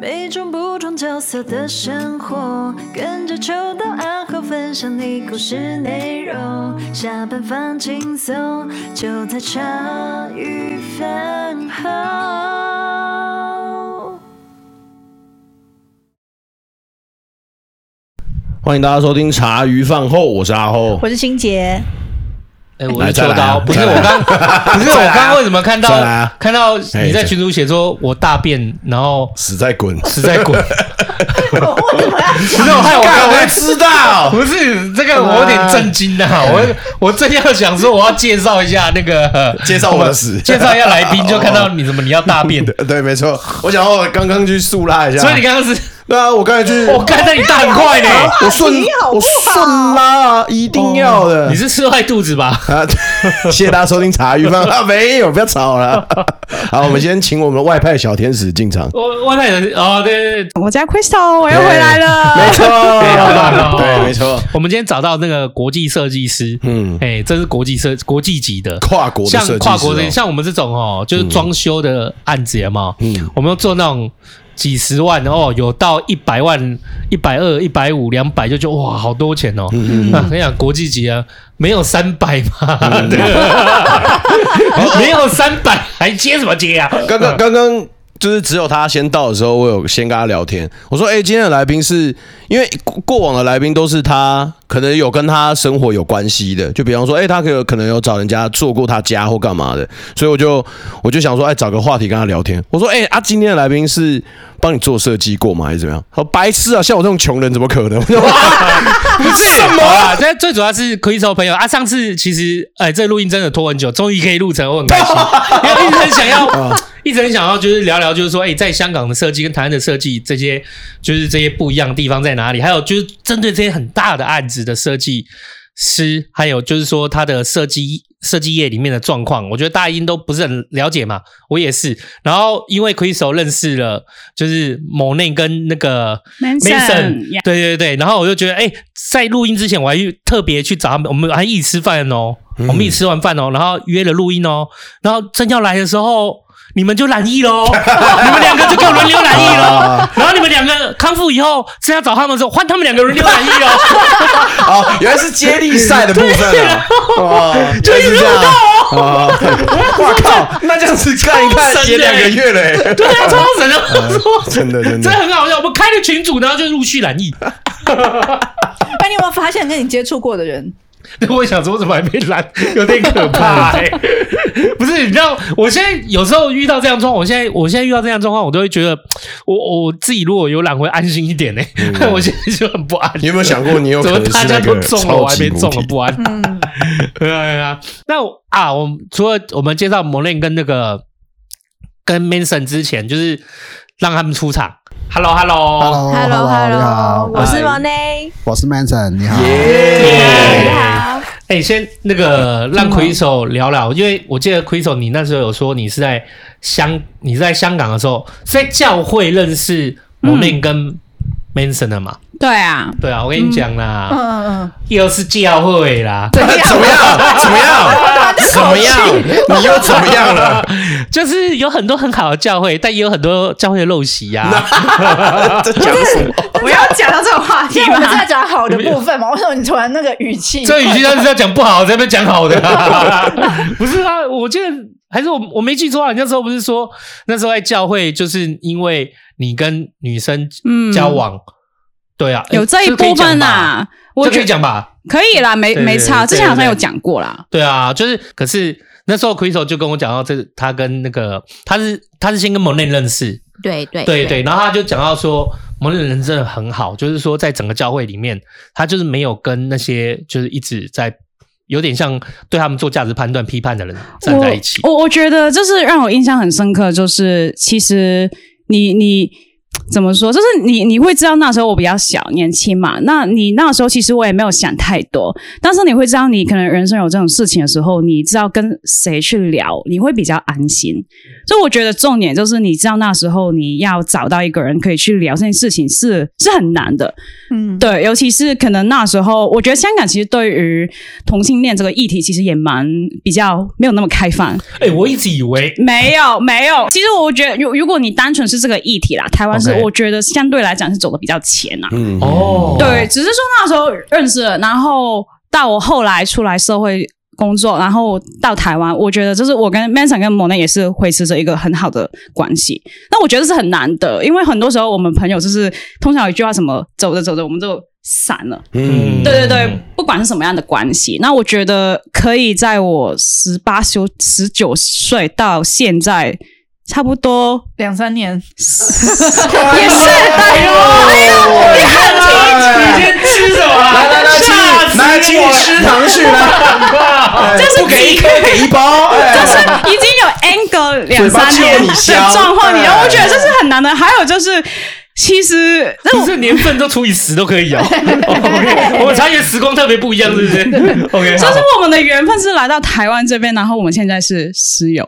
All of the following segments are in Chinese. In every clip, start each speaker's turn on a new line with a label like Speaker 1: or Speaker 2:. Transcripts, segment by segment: Speaker 1: 每种不同角色的生活，跟着秋到暗号分享你故事内容。下班放轻松，就在茶余饭后。
Speaker 2: 欢迎大家收听茶余饭后，我是阿后。
Speaker 3: 我是欣杰，
Speaker 4: 哎，我
Speaker 2: 来
Speaker 4: 是
Speaker 2: 再
Speaker 4: 秋
Speaker 2: 来啊
Speaker 4: 刀，不是
Speaker 2: 再来
Speaker 4: 我
Speaker 2: 啊
Speaker 4: 刚， 不是我
Speaker 2: 再来啊
Speaker 4: 刚刚为什么看到
Speaker 2: 再来啊
Speaker 4: 看到
Speaker 2: 哎
Speaker 4: 你在群组写说我大便，然后
Speaker 2: 死在滚！
Speaker 4: 实在 滚，
Speaker 3: 我怎么要
Speaker 4: 不是我害我
Speaker 2: 干
Speaker 4: 刚
Speaker 2: 我
Speaker 4: 刚
Speaker 2: 知道，
Speaker 4: 不是这个，我有点震惊的、
Speaker 2: 哎
Speaker 4: 我我正要想说，我要介绍一下那个，
Speaker 2: 介绍我的死
Speaker 4: 介绍一下来宾，就看到你怎么你要大 便，
Speaker 2: 对啊对，没错。我想我刚刚去速拉一下，
Speaker 4: 所以你刚刚是，
Speaker 2: 对啊，我刚才去，
Speaker 4: 我看到你大很快 呢、
Speaker 2: 我顺
Speaker 3: 你好不
Speaker 2: 我
Speaker 3: 好
Speaker 2: 顺拉啊，一定要的。
Speaker 4: 哦你是吃坏肚子吧？
Speaker 2: 啊， 谢谢大家收听茶余饭 后啊，没有，不要吵了。好，我们先请我们的外派小天使进场。
Speaker 4: 我我太人哦，对对对，
Speaker 3: 我家 Crystal，我又回来了。
Speaker 2: 没错，
Speaker 4: 哎好
Speaker 2: 对，没错，
Speaker 4: 我们今天找到那个国际设计师，
Speaker 2: 嗯，
Speaker 4: 哎、这是国际设国际级的，
Speaker 2: 跨国的设计师
Speaker 4: 像
Speaker 2: 哦
Speaker 4: 跨国的，像我们这种哦，就是装修的案子有没有？
Speaker 2: 嗯
Speaker 4: 我们要做那种几十万哦，有到一百万、一百二、一百五、两百，就觉得哇，好多钱哦。
Speaker 2: 嗯
Speaker 4: 那跟你讲，国际级啊，没有三百嘛，
Speaker 2: 嗯
Speaker 4: 对， 没有三百还接什么接啊？
Speaker 2: 刚刚刚刚就是只有他先到的时候，我有先跟他聊天。我说：“哎、今天的来宾是因为过过往的来宾都是他，可能有跟他生活有关系的，就比方说，哎、他可有可能有找人家做过他家或干嘛的，所以我就我就想说，哎、找个话题跟他聊天。我说：哎、啊，今天的来宾是帮你做设计过吗？还是怎么样？他说：白痴啊，像我这种穷人怎么可能？我说哇不是什
Speaker 4: 好
Speaker 2: 么？
Speaker 4: 啦，但最主要是 Crystal 朋友啊，上次其实哎，这录音真的拖很久，终于可以录成，我很 开心，因为一直很想要，一直很想要就是聊聊，就是说哎，在香港的设计跟台湾的设计这些，就是这些不一样的地方在哪里？还有就是针对这些很大的案子的设计师，还有就是说他的设计设计业里面的状况，我觉得大家应都不是很了解嘛，我也是。然后因为 Crystal 认识了就是某内跟那个
Speaker 3: Manson，呀
Speaker 4: 对对对，然后我就觉得，哎、在录音之前我还去特别去找他们，我们还一起吃饭哦，我们一起吃完饭哦，然后约了录音哦，然后真要来的时候。你们就染疫喽，你们两个就给我轮流染疫喽
Speaker 2: 啊，
Speaker 4: 然后你们两个康复以后，真要找他们的时候，换他们两个轮流染疫喽，
Speaker 2: 哦，原来是接力赛的部分啊！哇，就是这样啊！哇 靠，那这样子看一
Speaker 4: 超
Speaker 2: 看
Speaker 4: 神
Speaker 2: 也两个
Speaker 4: 欸
Speaker 2: 月了欸，
Speaker 4: 对啊，超神 的，我说
Speaker 2: 真的真
Speaker 4: 真
Speaker 2: 的。
Speaker 4: 的很好笑。我们开了群组，然后就陆续染疫。
Speaker 3: 哎，你有没有发现跟你接触过的人，
Speaker 4: 我想说，我怎么还没来？有点可怕、欸。 不是，你知道，我现在有时候遇到这样状况，我现在我现在遇到这样状况，我都会觉得，我我自己如果有懒，会安心一点呢、欸 我现在就很不安。
Speaker 2: 你有没有想过，你有
Speaker 4: 怎
Speaker 2: 可
Speaker 4: 么
Speaker 2: 能
Speaker 4: 大
Speaker 2: 是
Speaker 4: 家
Speaker 2: 那
Speaker 4: 都
Speaker 2: 个
Speaker 4: 中了，我
Speaker 2: 超
Speaker 4: 还
Speaker 2: 级
Speaker 4: 没中
Speaker 2: 母
Speaker 4: 了
Speaker 2: 体？
Speaker 4: 不安？ 对啊，对啊。那我啊，我们除了我们介绍某恋跟那个跟 Manson 之前，就是让他们出场。Hello，Hello，
Speaker 5: Hello，Hello，你哦好，啊哎
Speaker 3: 我是 Monet，
Speaker 5: 我是 Manson，你好。
Speaker 3: 你
Speaker 4: 耶
Speaker 3: 好，
Speaker 4: 哎、嗯先那个让 c r i s o 聊聊，因为我记得 c r i s o 你那时候有说你是在香，你是在香港的时候是在教会认识 m o n 跟 Manson 的嘛？
Speaker 3: 对啊，
Speaker 4: 对啊，我跟你讲啦，
Speaker 3: 嗯嗯
Speaker 4: 又是教会啦，
Speaker 3: 嗯，
Speaker 2: 怎么样？怎么 样？怎么 样？你又怎么样 了？
Speaker 4: 就是有很多很好的教会，但也有很多教会的陋习呀、啊。
Speaker 2: 在讲什么？
Speaker 3: 不要讲到这种话题
Speaker 6: 因为我
Speaker 3: 嘛
Speaker 6: 们是在讲好的部分嘛，为什么你突然那个语气？
Speaker 4: 这语气当时要讲不好，在那边讲好的、啊，不是啊？我记得还是我我没记错啊，你那时候不是说那时候在教会，就是因为你跟女生
Speaker 3: 嗯
Speaker 4: 交往，对啊，
Speaker 3: 有这一
Speaker 4: 个可以
Speaker 3: 部
Speaker 4: 讲
Speaker 3: 分
Speaker 4: 吧，
Speaker 3: 啦，
Speaker 4: 这
Speaker 3: 我
Speaker 4: 可
Speaker 3: 觉
Speaker 4: 以讲吧？
Speaker 3: 可以啦，没
Speaker 4: 对对
Speaker 3: 没差，
Speaker 4: 对
Speaker 3: 之前好像有讲过啦，
Speaker 4: 对啊，就是可是那时候 Crystal 就跟我讲到这，他跟那个他是他是先跟蒙内认识，
Speaker 6: 对对
Speaker 4: 对对，然后他就讲到说，蒙内人真的很好，就是说在整个教会里面，他就是没有跟那些就是一直在。有点像对他们做价值判断、批判的人站在一起。
Speaker 3: 我我我觉得就是让我印象很深刻，就是其实你你。怎么说？就是你你会知道那时候我比较小年轻嘛，那你那时候其实我也没有想太多，但是你会知道你可能人生有这种事情的时候，你知道跟谁去聊，你会比较安心。所以我觉得重点就是你知道那时候你要找到一个人可以去聊这件事情是是很难的，
Speaker 6: 嗯，
Speaker 3: 对，尤其是可能那时候，我觉得香港其实对于同性恋这个议题其实也蛮比较没有那么开放，
Speaker 4: 哎、我一直以为
Speaker 3: 没有没有。其实我觉得，如如果你单纯是这个议题啦，台湾是
Speaker 4: 对
Speaker 3: 我觉得相对来讲是走的比较前啊。
Speaker 2: 嗯，
Speaker 4: 哦，
Speaker 3: 对，，只是说那时候认识了，然后到我后来出来社会工作，然后到台湾，我觉得就是我跟 Manson 跟莫内也是维持着一个很好的关系。那我觉得是很难的，因为很多时候我们朋友就是通常有一句话什么，走着走着我们就散了。
Speaker 2: 嗯，
Speaker 3: 对对对
Speaker 4: 嗯，
Speaker 3: 不管是什么样的关系，那我觉得可以在我十八、九、十九岁到现在，差不多
Speaker 6: 两三年，
Speaker 3: 也是哎呦，你很
Speaker 2: 哎
Speaker 4: 你今天吃什么啊？
Speaker 2: 来来来，
Speaker 4: 吓
Speaker 2: 请
Speaker 4: 死
Speaker 2: 来请
Speaker 4: 我
Speaker 2: 你
Speaker 4: 了
Speaker 2: 吃糖去 来，
Speaker 4: 哇
Speaker 2: 这不给一颗给一包，哎
Speaker 3: 就是已经有 angle 两
Speaker 2: 嘴
Speaker 3: 三年
Speaker 2: 巴欠你
Speaker 3: 的
Speaker 2: 香
Speaker 3: 状况，你让
Speaker 2: 哎
Speaker 3: 我觉得这是很难的。还有就是，其实那
Speaker 4: 你这年份都除以十都可以哦。OK，我们察觉时光特别不一样，是不是？OK，
Speaker 3: 就是
Speaker 4: 好
Speaker 3: 我们的缘分是来到台湾这边，然后我们现在是室友。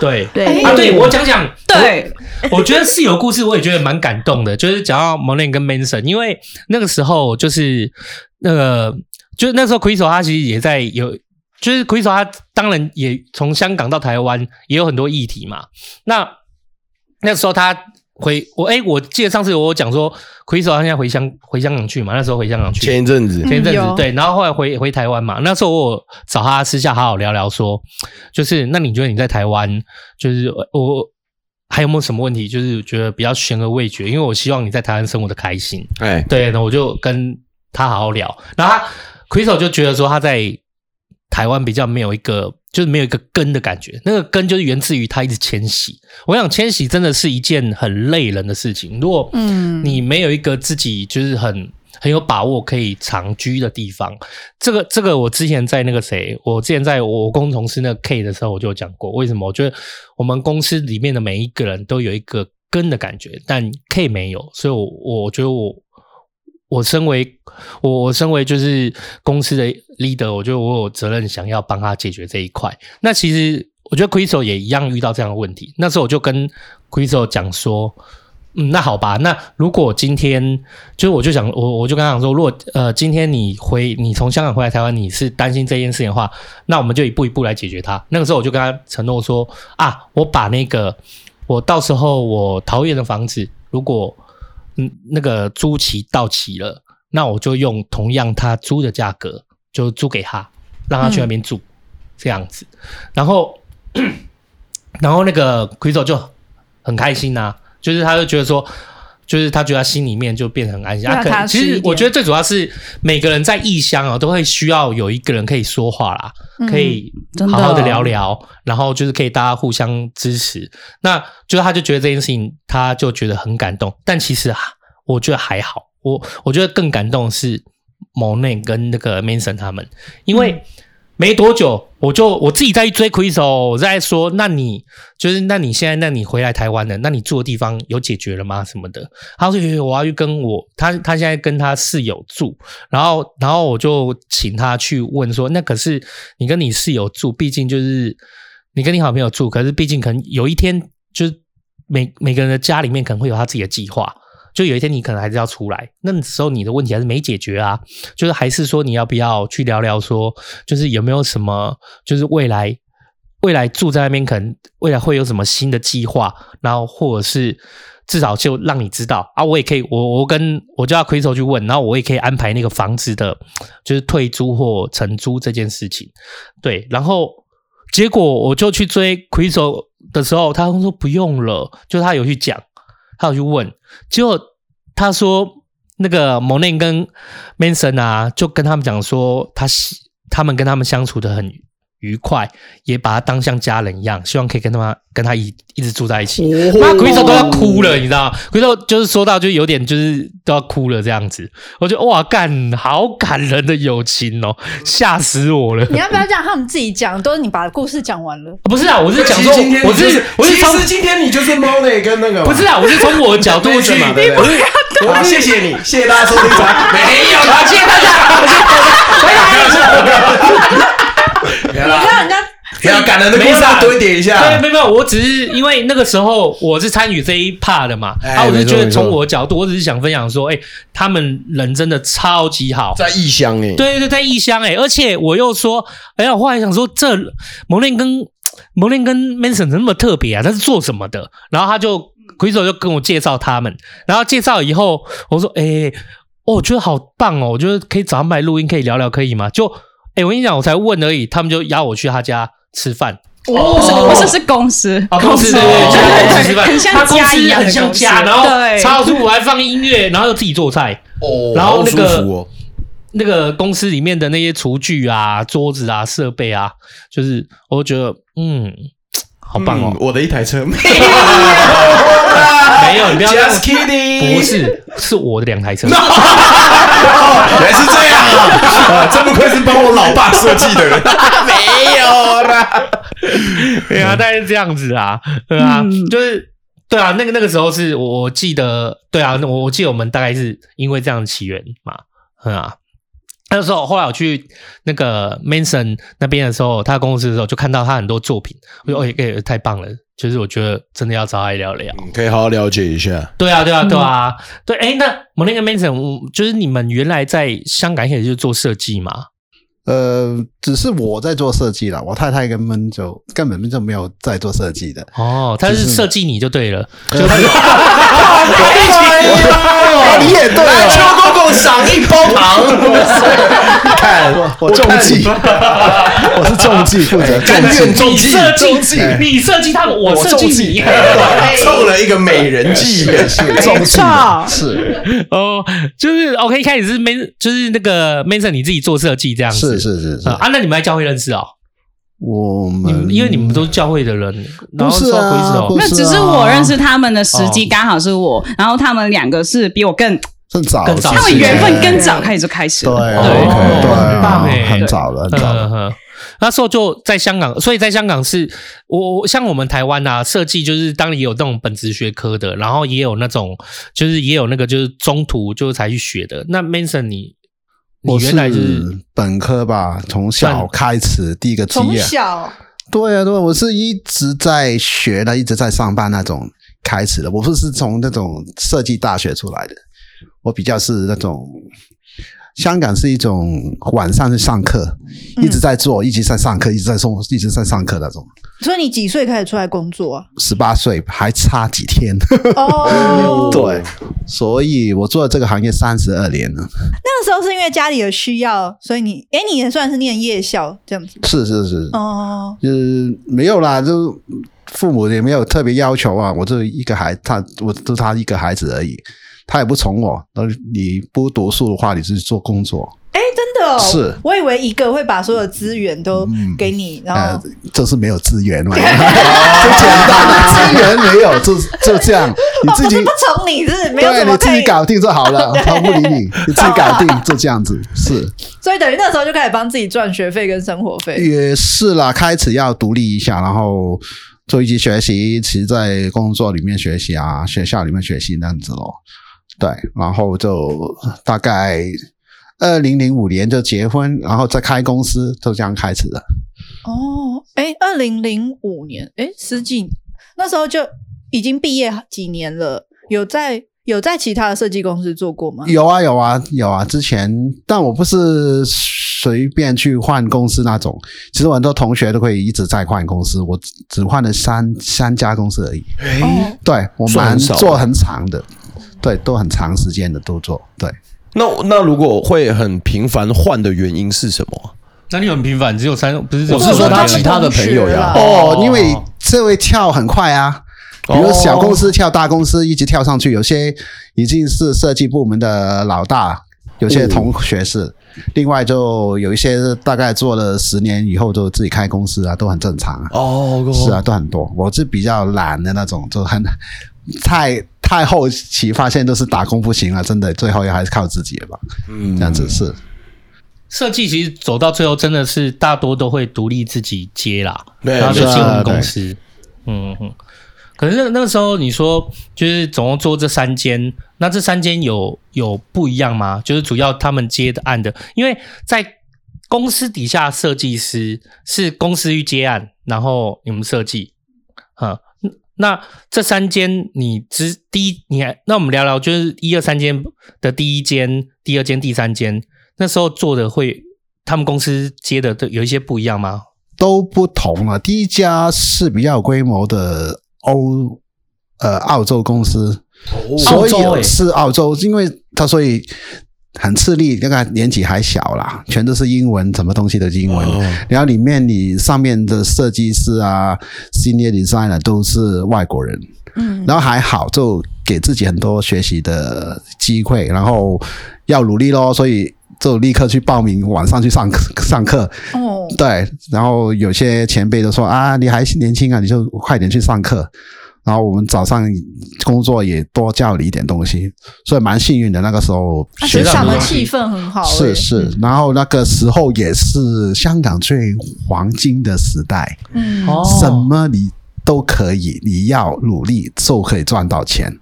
Speaker 4: 对
Speaker 6: 对
Speaker 4: 啊，对我讲讲，
Speaker 3: 对，
Speaker 4: 我觉得室友故事我也觉得蛮感动的，就是讲到 m o n e 跟 Manson，因为那个时候就是那个，就是那时候 Quiso 他其实也在有，就是 Quiso 他当然也从香港到台湾也有很多议题嘛。那那时候他回我，哎、我记得上次我有讲说 Quiso 他现在回香回香港去嘛，那时候回香港去，
Speaker 2: 前一阵子，
Speaker 4: 前一阵
Speaker 6: 嗯
Speaker 4: 子
Speaker 6: 有
Speaker 4: 对，然后后来回回台湾嘛，那时候我有找他私下好好聊聊说，就是那你觉得你在台湾，就是呃我还有没有什么问题，就是觉得比较悬而未决？因为我希望你在台湾生活的开心。
Speaker 2: 哎，
Speaker 4: 对，然后我就跟他好好聊，然后他 Crystal 就觉得说他在台湾比较没有一个，就是没有一个根的感觉，那个根就是源自于他一直迁徙。我想迁徙真的是一件很累人的事情，如果
Speaker 6: 嗯
Speaker 4: 你没有一个自己就是很。很有把握可以长居的地方，这个这个我之前在那个谁，我之前在我工同事那个 K 的时候我就有讲过，为什么我觉得我们公司里面的每一个人都有一个根的感觉，但 K 没有，所以我我觉得我我身为我我身为就是公司的 leader，我觉得我有责任想要帮他解决这一块。那其实我觉得 Crystal 也一样遇到这样的问题，那时候我就跟 Crystal 讲说。嗯，那好吧。那如果今天就是，我就想，我我就跟他讲说，如果呃，今天你回你从香港回来台湾，你是担心这件事情的话，那我们就一步一步来解决它。那个时候我就跟他承诺说啊，我把那个我到时候我桃园的房子，如果嗯那个租期到期了，那我就用同样他租的价格就租给他，让他去那
Speaker 6: 嗯
Speaker 4: 边住、这样子。然后然后那个 c r i s o 就很开心呐、就是他就觉得说。就是他觉得他心里面就变得很安心，
Speaker 6: 对啊
Speaker 4: 可能
Speaker 6: 踏
Speaker 4: 其
Speaker 6: 实一
Speaker 4: 实
Speaker 6: 点
Speaker 4: 我觉得最主要是每个人在异乡啊，都会需要有一个人可以说话啦，可以
Speaker 3: 嗯真的
Speaker 4: 好好的聊聊，然后就是可以大家互相支持。那就是他就觉得这件事情，他就觉得很感动。但其实啊，我觉得还好，我我觉得更感动的是某内跟那个 Mason 他们，因
Speaker 3: 嗯
Speaker 4: 为没多久我就我自己在追 Quiz 哦，我在说，那你就是那你现在那你回来台湾了，那你住的地方有解决了吗？什么的？他说有有有我要去跟我他他现在跟他室友住，然后，然后我就请他去问说，那可是你跟你室友住，毕竟就是你跟你好朋友住，可是毕竟可能有一天，就是每每个人的家里面可能会有他自己的计划，就有一天你可能还是要出来，那时候你的问题还是没解决啊，就是还是说你要不要去聊聊说，就是有没有什么，就是未来未来住在那边，可能未来会有什么新的计划，然后或者是至少就让你知道啊，我也可以，我我跟我就要 c r y s t a 去问，然后我也可以安排那个房子的，就是退租或承租这件事情，对，然后结果我就去追 c r y s t a 的时候，他说不用了，就他有去讲，他有去问，结果他说那个 m o n 跟 Manson 啊，就跟他们讲说，他喜他们跟他们相处的很愉快，也把他当像家人一样，希望可以跟他们跟他一一直住在一起。妈 c r i s 都要哭了，你知道吗 c r i s 就是说到就有点就是都要哭了这样子，我觉得哇干，好感人的友情哦，吓死我了。
Speaker 6: 你要不要让他们自己讲？都是你把故事讲完了，
Speaker 4: 不是啊，我是讲
Speaker 2: 其
Speaker 4: 说
Speaker 2: 实今天，
Speaker 4: 我
Speaker 2: 你就是
Speaker 4: 我是
Speaker 2: 其
Speaker 4: 从
Speaker 2: 实今天你就是 Money 跟那个嘛
Speaker 4: 不是啊，我是从我的角 度去，
Speaker 2: 嘛，对不对？我谢谢你，谢谢大家收听。没有啦，谢谢大家。 没有
Speaker 6: 你
Speaker 2: 啦，
Speaker 6: 看人家
Speaker 2: 没有感人的故
Speaker 4: 没有
Speaker 2: 事
Speaker 4: 啦
Speaker 2: 要堆叠一下。
Speaker 4: 对，没有没有，我只是因为那个时候我是参与这一 part 的嘛，
Speaker 2: 哎
Speaker 4: 啊，我
Speaker 2: 没
Speaker 4: 是
Speaker 2: 错
Speaker 4: 觉得
Speaker 2: 没错
Speaker 4: 从我的角度，我只是想分享说，哎，他们人真的超级好，
Speaker 2: 在异乡哎，
Speaker 4: 对对对，在异乡哎，而且我又说，哎呀，我后来想说，这蒙恋跟蒙恋跟 Manson 怎么那么特别啊？他是做什么的？然后他就 Crystal 就跟我介绍他们，然后介绍以后，我说：“哎、哦，我觉得好棒哦，我觉得可以找他们来录音，可以聊聊，可以吗？”就，哎、我跟你讲，我才问而已，他们就邀我去他家吃饭。
Speaker 3: 不是不是是公司，
Speaker 4: 啊，公司对
Speaker 3: 对
Speaker 4: 对对，
Speaker 3: 对
Speaker 4: 吃饭，
Speaker 3: 哦
Speaker 4: 他
Speaker 3: 很像
Speaker 4: 公
Speaker 3: 家一
Speaker 4: 司
Speaker 3: 样的
Speaker 4: 很像
Speaker 3: 公司
Speaker 4: 家，然后
Speaker 3: 对
Speaker 4: 超舒服，还放音乐，然后又自己做菜。
Speaker 2: 哦
Speaker 4: 然后那个
Speaker 2: 好舒服哦
Speaker 4: 那个公司里面的那些厨具啊、桌子啊、设备啊，就是我觉得嗯，好棒哦
Speaker 2: 嗯。我的一台车， 没
Speaker 4: 没有，你不要这样
Speaker 2: ，just kidding，
Speaker 4: 不是，是我的两台车。
Speaker 2: 原来是这样啊！ 啊，真不愧是帮我老爸设计的人。 没有啦，
Speaker 4: 对啊，大概是这样子啊，对啊，
Speaker 3: 嗯
Speaker 4: 就是对啊，那个那个时候是我我记得，对啊，那我我记得我们大概是因为这样的起源嘛，嗯啊。那时候，后来我去那个 Manson 那边的时候，他公司的时候就看到他很多作品，我说：“哦，也可以太棒了！”就是我觉得真的要找他聊聊。
Speaker 2: 嗯可以好好了解一下。
Speaker 4: 对啊，对啊，对啊，
Speaker 5: 嗯
Speaker 4: 对。哎，那我那个 Manson，我就是你们原来在香港也是做设计嘛？
Speaker 5: 呃，只是我在做设计啦，我太太根本就根本就没有在做设计的。
Speaker 4: 哦，他是
Speaker 5: 就是
Speaker 4: 设计你就对了。
Speaker 5: 呃不是 哎你也对哦，
Speaker 2: 公公赏一口糖，
Speaker 5: 你看 我我中计，我是中计负
Speaker 4: 哎
Speaker 5: 责中
Speaker 2: 甘愿
Speaker 5: 计，
Speaker 2: 中计，
Speaker 4: 你设计，
Speaker 5: 哎
Speaker 4: 你设计他们，我设计你。
Speaker 2: 中了一个美人计，
Speaker 5: 是中计的，是
Speaker 4: 哦，就是 OK，一开始是 Man，就是那个 Mason 你自己做设计这样子。
Speaker 5: 是是是是
Speaker 4: 啊，，啊那你们在教会认识哦？
Speaker 5: 我
Speaker 4: 你
Speaker 5: 们
Speaker 4: 们因为你们都是教会的人，然
Speaker 5: 不
Speaker 4: 后
Speaker 5: 是
Speaker 4: 受亏是
Speaker 5: 啊，
Speaker 4: 哦
Speaker 5: 不
Speaker 3: 那只是
Speaker 5: 啊
Speaker 3: 我认识他们的时机
Speaker 4: 哦
Speaker 3: 刚好是我，然后他们两个是比我更，
Speaker 5: 更早
Speaker 4: 更
Speaker 5: 之
Speaker 4: 早哦
Speaker 5: 前，
Speaker 3: 他们缘分更
Speaker 6: 对
Speaker 3: 早开始就开始
Speaker 5: 对
Speaker 3: 了。
Speaker 5: 哦啊
Speaker 4: 对
Speaker 5: 对
Speaker 4: 很棒欸
Speaker 5: 啊，很早了，很早了
Speaker 4: 嗯。哼，那时候就在香港，所以在香港是我我像我们台湾啊，设计就是当然也有那种本职学科的，然后也有那种就是也有那个就是中途就才去学的。那 Mason 你你
Speaker 5: 我
Speaker 4: 原来就是
Speaker 5: 本科吧，从小开始第一个职
Speaker 6: 从
Speaker 5: 业，啊
Speaker 6: 小
Speaker 5: 对啊，对啊，我是一直在学的，一直在上班那种开始的。我不是从那种设计大学出来的，我比较是那种香港是一种晚上去上课，一直在做，一直在上课，一直在送，一直在上课那种。
Speaker 6: 所以你几岁开始出来工作啊？
Speaker 5: 十八岁还差几天，
Speaker 6: 哦，
Speaker 5: 对，所以我做这个行业三十二年了。
Speaker 6: 那个时候是因为家里有需要，所以你，哎，你也算是念夜校这样子。
Speaker 5: 是是是，
Speaker 6: 哦，
Speaker 5: 就是没有啦，就父母也没有特别要求啊。我就一个孩，他我就他一个孩子而已，他也不宠我。那你不读书的话，你是做工作，
Speaker 6: 哎，真的哦，
Speaker 5: 是
Speaker 6: 我以为一个会把所有资源都给你，然
Speaker 5: 呃
Speaker 6: 后，哦
Speaker 5: 这是没有资源 嘛，不简单啊，资源没有，就就这 样，你
Speaker 6: 哦
Speaker 5: 自
Speaker 6: 不
Speaker 5: 己
Speaker 6: 是不宠你是没有什
Speaker 5: 对
Speaker 6: 么
Speaker 5: 你
Speaker 6: 可
Speaker 5: 自
Speaker 6: 以
Speaker 5: 己，搞定就 好了，他不理你，你自己搞定就这样子，是
Speaker 6: 所以等于那时候就开始帮自己赚学费跟生活费。
Speaker 5: 也是啦，开始要独立一下，然后。就一起学习，一起在工作里面学习啊，学校里面学习那样子咯。对，然后就大概二零零五年就结婚，然后再开公司，就这样开始的。
Speaker 6: 哦，哎，二零零五年，哎，十几那时候就已经毕业几年了，有在有在其他的设计公司做过吗？
Speaker 5: 有啊，有啊，有啊。之前，但我不是随便去换公司那种。其实我很多同学都可以一直在换公司，我只只换了三三家公司而已。
Speaker 6: 哦，
Speaker 5: 对我
Speaker 2: 算
Speaker 5: 蛮
Speaker 2: 很少
Speaker 5: 做很长的，对，都很长时间的都做。对，
Speaker 2: 那那如果会很频繁换的原因是什么？
Speaker 4: 那你很平凡，只有三，不是只有
Speaker 2: 我
Speaker 4: 三
Speaker 2: 是说
Speaker 4: 个
Speaker 2: 他
Speaker 4: 人
Speaker 2: 其他的朋友呀
Speaker 6: 哦
Speaker 5: 哦，因为这位跳很快啊，
Speaker 2: 哦
Speaker 5: 比如小公司跳大公司，一直跳上去，有些已经是设计部门的老大，有些同学是，
Speaker 2: 嗯
Speaker 5: 另外就有一些大概做了十年以后就自己开公司啊，都很正常啊，
Speaker 2: 哦，
Speaker 5: 是啊，，都很多。我是比较懒的那种，就很 太太后期发现都是打工不行了，真的，最后还是靠自己吧，
Speaker 2: 嗯
Speaker 5: 这样子是。
Speaker 4: 设计其实走到最后，真的是大多都会独立自己接啦，
Speaker 2: 对
Speaker 4: 然后就进
Speaker 5: 是
Speaker 4: 入
Speaker 5: 啊
Speaker 4: 公司。嗯嗯。可是那那个时候你说，就是总共做这三间，那这三间有有不一样吗？就是主要他们接的案的，因为在公司底下设计师是公司去接案，然后你们设计，嗯。那这三间，你之第一，你还那我们聊聊，就是一二三间的第一间、第二间、第三间，那时候做的会，他们公司接的都有一些不一样吗？
Speaker 5: 都不同了。第一家是比较有规模的欧呃澳洲公司，
Speaker 4: 澳
Speaker 5: 哦所以啊
Speaker 4: 洲欸
Speaker 5: 是澳洲，哎因为他所以很吃力，那个年纪还小啦，全都是英文，什么东西都是英文。然后里面你上面的设计师啊，senior designer 都是外国人，嗯，然后还好就给自己很多学习的机会，然后要努力咯，所以。就立刻去报名，晚上去上课上课，
Speaker 6: 哦，
Speaker 5: 对，然后有些前辈都说啊，你还年轻啊，你就快点去上课。然后我们早上工作也多教你一点东西，所以蛮幸运的。那个时候
Speaker 6: 啊
Speaker 5: 学
Speaker 6: 职
Speaker 5: 到
Speaker 6: 场
Speaker 5: 很
Speaker 6: 的
Speaker 5: 多
Speaker 6: 气氛很好、欸，
Speaker 5: 是是，然后那个时候也是香港最黄金的时代，
Speaker 6: 嗯，
Speaker 4: 哦
Speaker 5: 什么你都可以，你要努力就可以赚到钱。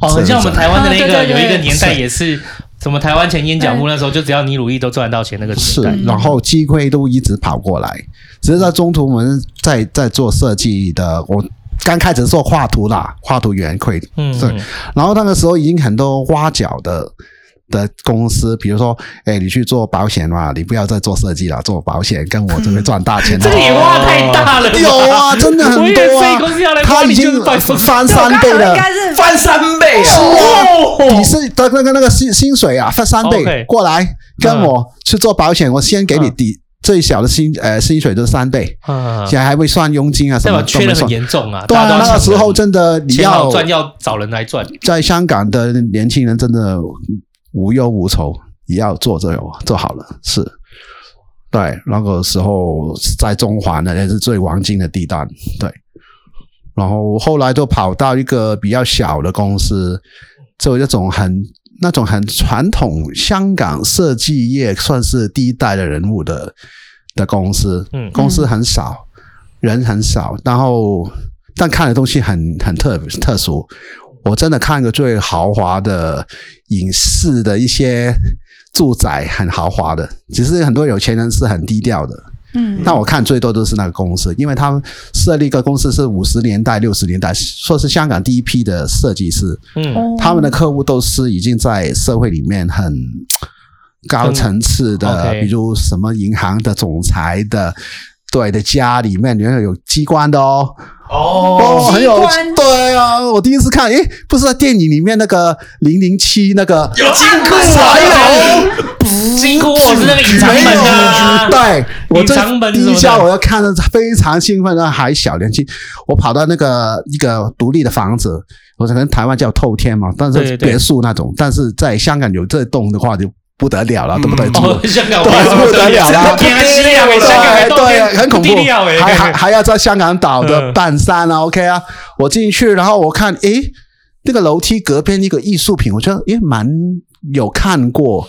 Speaker 4: 哦，很像我们台湾的那
Speaker 6: 啊对
Speaker 4: 个
Speaker 6: 对对
Speaker 4: 有一个年代
Speaker 5: 是
Speaker 4: 也是，什么台湾前烟角木那时候，就只要你努力都赚到钱那个时
Speaker 5: 是
Speaker 4: 代。，
Speaker 5: 然后机会都一直跑过来，只是在中途我们在在做设计的，我刚开始做画图啦，画图员会，
Speaker 4: 嗯
Speaker 5: 对，然后那个时候已经很多挖角的。的公司，比如说，哎，你去做保险嘛，你不要再做设计了，做保险跟我这边赚 大钱。哦
Speaker 4: 这个也挖太大了吧，
Speaker 5: 有啊，真的
Speaker 4: 我
Speaker 5: 很
Speaker 4: 以为
Speaker 5: 多
Speaker 4: 这一
Speaker 5: 啊
Speaker 4: 公司要来，挖
Speaker 5: 他
Speaker 4: 你
Speaker 5: 已
Speaker 4: 就
Speaker 5: 经
Speaker 4: 是拜托
Speaker 5: 翻三倍
Speaker 6: 我刚才
Speaker 5: 了
Speaker 6: 应。该是
Speaker 2: 翻三倍啊！
Speaker 5: 你是的那个那个薪薪水啊，翻三倍
Speaker 4: 哦 OK 嗯
Speaker 5: 过来跟我去做保险，我先给你底最小的薪呃薪水就是三倍，
Speaker 4: 啊，
Speaker 5: 现在还会算佣金啊什
Speaker 4: 代
Speaker 5: 么
Speaker 4: 表
Speaker 5: 都
Speaker 4: 缺
Speaker 5: 没
Speaker 4: 的很
Speaker 5: 算。
Speaker 4: 严重啊。
Speaker 5: 对
Speaker 4: 大家
Speaker 5: 啊，
Speaker 4: 都要
Speaker 5: 那个时候
Speaker 4: 抢
Speaker 5: 真的
Speaker 4: 人
Speaker 5: 你
Speaker 4: 钱好
Speaker 5: 要
Speaker 4: 赚要找人来赚，
Speaker 5: 在香港的年轻人真的无忧无愁，也要做这种做好了是。对，那个时候在中环呢，也是最黄金的地段。对，然后后来就跑到一个比较小的公司，就一种很那种很传统香港设计业算是第一代的人物的的公司，
Speaker 4: 嗯
Speaker 5: 公司很少，人很少，然后但看的东西很很特特殊。我真的看过最豪华的影视的一些住宅，很豪华的，只是很多有钱人是很低调的。
Speaker 6: 嗯，
Speaker 5: 但我看最多都是那个公司，因为他们设立一个公司是五十年代、六十年代，说是香港第一批的设计师，
Speaker 4: 嗯，
Speaker 6: 哦
Speaker 5: 他们的客户都是已经在社会里面很高层次
Speaker 6: 嗯
Speaker 5: 的，
Speaker 4: OK
Speaker 5: 比如什么银行的总裁的，对的家里面原来有机关的哦。哦，很有
Speaker 6: 机关
Speaker 5: 对啊，我第一次看，诶，不是在电影里面那个零零七那个有金库啊，有
Speaker 4: 辛苦我是那个隐藏
Speaker 5: 没
Speaker 4: 门
Speaker 5: 有
Speaker 4: 啊，
Speaker 5: 对，我这
Speaker 4: 隐藏门
Speaker 5: 第
Speaker 4: 什
Speaker 5: 一
Speaker 4: 么
Speaker 5: 下
Speaker 4: 的
Speaker 5: 我要看的非常兴奋的，还小年轻，我跑到那个一个独立的房子，我可能台湾叫透天嘛，但
Speaker 4: 对
Speaker 5: 是
Speaker 4: 对
Speaker 5: 别墅那种，但是在香港有这栋的话就不得了了，对不对？住
Speaker 4: 哦，香港
Speaker 5: 对，不得了 啦！
Speaker 4: 天西啊，香港还
Speaker 5: 对对，啊很恐怖，
Speaker 4: 地料哎，
Speaker 5: 还还还要在香港岛的
Speaker 4: 嗯
Speaker 5: 半山啊，OK 啊，我进去，然后我看，诶，那个楼梯隔壁那个艺术品，我觉得也蛮有看过，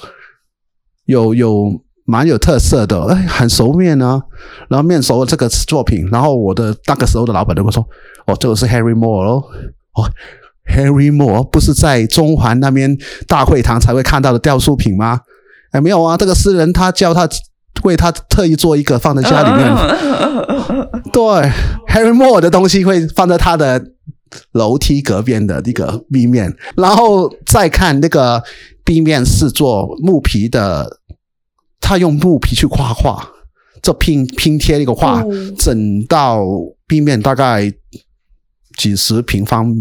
Speaker 5: 有有蛮有特色的，哎，很熟面啊，然后面熟这个作品，然后我的那个时候的老板就跟我说，哦，这个是 Harry Moore 咯，哦。Harry Moore 不是在中环那边大会堂才会看到的雕塑品吗？哎，没有啊，这个诗人他叫他为他特意做一个放在家里面。
Speaker 3: 哦
Speaker 5: 对，Harry Moore 的东西会放在他的楼梯隔边的那个壁面，然后再看那个壁面是做木皮的，他用木皮去画画，这拼拼贴一个画，整到壁面大概几十平方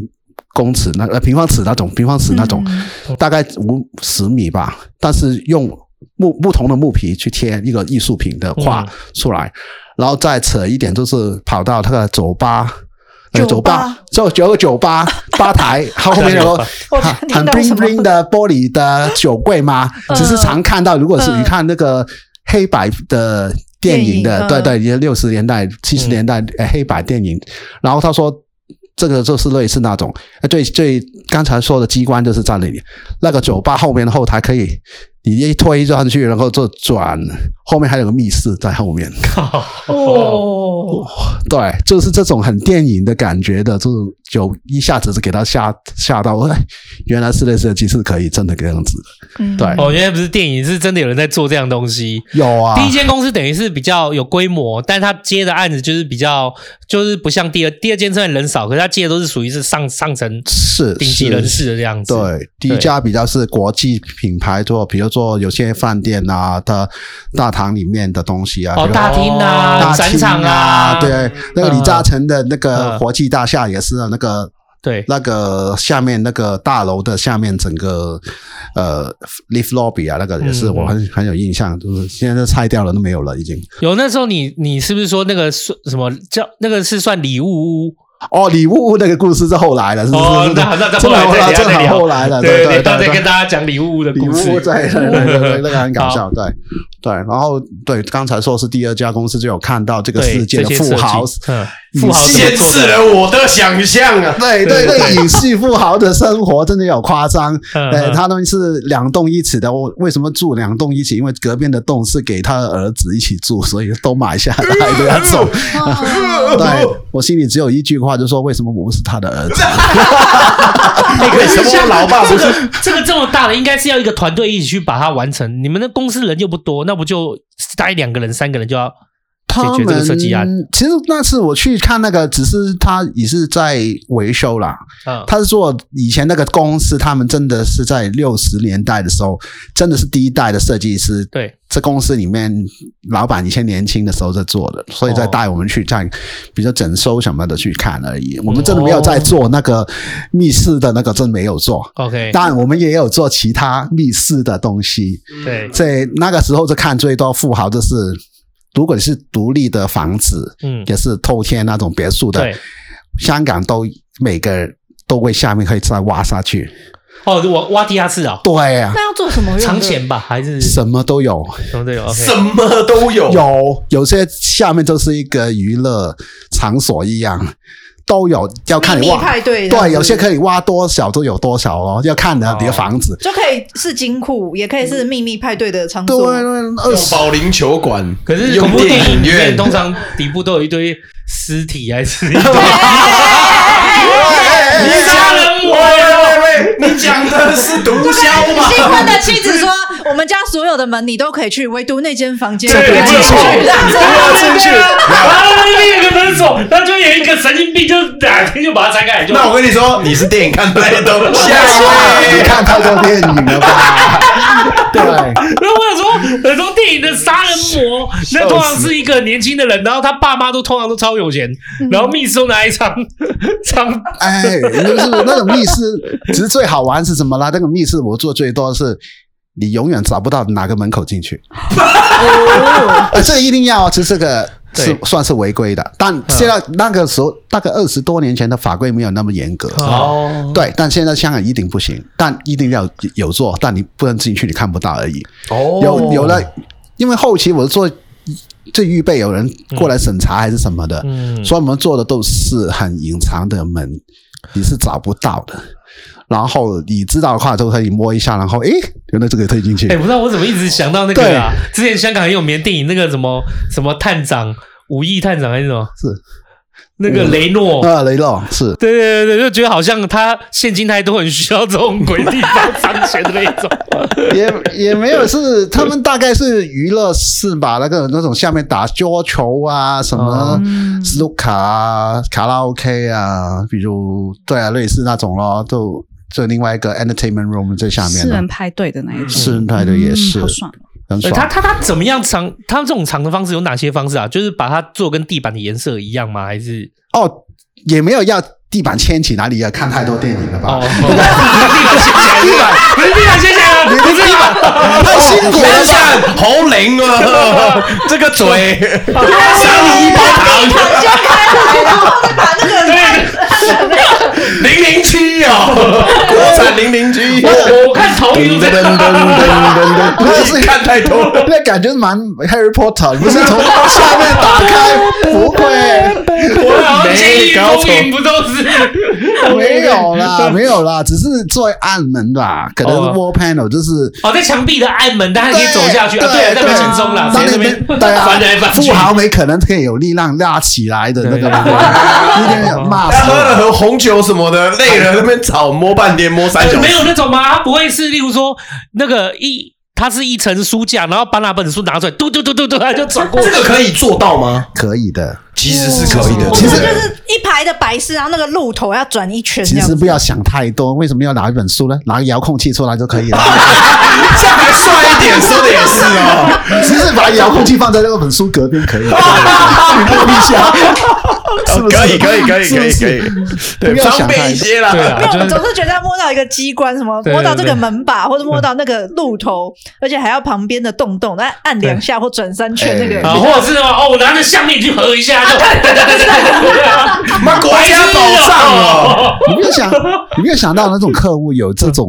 Speaker 5: 公尺那呃平方尺那种平方尺那种，大概五十米吧，但是用木不同的木皮去贴一个艺术品的画
Speaker 4: 嗯
Speaker 5: 出来，然后再扯一点就是跑到他的酒吧。那个酒
Speaker 6: 酒吧
Speaker 5: 吧，就有个酒吧吧台，它后面有个
Speaker 6: 我
Speaker 5: 很
Speaker 6: 听
Speaker 5: 很
Speaker 6: 到什
Speaker 5: bling
Speaker 6: 么
Speaker 5: bling 的玻璃的酒柜吗？只是常看到，如果是
Speaker 6: 嗯
Speaker 5: 你看那个黑白的电影的，
Speaker 6: 电影
Speaker 5: 对
Speaker 6: 嗯
Speaker 5: 对，也六十年代、七十年代、呃黑白电影。然后他说，这个就是类似那种，呃最最刚才说的机关就是在那里，那个酒吧后面的后台可以，你一推上去，然后就转，后面还有个密室在后面。
Speaker 6: 哦，
Speaker 5: 对，就是这种很电影的感觉的，就是就一下子就给他吓吓到， 哎，原来室内设计是可以真的这样子的。
Speaker 6: 嗯
Speaker 5: 对
Speaker 4: 哦，原来不是电影，是真的有人在做这样东西。
Speaker 5: 有啊，
Speaker 4: 第一间公司等于是比较有规模，但他接的案子就是比较，就是不像第二第二间虽然人少，可是他接的都是属于是上上层
Speaker 5: 是
Speaker 4: 顶级
Speaker 5: 是
Speaker 4: 人士的这样子。
Speaker 5: 对，第一家比较是国际品牌做，比如说有些饭店啊的大堂里面的东西啊，
Speaker 4: 哦，
Speaker 5: 比如
Speaker 4: 大厅啊，
Speaker 5: 大
Speaker 4: 展
Speaker 5: 厅
Speaker 4: 场
Speaker 5: 啊，
Speaker 4: 啊，
Speaker 5: 对，那个李嘉诚的那个
Speaker 4: 嗯
Speaker 5: 国际大厦也是啊那个
Speaker 4: 对，
Speaker 5: 那个下面那个大楼的下面整个呃 lift lobby 啊，那个也是
Speaker 4: 嗯
Speaker 5: 我很很有印象，就是现在都拆掉了，都没有了已经。
Speaker 4: 有那时候你你是不是说那个算什么叫那个是算礼物屋？
Speaker 5: 哦，礼物屋那个故事是后来了，是不是？
Speaker 4: 哦
Speaker 5: 是，
Speaker 4: 那那那
Speaker 5: 这
Speaker 4: 后
Speaker 5: 好
Speaker 4: 来
Speaker 5: 了，
Speaker 4: 再
Speaker 5: 这
Speaker 4: 聊，
Speaker 5: 好后来了，
Speaker 4: 对
Speaker 5: 对
Speaker 4: 到再
Speaker 5: 对
Speaker 4: 跟。大家讲礼物屋的
Speaker 5: 礼
Speaker 4: 故事
Speaker 5: 物。在，对对对对，那个很搞笑，对对。然后对，刚才说是第二家公司就有看到这个
Speaker 4: 对
Speaker 5: 世界的
Speaker 4: 这些
Speaker 5: 富豪
Speaker 4: 设计嗯，富豪怎么
Speaker 2: 显
Speaker 4: 做
Speaker 2: 示
Speaker 4: 的
Speaker 2: 了我的想象啊！
Speaker 5: 对对对，影系富豪的生活真的有夸张。
Speaker 4: 嗯
Speaker 5: 对
Speaker 4: 嗯
Speaker 5: 他们是两栋一起的，我为什么住两栋一起？因为隔壁的栋是给他的儿子一起住，所以都买下来的那种。对我心里只有一句话，就说为什么我不是他的儿子？
Speaker 2: 为什么我老爸不
Speaker 4: 这
Speaker 2: 是？
Speaker 4: 个这个这么大的，应该是要一个团队一起去把它完成。你们的公司人又不多，那不就大概两个人、三个人就要
Speaker 5: 他
Speaker 4: 解决这个
Speaker 5: 们
Speaker 4: 设计案？
Speaker 5: 其实那次我去看那个，只是他也是在维修啦。
Speaker 4: 嗯，
Speaker 5: 他是做以前那个公司，他们真的是在六十年代的时候，真的是第一代的设计师。
Speaker 4: 对，
Speaker 5: 这公司里面老板以前年轻的时候在做
Speaker 4: 哦
Speaker 5: 的，所以再带我们去看，比如说整修什么的去看而
Speaker 4: 哦
Speaker 5: 已。我们真的没有在做那个密室的那个，真没有做。
Speaker 4: OK，
Speaker 5: 当然，我们也有做其他密室的东西。
Speaker 4: 对，
Speaker 5: 在那个时候，就看最多富豪就是，如果你是独立的房子，
Speaker 4: 嗯，
Speaker 5: 也是透天那种别墅的，
Speaker 4: 对。
Speaker 5: 香港都每个人都会下面可以再挖下去。
Speaker 4: 哦，我挖地下室啊，
Speaker 5: 对呀、
Speaker 6: 那要做什么用的？
Speaker 4: 藏钱吧，还是
Speaker 5: 什么都有，
Speaker 4: 什么都有。OK，
Speaker 2: 什么都有，
Speaker 5: 有有些下面就是一个娱乐场所一样，都有，要看你
Speaker 6: 秘密
Speaker 5: 挖。
Speaker 6: 派对这样子，
Speaker 5: 对，有些可以挖多少就有多少哦，要看
Speaker 4: 哦
Speaker 5: 你的房子。
Speaker 6: 就可以是金库，也可以是秘密派对的场
Speaker 5: 对，啊
Speaker 6: 所。
Speaker 5: 二
Speaker 2: 用
Speaker 5: 十
Speaker 2: 保龄球馆，
Speaker 4: 可是恐
Speaker 2: 用
Speaker 4: 怖电影
Speaker 2: 影
Speaker 4: 里面
Speaker 2: 院，
Speaker 4: 通常底部都有一堆尸体，还是啊你
Speaker 2: 哎
Speaker 4: 杀人魔呀？
Speaker 2: 喂喂喂，你讲的是毒枭吗？
Speaker 6: 新婚的妻子说：“我们家所有的门你都可以去，唯独那间房 间
Speaker 2: 这
Speaker 6: 不
Speaker 2: 不
Speaker 6: 要
Speaker 2: 能
Speaker 6: 进
Speaker 2: 进去，
Speaker 6: 去。
Speaker 2: 不要进去。
Speaker 4: 然后那边有个门锁，然后就有一个神经病，就哪天就把它拆开来，就
Speaker 2: 那我跟你说，你是电影看太多，
Speaker 5: 哇
Speaker 2: 下
Speaker 5: 你
Speaker 2: 一位。
Speaker 5: 看太多电影 了吧？对，
Speaker 4: 然后我想说，很多电影的杀人魔，那通常是一个年轻的人，然后他爸妈都通常都超有钱，然后密室都拿一张张，
Speaker 5: 哎，就是那种密室，其实最好玩是什么啦？那个密室我做最多是，你永远找不到哪个门口进去。呃， 这一定要，其实这个是
Speaker 4: 哦对嗯
Speaker 5: 算是违规的。但现在那个时候，大概二十多年前的法规没有那么严格。
Speaker 4: 哦，
Speaker 5: 对，但现在香港一定不行，但一定要有做，但你不能进去，你看不到而已。
Speaker 2: 哦
Speaker 5: 有有了，因为后期我做这预备有人过来审查还是什么的，
Speaker 4: 嗯
Speaker 5: 所以我们做的都是很隐藏的门，你是找不到的。然后你知道的话，就可以摸一下，然后诶，原来这个可以进去。
Speaker 4: 哎、不知道我怎么一直想到那个啊，之前香港很有名的电影，那个什么什么探长，武义探长还是什么，
Speaker 5: 是
Speaker 4: 那个雷诺。
Speaker 5: 啊，雷诺是
Speaker 4: 对对对对，就觉得好像他现金太多，很需要这种鬼地方藏钱的那一种。
Speaker 5: 也也没有是，他们大概是娱乐室吧，那个那种下面打桌球啊，什么
Speaker 3: 哦
Speaker 5: 斯诺卡啊、卡拉 OK 啊，比如对啊，类似那种咯，就就另外一个 entertainment room 在下面
Speaker 3: 四人
Speaker 5: 咯，
Speaker 3: 派对的那一种，
Speaker 5: 私人派对也是
Speaker 3: 嗯好爽。
Speaker 5: 很
Speaker 4: 呃
Speaker 5: 爽。
Speaker 4: 他他他怎么样藏？他这种藏的方式有哪些方式啊？就是把它做跟地板的颜色一样吗？还是
Speaker 5: 哦，也没有要地板掀起哪里啊，看太多电影了吧？
Speaker 4: 哦，地板掀起来，地板不是地板掀起来啊，不是地板，
Speaker 5: 太辛苦了
Speaker 2: 天 上好灵啊！这个嘴，三五八堂
Speaker 6: 把那个
Speaker 2: 零零七哦，国产零零七，
Speaker 4: 我我看头
Speaker 5: 噔
Speaker 4: 晕
Speaker 5: 噔噔噔噔噔，不是是
Speaker 2: 看太多了。
Speaker 5: 那感觉蛮 Harry Potter，不是从下面打开，不会。
Speaker 4: 我好像监狱
Speaker 2: 没搞错
Speaker 4: 风云不都是
Speaker 5: 没 有啦，没有啦，只是最暗门吧，可能是
Speaker 4: 哦
Speaker 5: wall panel 就是。
Speaker 4: 哦，在墙壁的暗门，但还可以走下去啊，对，
Speaker 5: 对
Speaker 4: 那边轻松啦，
Speaker 5: 当
Speaker 4: 谁在那
Speaker 5: 你
Speaker 4: 边
Speaker 5: 们对啊
Speaker 4: 翻来，翻去
Speaker 5: 富。豪们可能可以有力量拉起来的那个
Speaker 4: 对
Speaker 5: 门， 一定要骂
Speaker 2: 他
Speaker 5: 死
Speaker 2: 喝
Speaker 5: 我。
Speaker 2: 了盒红酒什么的，累了那边吵，摸半天摸三小
Speaker 4: 没
Speaker 2: 时
Speaker 4: 有。那种吗？他不会是，例如说那个一，它是一层书架，然后把哪本书拿出来，嘟嘟嘟嘟嘟，他就转过
Speaker 2: 这个可以做到吗？
Speaker 5: 可以的，
Speaker 2: 其实是可以的，
Speaker 5: 其实
Speaker 6: 就是一排的白丝，然后那个鹿头要转一圈这
Speaker 5: 其
Speaker 6: 样
Speaker 5: 实
Speaker 6: 子。
Speaker 5: 不要想太多，为什么要拿一本书呢？拿个遥控器出来就可以了。
Speaker 2: 上来帅一点，说的也是哦。
Speaker 5: 其实把遥控器放在那个本书隔边可以了，你摸一下。是不是？
Speaker 2: 哦可以可以可以
Speaker 5: 是
Speaker 2: 可
Speaker 5: 不
Speaker 2: 以
Speaker 5: 是
Speaker 2: 可以，对，
Speaker 5: 不要
Speaker 2: 方
Speaker 5: 想
Speaker 2: 便
Speaker 5: 太
Speaker 2: 一
Speaker 5: 多
Speaker 2: 些啦。
Speaker 4: 对
Speaker 6: 没有，
Speaker 4: 啊，
Speaker 6: 我
Speaker 4: 就
Speaker 6: 们
Speaker 4: 是
Speaker 6: 总是觉得要摸到一个机关，什么
Speaker 4: 对
Speaker 6: 摸到这
Speaker 4: 对
Speaker 6: 个
Speaker 4: 对
Speaker 6: 门把，或者摸到那个路头，而且还要旁边的洞洞，来按两下或转三
Speaker 5: 哎
Speaker 6: 圈那个。
Speaker 4: 啊，或者是哦，我拿着项链去合一下，就
Speaker 2: 妈，国家宝藏哦！
Speaker 4: 哦，
Speaker 5: 你没 有想，你没有想到那种客户有这种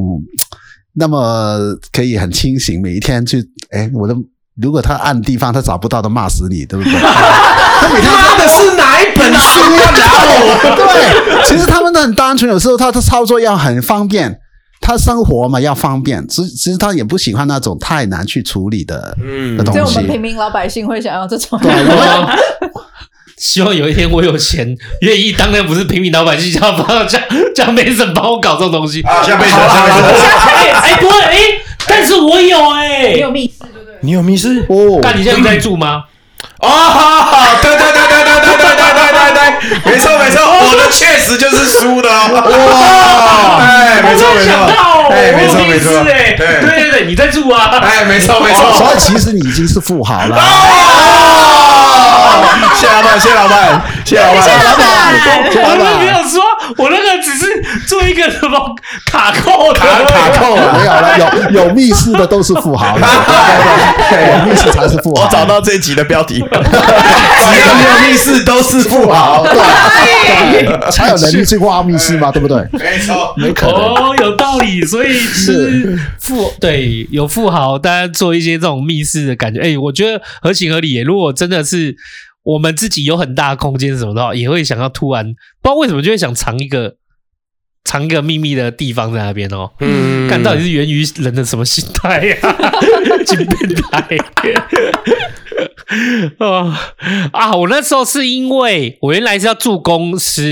Speaker 5: 那么可以很清醒，每一天去，哎，我的如果他按地方他找不到的骂死你，对 不对？他每天
Speaker 2: 妈的是哪一本书啊？
Speaker 5: 对 对，其实他们都很单纯，有时候他的操作要很方便，他生活嘛要方便，其实其实他也不喜欢那种太难去处理的
Speaker 2: 嗯
Speaker 5: 的东
Speaker 6: 所以我
Speaker 5: 西
Speaker 6: 们。平民老百姓会想要这种，
Speaker 2: 啊
Speaker 5: 啊
Speaker 4: 希望有一天我有钱，愿意当然不是平民老百姓，叫帮叫叫梅婶帮我搞这种东西。
Speaker 2: 啊，下辈子，下辈子，
Speaker 4: 哎哎，不会哎，但是我有哎
Speaker 6: 你，有密室
Speaker 2: 你有迷失？
Speaker 5: 哦，
Speaker 4: 但你现在不在住吗？
Speaker 2: 哦，对对对对对对对对对对对，没错没错，我的确实就是输的哦。哇，哎，没错
Speaker 4: 我
Speaker 2: 没
Speaker 4: 没想到
Speaker 2: 错，
Speaker 4: 哦，
Speaker 2: 哎，没
Speaker 4: 我
Speaker 2: 错
Speaker 4: 有
Speaker 2: 没
Speaker 4: 病
Speaker 2: 错，
Speaker 4: 是哎，对
Speaker 2: 对，
Speaker 4: 对对，你在住啊？
Speaker 2: 哎，没错没错。
Speaker 5: 所以其实你已经是富豪了。啊
Speaker 2: 哦，谢老板，谢老板，谢老板，谢老板
Speaker 4: 我都没有说，我那个只是做一个什么卡扣的
Speaker 2: 卡卡扣
Speaker 5: 没有
Speaker 2: 了。
Speaker 5: 了，有有密室的都是富豪了，有密室才是富豪。
Speaker 2: 我找到这一集的标题，只要有密室都是富豪。
Speaker 5: 才有能力去挖密室嘛，对不对？
Speaker 2: 没错，
Speaker 5: 没可能。
Speaker 4: 哦，有道理，所以是富对有富豪，大家做一些这种密室的感觉，哎、我觉得合情合理耶。如果真的是我们自己有很大的空间什么的话，也会想要突然不知道为什么就会想藏一个藏一个秘密的地方在那边哦。
Speaker 2: 嗯
Speaker 4: 看到底是源于人的什么心态呀、 精变态 啊啊！我那时候是因为我原来是要住公司，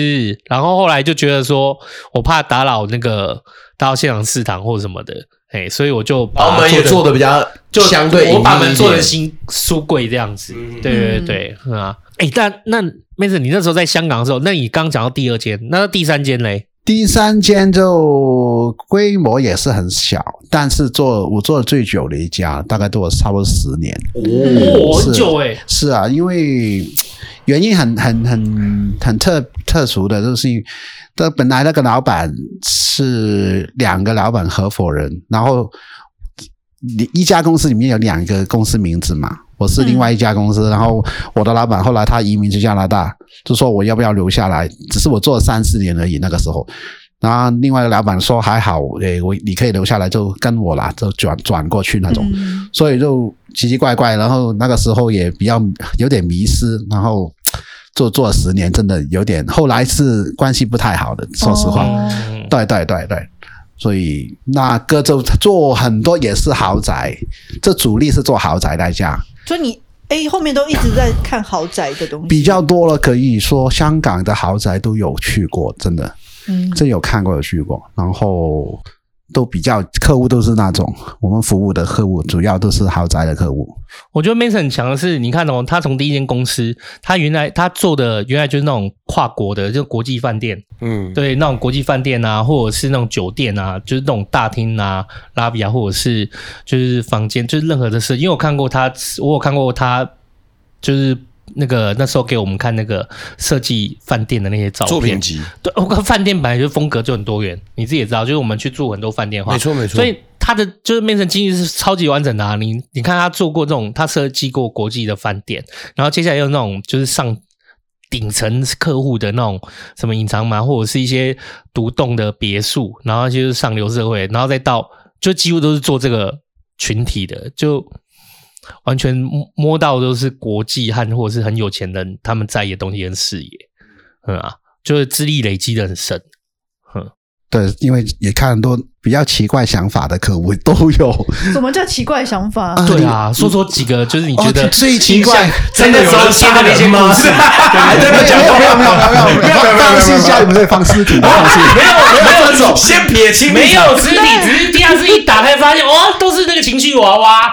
Speaker 4: 然后后来就觉得说我怕打扰那个打扰现场食堂或什么的，哎，所以我就把
Speaker 2: 然后门也
Speaker 4: 得
Speaker 2: 做的比较
Speaker 4: 就
Speaker 2: 相对隐
Speaker 4: 我把
Speaker 2: 秘一
Speaker 4: 门做成
Speaker 2: 点
Speaker 4: 新书柜这样子。
Speaker 2: 嗯
Speaker 4: 对对对，嗯啊，哎，但那 Mason，你那时候在香港的时候，那你刚讲到第二间，那第三间嘞？
Speaker 5: 第三间就规模也是很小，但是做我做的最久的一家，大概做了差不多十年。
Speaker 2: 嗯
Speaker 4: 哦，很
Speaker 5: 是
Speaker 4: 久哎，
Speaker 5: 是啊，因为原因很很很很特特殊的，就是因为他本来那个老板是两个老板合伙人，然后你一家公司里面有两个公司名字嘛。我是另外一家公司，然后我的老板后来他移民去加拿大，就说我要不要留下来？只是我做了三四年而已，那个时候。然后另外一个老板说还好，诶，我你可以留下来，就跟我啦，就转转过去那种。
Speaker 6: 嗯
Speaker 5: 所以就奇奇怪怪，然后那个时候也比较有点迷失，然后做做了十年，真的有点，后来是关系不太好的，说实话，
Speaker 6: 哦
Speaker 4: 嗯
Speaker 5: 对对对对，所以那个就做很多也是豪宅，这主力是做豪宅那一家
Speaker 6: 所以你哎后面都一直在看豪宅的东西，
Speaker 5: 比较多了，可以说香港的豪宅都有去过，真的，
Speaker 6: 嗯
Speaker 5: 这有看过有去过，然后。都比较客户都是那种，我们服务的客户主要都是豪宅的客户，
Speaker 4: 我觉得 Mason 很强的是，你看哦，他从第一间公司，他原来他做的原来就是那种跨国的，就国际饭店，
Speaker 2: 嗯，
Speaker 4: 对，那种国际饭店啊，或者是那种酒店啊，就是那种大厅啊、拉比啊，或者是就是房间，就是任何的事。因为我看过他，我有看过他，就是那个那时候给我们看那个设计饭店的那些照片。
Speaker 2: 作品集，
Speaker 4: 对，我看饭店本来就风格就很多元，你自己也知道，就是我们去住很多饭店的话，
Speaker 2: 没错没错。
Speaker 4: 所以他的就是面成经济是超级完整的啊！你你看他做过这种，他设计过国际的饭店，然后接下来又那种就是上顶层客户的那种什么隐藏嘛，或者是一些独栋的别墅，然后就是上流社会，然后再到就几乎都是做这个群体的，就完全摸摸到都是国际和或者是很有钱人他们在意的东西跟视野，嗯啊，就是资历累积的很深。
Speaker 5: 对，因为也看很多比较奇怪想法的客户都有，
Speaker 6: 什么叫奇怪想法？
Speaker 4: 对啊，说说几个，就是你觉得
Speaker 5: 哦最奇怪
Speaker 4: 印象真的有人杀那些故事，
Speaker 2: 还在
Speaker 5: 没
Speaker 2: 那
Speaker 5: 有
Speaker 2: 讲
Speaker 5: 没有
Speaker 2: 没
Speaker 5: 没
Speaker 2: 有
Speaker 5: 有没有没有没有，放心一下，你们在放尸体，放心。
Speaker 2: 没有没有这种，先撇清
Speaker 4: 没有实体，只是第二次一打开发现，哇，都是那个情绪娃娃，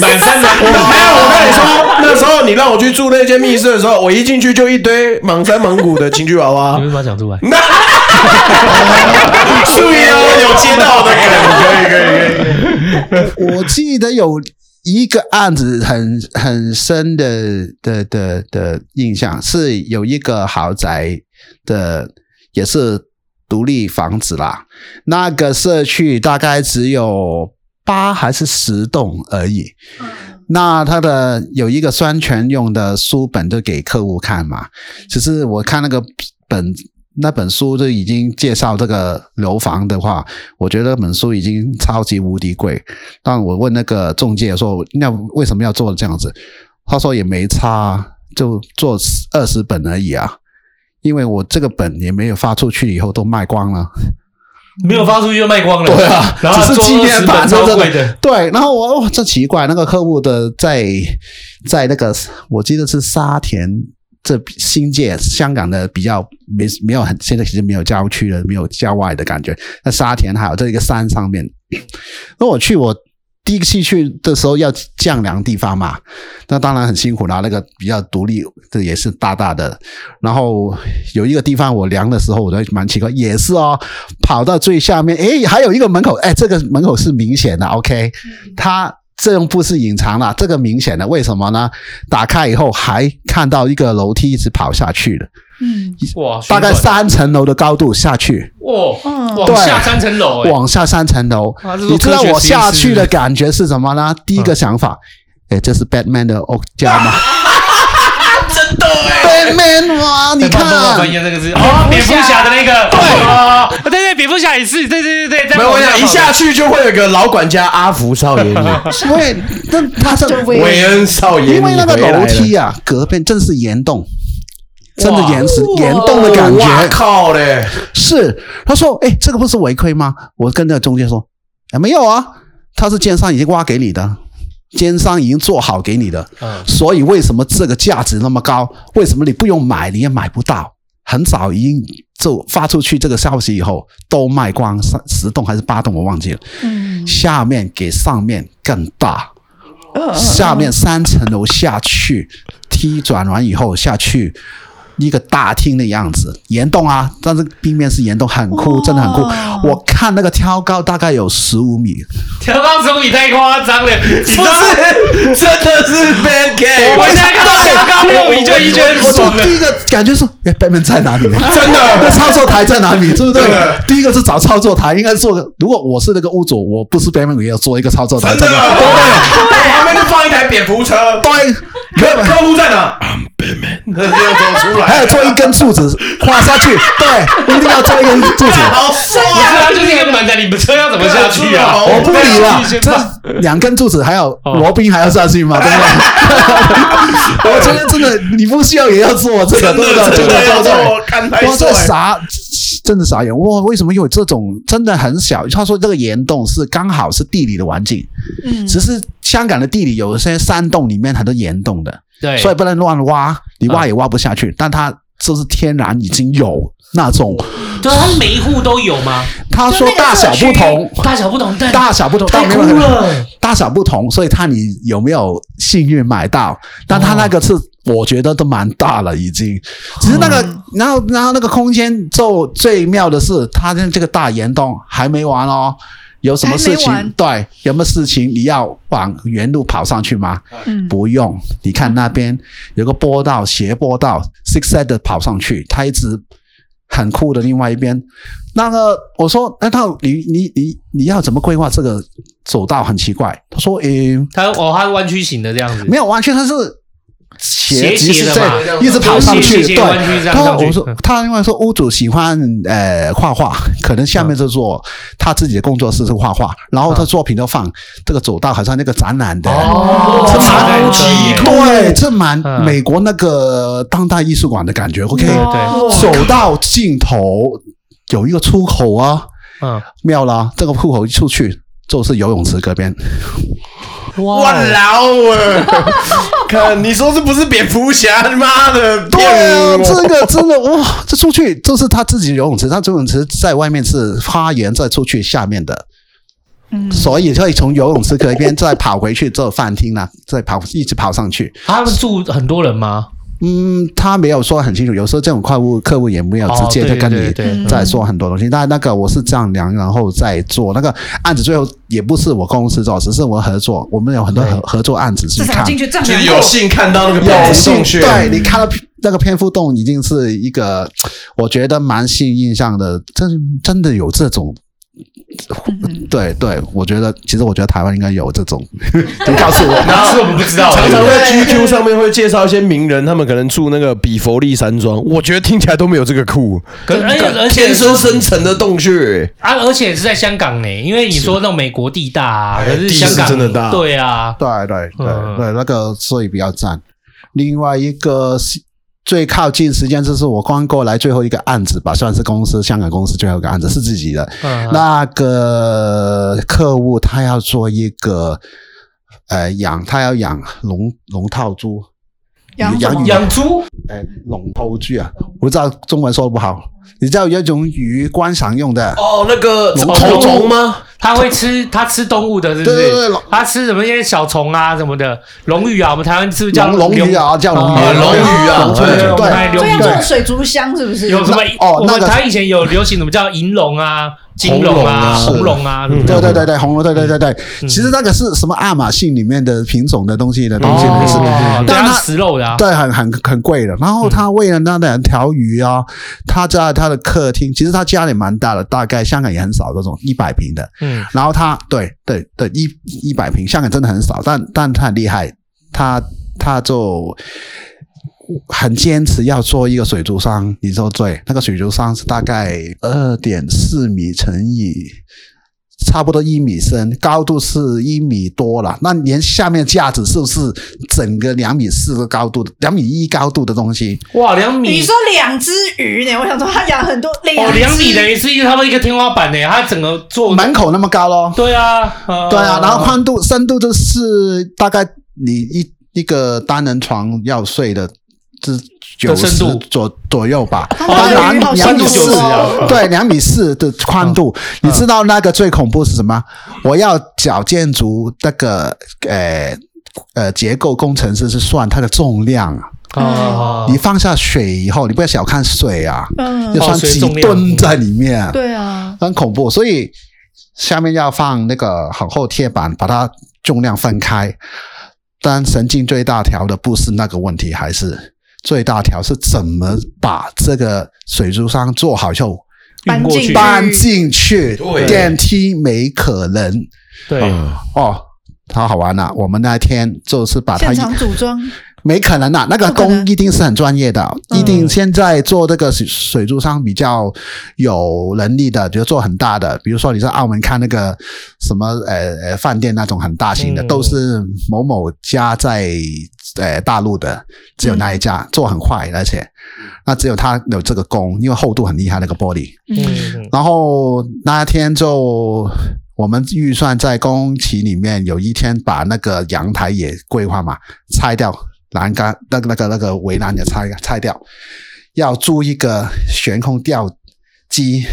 Speaker 4: 满山满
Speaker 2: 我没有，我跟你
Speaker 4: 说，
Speaker 2: 说，那时候你让我去住那间密室的时候，我一进去就一堆满山满谷的情趣娃娃
Speaker 4: 你为，什么要讲出来？
Speaker 2: 那哎 注意哦，有接到的感觉，可以可以可以。
Speaker 5: 我记得有一个案子很很深的的的的印象是有一个豪宅的，也是独立房子啦。那个社区大概只有八还是十栋而已。那它的有一个宣传用的书本，就给客户看嘛。只是我看那个本那本书就已经介绍这个楼房的话，我觉得那本书已经超级无敌贵。但我问那个中介说，那为什么要做这样子？他说也没差啊，就做二十本而已啊。因为我这个本也没有发出去，以后都卖光了。
Speaker 4: 没有发出去就卖光了。
Speaker 5: 对啊，
Speaker 4: 然后
Speaker 5: 只是纪念版，
Speaker 4: 超
Speaker 5: 说真
Speaker 4: 贵
Speaker 5: 的
Speaker 4: 的。。
Speaker 5: 对，然后我哦，这奇怪，那个客户的在在那个，我记得是沙田这新界香港的比较没没有很，现在其实没有郊区了，没有郊外的感觉。那沙田还有这一个山上面，那我去我。第一次去的时候要降量地方嘛，那当然很辛苦啦。那个比较独立，这也是大大的。然后有一个地方我量的时候，我都蛮奇怪，也是哦，跑到最下面，诶，还有一个门口，诶，这个门口是明显的，OK，它
Speaker 4: 嗯
Speaker 5: 这种不是隐藏了，这个明显的，为什么呢？打开以后还看到一个楼梯一直跑下去的，
Speaker 6: 嗯
Speaker 4: 哇，
Speaker 5: 大概
Speaker 4: 旋转
Speaker 5: 三层楼的高度下去，
Speaker 4: 哇，
Speaker 6: 嗯
Speaker 4: 往
Speaker 5: 对
Speaker 4: 下三层楼哎，
Speaker 5: 往下三层楼
Speaker 4: 哇这，是
Speaker 5: 你知道
Speaker 4: 科学
Speaker 5: 我
Speaker 4: 实验
Speaker 5: 下
Speaker 4: 室
Speaker 5: 去的感觉是什么呢？第一个想法，诶，这是 Batman 的哦家 吗？真的 Batman 哇，你
Speaker 4: 哎帮 帮我
Speaker 5: 看
Speaker 4: 翻。译这个是哦，蝙蝠侠的那个，对啊，对对，蝙蝠侠也是，对对对对，在
Speaker 2: 没有，我
Speaker 4: 往
Speaker 2: 想一
Speaker 4: 跑
Speaker 2: 下去就会有个老管家阿福少爷 你，
Speaker 5: 因为那他是
Speaker 2: 韦恩少爷你
Speaker 5: 因为那个
Speaker 2: 回来了
Speaker 5: 楼梯啊，隔壁真是岩洞，真的
Speaker 4: 哇
Speaker 5: 岩石岩洞的感
Speaker 2: 哇
Speaker 5: 觉。
Speaker 2: 靠嘞！
Speaker 5: 是，他说：“哎，这个不是违规吗？”我跟那个中介说：“哎，没有啊，他是奸商已经挖给你的，奸商已经做好给你的，
Speaker 4: 嗯
Speaker 5: 所以为什么这个价值那么高？为什么你不用买，你也买不到？很早已经就发出去这个消息以后，都卖光三十栋还是八栋，我忘记了。
Speaker 6: 嗯，
Speaker 5: 下面给上面更大，
Speaker 7: 嗯
Speaker 5: 下面三层楼下去，梯转完以后下去。一个大厅的样子，岩洞啊，但是冰面是岩洞，很酷，真的很酷。我看那个挑高大概
Speaker 2: 哎
Speaker 5: 有十五米，
Speaker 4: 调到中米太夸张了，不
Speaker 2: 不是，真的是 bad game，
Speaker 4: 我现在看到调高六米就已经觉得很
Speaker 5: 我就
Speaker 4: 爽了。
Speaker 5: 第一个感觉说，哎，北门在哪里？
Speaker 2: 真的
Speaker 5: 那操作台在哪里？对不对
Speaker 2: 真的？
Speaker 5: 第一个是找操作台，应该做个。如果我是那个屋主，我不是北门，也要做一个操作台。
Speaker 2: 真的，对，旁边就放一台蝙蝠车，
Speaker 5: 对，
Speaker 2: 客客户在哪？I'm Batman，这样走出来，
Speaker 5: 还有做一根柱子画下去，对，一定要做一根柱子。
Speaker 2: 好帅
Speaker 4: 不是啊，就是一个门的，你们车要怎么下去啊？
Speaker 2: 哦
Speaker 5: 我不理了
Speaker 4: 继续，吧
Speaker 5: 这两根柱子还有罗宾还要下去嘛，对不 对？我觉得真的你不需要也要做这个，
Speaker 2: 真
Speaker 5: 对不
Speaker 2: 的
Speaker 5: 对？
Speaker 2: 真的要
Speaker 5: 对不对
Speaker 2: 做，看太
Speaker 5: 哇，
Speaker 2: 帅
Speaker 5: 这，傻，真的傻眼！哇，为什么有这种？真的很小。他说这个岩洞是刚好是地理的环境，
Speaker 6: 嗯
Speaker 5: 只是香港的地理有一些山洞里面很多岩洞的，
Speaker 2: 哎
Speaker 4: 对，
Speaker 5: 所以不能乱挖，你
Speaker 2: 啊
Speaker 5: 挖也挖不下去。但它就是天然已经有那种，
Speaker 4: 对啊，它每一户都有吗？
Speaker 5: 他说大小不同，
Speaker 4: 大小不同，但
Speaker 5: 大小不同，
Speaker 4: 太
Speaker 5: 但没
Speaker 4: 酷
Speaker 5: 有很
Speaker 4: 了。
Speaker 5: 大小不同，所以看你有没有幸运买到。但他那个是，我觉得都蛮大了，已经。只是那个，然后然后那个空间就最妙的是，他的这个大岩洞还没完哦。有什么事
Speaker 6: 还没完
Speaker 5: 情？对，有没有事情你要往原路跑上去吗？
Speaker 6: 嗯
Speaker 5: 不用，你看那边有个坡道，斜坡道，six side 的跑上去，他一直很酷的另外一边。那个我说，那到你你你你要怎么规划这个走道？很奇怪。他说，诶、
Speaker 4: 它哦，它是弯曲型的这样子，
Speaker 5: 没有完全，他是
Speaker 4: 斜
Speaker 5: 斜直
Speaker 4: 斜
Speaker 5: 是
Speaker 4: 的
Speaker 5: 在
Speaker 4: 嘛
Speaker 5: 一直跑上去，
Speaker 4: 斜斜
Speaker 5: 对。
Speaker 4: 弯曲这样
Speaker 5: 然后
Speaker 4: 上去
Speaker 5: 我说
Speaker 4: 嗯，
Speaker 5: 他另外说，屋主喜欢呃画画，可能下面就做他自己的工作室是画画，然后他作品都放这个走道，好像那个展览的
Speaker 4: 哦，
Speaker 5: 这
Speaker 4: 插在
Speaker 5: 蛮
Speaker 4: 这里
Speaker 5: 对，这蛮
Speaker 4: 嗯
Speaker 5: 美国那个当代艺术馆的感觉。OK，
Speaker 4: 对
Speaker 7: 哦
Speaker 4: 对，
Speaker 5: 走到尽头有一个出口啊，
Speaker 4: 嗯，
Speaker 5: 妙啦！这个出口一出去就是游泳池隔边，
Speaker 2: 哇老啊！ 看你说这不是蝙蝠侠？他妈的，
Speaker 5: 对啊，
Speaker 2: 骗我
Speaker 5: 这个真的哇，这出去就是他自己的游泳池，他游泳池在外面是花园，再出去下面的。
Speaker 6: 嗯
Speaker 5: 所以可以从游泳池隔边再跑回去做饭厅啦，再跑一直跑上去。
Speaker 4: 他们住很多人吗？
Speaker 5: 嗯，他没有说很清楚，有时候这种客户客户也没有直接就跟
Speaker 4: 哦
Speaker 5: 你
Speaker 4: 对对对
Speaker 6: 嗯
Speaker 5: 在说很多东西。但那个我是丈量，然后再做那个案子，最后也不是我公司做，只是我合作，我们有很多合合作案子去
Speaker 7: 至少
Speaker 5: 看。
Speaker 7: 进去 丈
Speaker 2: 就
Speaker 7: 量
Speaker 2: 是
Speaker 7: 过
Speaker 2: 有。幸看到那个蝙
Speaker 5: 有
Speaker 2: 蝠洞穴，
Speaker 5: 对你看到那个蝙蝠洞，已经是一个我觉得蛮新印象的，真真的有这种。对对，我觉得其实我觉得台湾应该有这种， 就告诉我，
Speaker 4: 然后是我们不知道
Speaker 2: 常常在 GQ 上面会介绍一些名人，他们可能住那个比佛利山庄，我觉得听起来都没有这个酷。
Speaker 4: 可而且哎而且
Speaker 2: 天生深层的洞穴，
Speaker 4: 啊，而且是在香港呢，因为你说那种美国地大啊，可是
Speaker 2: 地
Speaker 4: 香
Speaker 2: 是
Speaker 4: 港
Speaker 2: 真的大
Speaker 4: 对啊，
Speaker 5: 对对对
Speaker 4: 嗯
Speaker 5: 对，那个所以比较赞。另外一个是最靠近时间，就是我刚过来最后一个案子吧，算是公司香港公司最后一个案子是自己的。
Speaker 4: 嗯
Speaker 5: 那个客户他要做一个呃养，他要养龙龙套猪，
Speaker 6: 养什
Speaker 5: 养
Speaker 6: 么
Speaker 5: 鱼
Speaker 4: 养猪
Speaker 5: 呃龙头猪啊，我知道中文说不好，你知道有一种鱼观赏用的，
Speaker 2: 哦，那个头虫吗？
Speaker 4: 它会吃，它吃动物的，是不
Speaker 5: 对对对
Speaker 4: 是
Speaker 5: 龙？
Speaker 4: 它吃什么一些小虫啊什么的，龙鱼啊，我们台湾是不是叫
Speaker 5: 龙龙鱼啊，叫龙
Speaker 4: 哦
Speaker 5: 鱼，
Speaker 2: 龙鱼啊
Speaker 5: 龙头
Speaker 4: 对
Speaker 5: 猪，
Speaker 4: 我们
Speaker 5: 对
Speaker 4: 还。有
Speaker 6: 所以
Speaker 7: 啊
Speaker 6: 要
Speaker 4: 对
Speaker 6: 做成水族箱是不是？
Speaker 4: 有什么？
Speaker 5: 哦
Speaker 4: 我
Speaker 5: 那
Speaker 4: 们
Speaker 5: 个
Speaker 4: 台以前有流行什么叫银龙啊、金龙啊、
Speaker 5: 红
Speaker 4: 红
Speaker 5: 龙
Speaker 4: 龙啊，对不
Speaker 5: 对
Speaker 4: 对
Speaker 5: 对对对，红楼对对
Speaker 4: 嗯
Speaker 5: 对对，其实那个是什么亚马逊里面的品种的东西的东西
Speaker 4: 哦
Speaker 5: 的是，
Speaker 4: 对
Speaker 5: 嗯但
Speaker 4: 它
Speaker 5: 它
Speaker 4: 食肉的啊，
Speaker 5: 对，很很很贵的。然后他为了那两条鱼啊，他在他的客厅，其实他家里蛮大的，大概香港也很少这种一百平的。
Speaker 4: 嗯，
Speaker 5: 然后他对对对一一百平，香港真的很少，但但他很厉害，他他就很坚持要做一个水族箱，你说对？那个水族箱是大概二点四米乘以。差不多一米深，高度是一米多了。那连下面架子是不是整个两米四的高度的，两米一高度的东西？
Speaker 4: 哇，两
Speaker 7: 你
Speaker 4: 米
Speaker 7: 说两只鱼呢？我想说他养很多
Speaker 4: 哦，两
Speaker 7: 两
Speaker 4: 米
Speaker 7: 只
Speaker 4: 等于是一个差不多一个天花板呢，它整个做
Speaker 5: 门口那么高咯。
Speaker 4: 对啊，呃
Speaker 5: 对啊，然后宽度、深度就是大概你一一个单人床要睡的，这九
Speaker 4: 的深
Speaker 5: 十
Speaker 4: 度
Speaker 5: 左左右吧。
Speaker 6: 哦
Speaker 5: 当
Speaker 6: 那个
Speaker 5: 然
Speaker 6: 鱼好
Speaker 5: 两
Speaker 4: 深
Speaker 5: 米
Speaker 4: 度
Speaker 5: 四
Speaker 4: 90啊，
Speaker 5: 对，两米四的宽度。
Speaker 4: 嗯
Speaker 5: 你知道那个最恐怖是什么？我要找建筑那个呃呃结构工程师是算它的重量啊。
Speaker 4: 哦
Speaker 5: 你放下水以后，你不要小看水啊，
Speaker 6: 嗯
Speaker 5: 要，算
Speaker 4: 哦水
Speaker 5: 几
Speaker 4: 重量
Speaker 5: 吨在里面啊。
Speaker 6: 对啊，
Speaker 5: 很恐怖，所以下面要放那个很厚贴板，把它重量分开。但神经最大条的不是那个问题，还是最大条是怎么把这个水族箱做好以后
Speaker 4: 运过去，
Speaker 5: 搬进去
Speaker 2: 对，
Speaker 5: 电梯没可能
Speaker 4: 对，
Speaker 5: 哦。好好玩了、啊我们那天就是把它
Speaker 6: 现场组装，
Speaker 5: 没可能啦、那个
Speaker 6: 不可能
Speaker 5: 工一定是很专业的，
Speaker 6: 嗯
Speaker 5: 一定现在做这个水水族商比较有能力的，比如做很大的，比如说你在澳门看那个什么呃呃饭店那种很大型的，
Speaker 4: 嗯
Speaker 5: 都是某某家在呃大陆的，只有那一
Speaker 6: 嗯
Speaker 5: 家、做很快，而且那只有他有这个工，因为厚度很厉害那个玻璃。
Speaker 6: 嗯，
Speaker 4: 嗯
Speaker 5: 然后那天就我们预算在工期里面有一天把那个阳台也规划嘛，拆掉栏杆，那个那个那个围栏也拆拆掉，要租一个悬空吊机，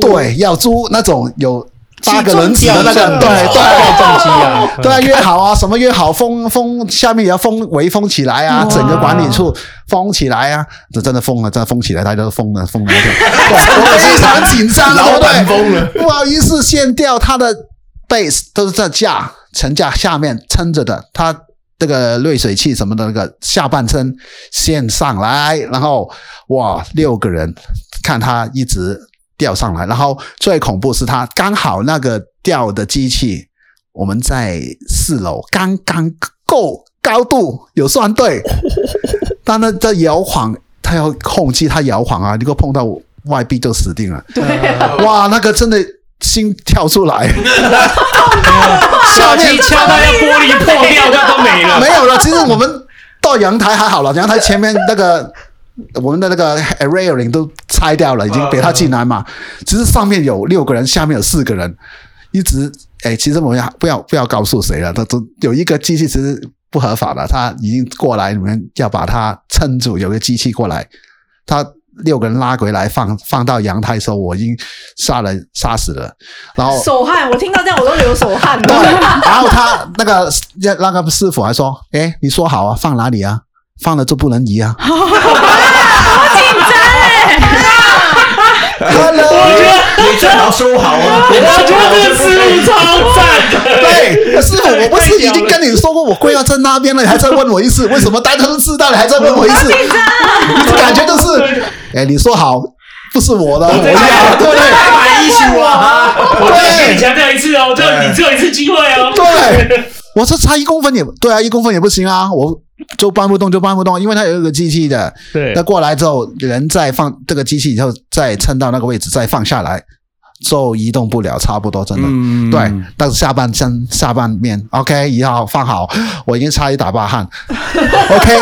Speaker 5: 对，要租那种有。八个轮子的那
Speaker 4: 起重
Speaker 5: 个，
Speaker 4: 机
Speaker 5: 对
Speaker 4: 哦
Speaker 5: 对
Speaker 4: 重机啊，
Speaker 5: 对啊，约好啊，什么约好，封封下面也要封围封起来啊，
Speaker 6: 哇
Speaker 5: 整个管理处封起来啊，这真的封了，真的封起来，大家都封了，封了， 对，我非常紧张，对
Speaker 2: 老
Speaker 5: 不对
Speaker 2: 板疯了，
Speaker 5: 不好意思，限掉它的 base 都是在架层架下面撑着的，它这个滤水器什么的那个下半身线上来，然后哇，六个人看它一直吊上来，然后最恐怖是它刚好那个吊的机器，我们在四楼刚刚够高度有算对，但那这摇晃，它要控制它摇晃啊，如果碰到外壁就死定了。哇，那个真的心跳出来，
Speaker 4: 小鸡敲到要玻璃破掉，那都没了。
Speaker 5: 没有了。其实我们到阳台还好了，阳台前面那个。我们的那个 railing 都拆掉了，已经给他进来嘛。其实上面有六个人，下面有四个人，一直哎，其实我们要不要不要告诉谁了？他都有一个机器其实不合法的，他已经过来，你们要把他撑住。有个机器过来，他六个人拉回来放放到阳台的时候，我已经杀人杀死了。然后
Speaker 7: 手汗，我听到这样我都流手汗
Speaker 5: 哦 对，
Speaker 7: 了。
Speaker 5: 然后他那个那个师傅还说：“哎，你说好啊，放哪里啊？”放了就不能移啊。
Speaker 2: 你最好说好啊！我
Speaker 4: 我觉得这个思路超赞的。
Speaker 5: 对，师傅，我不是已经跟你说过我跪要在那边了，你还在问我一次？为什么单车是大了，你还在问我一次？你的感觉就是，哎，你说好，不是我的，我要，对不对？
Speaker 2: 买衣服啊！
Speaker 4: 我再跟你强调一次哦，这你只有一次机会哦。
Speaker 5: 对，我说差一公分也对啊，一公分也不行啊，我就搬不动就搬不动，因为它有一个机器的。
Speaker 4: 对
Speaker 5: 那过来之后，人再放这个机器以后，再撑到那个位置再放下来，就移动不了，差不多真的。
Speaker 2: 嗯
Speaker 5: 对，但是下半身下半面，OK，移好放好，我已经差一打把汗，OK，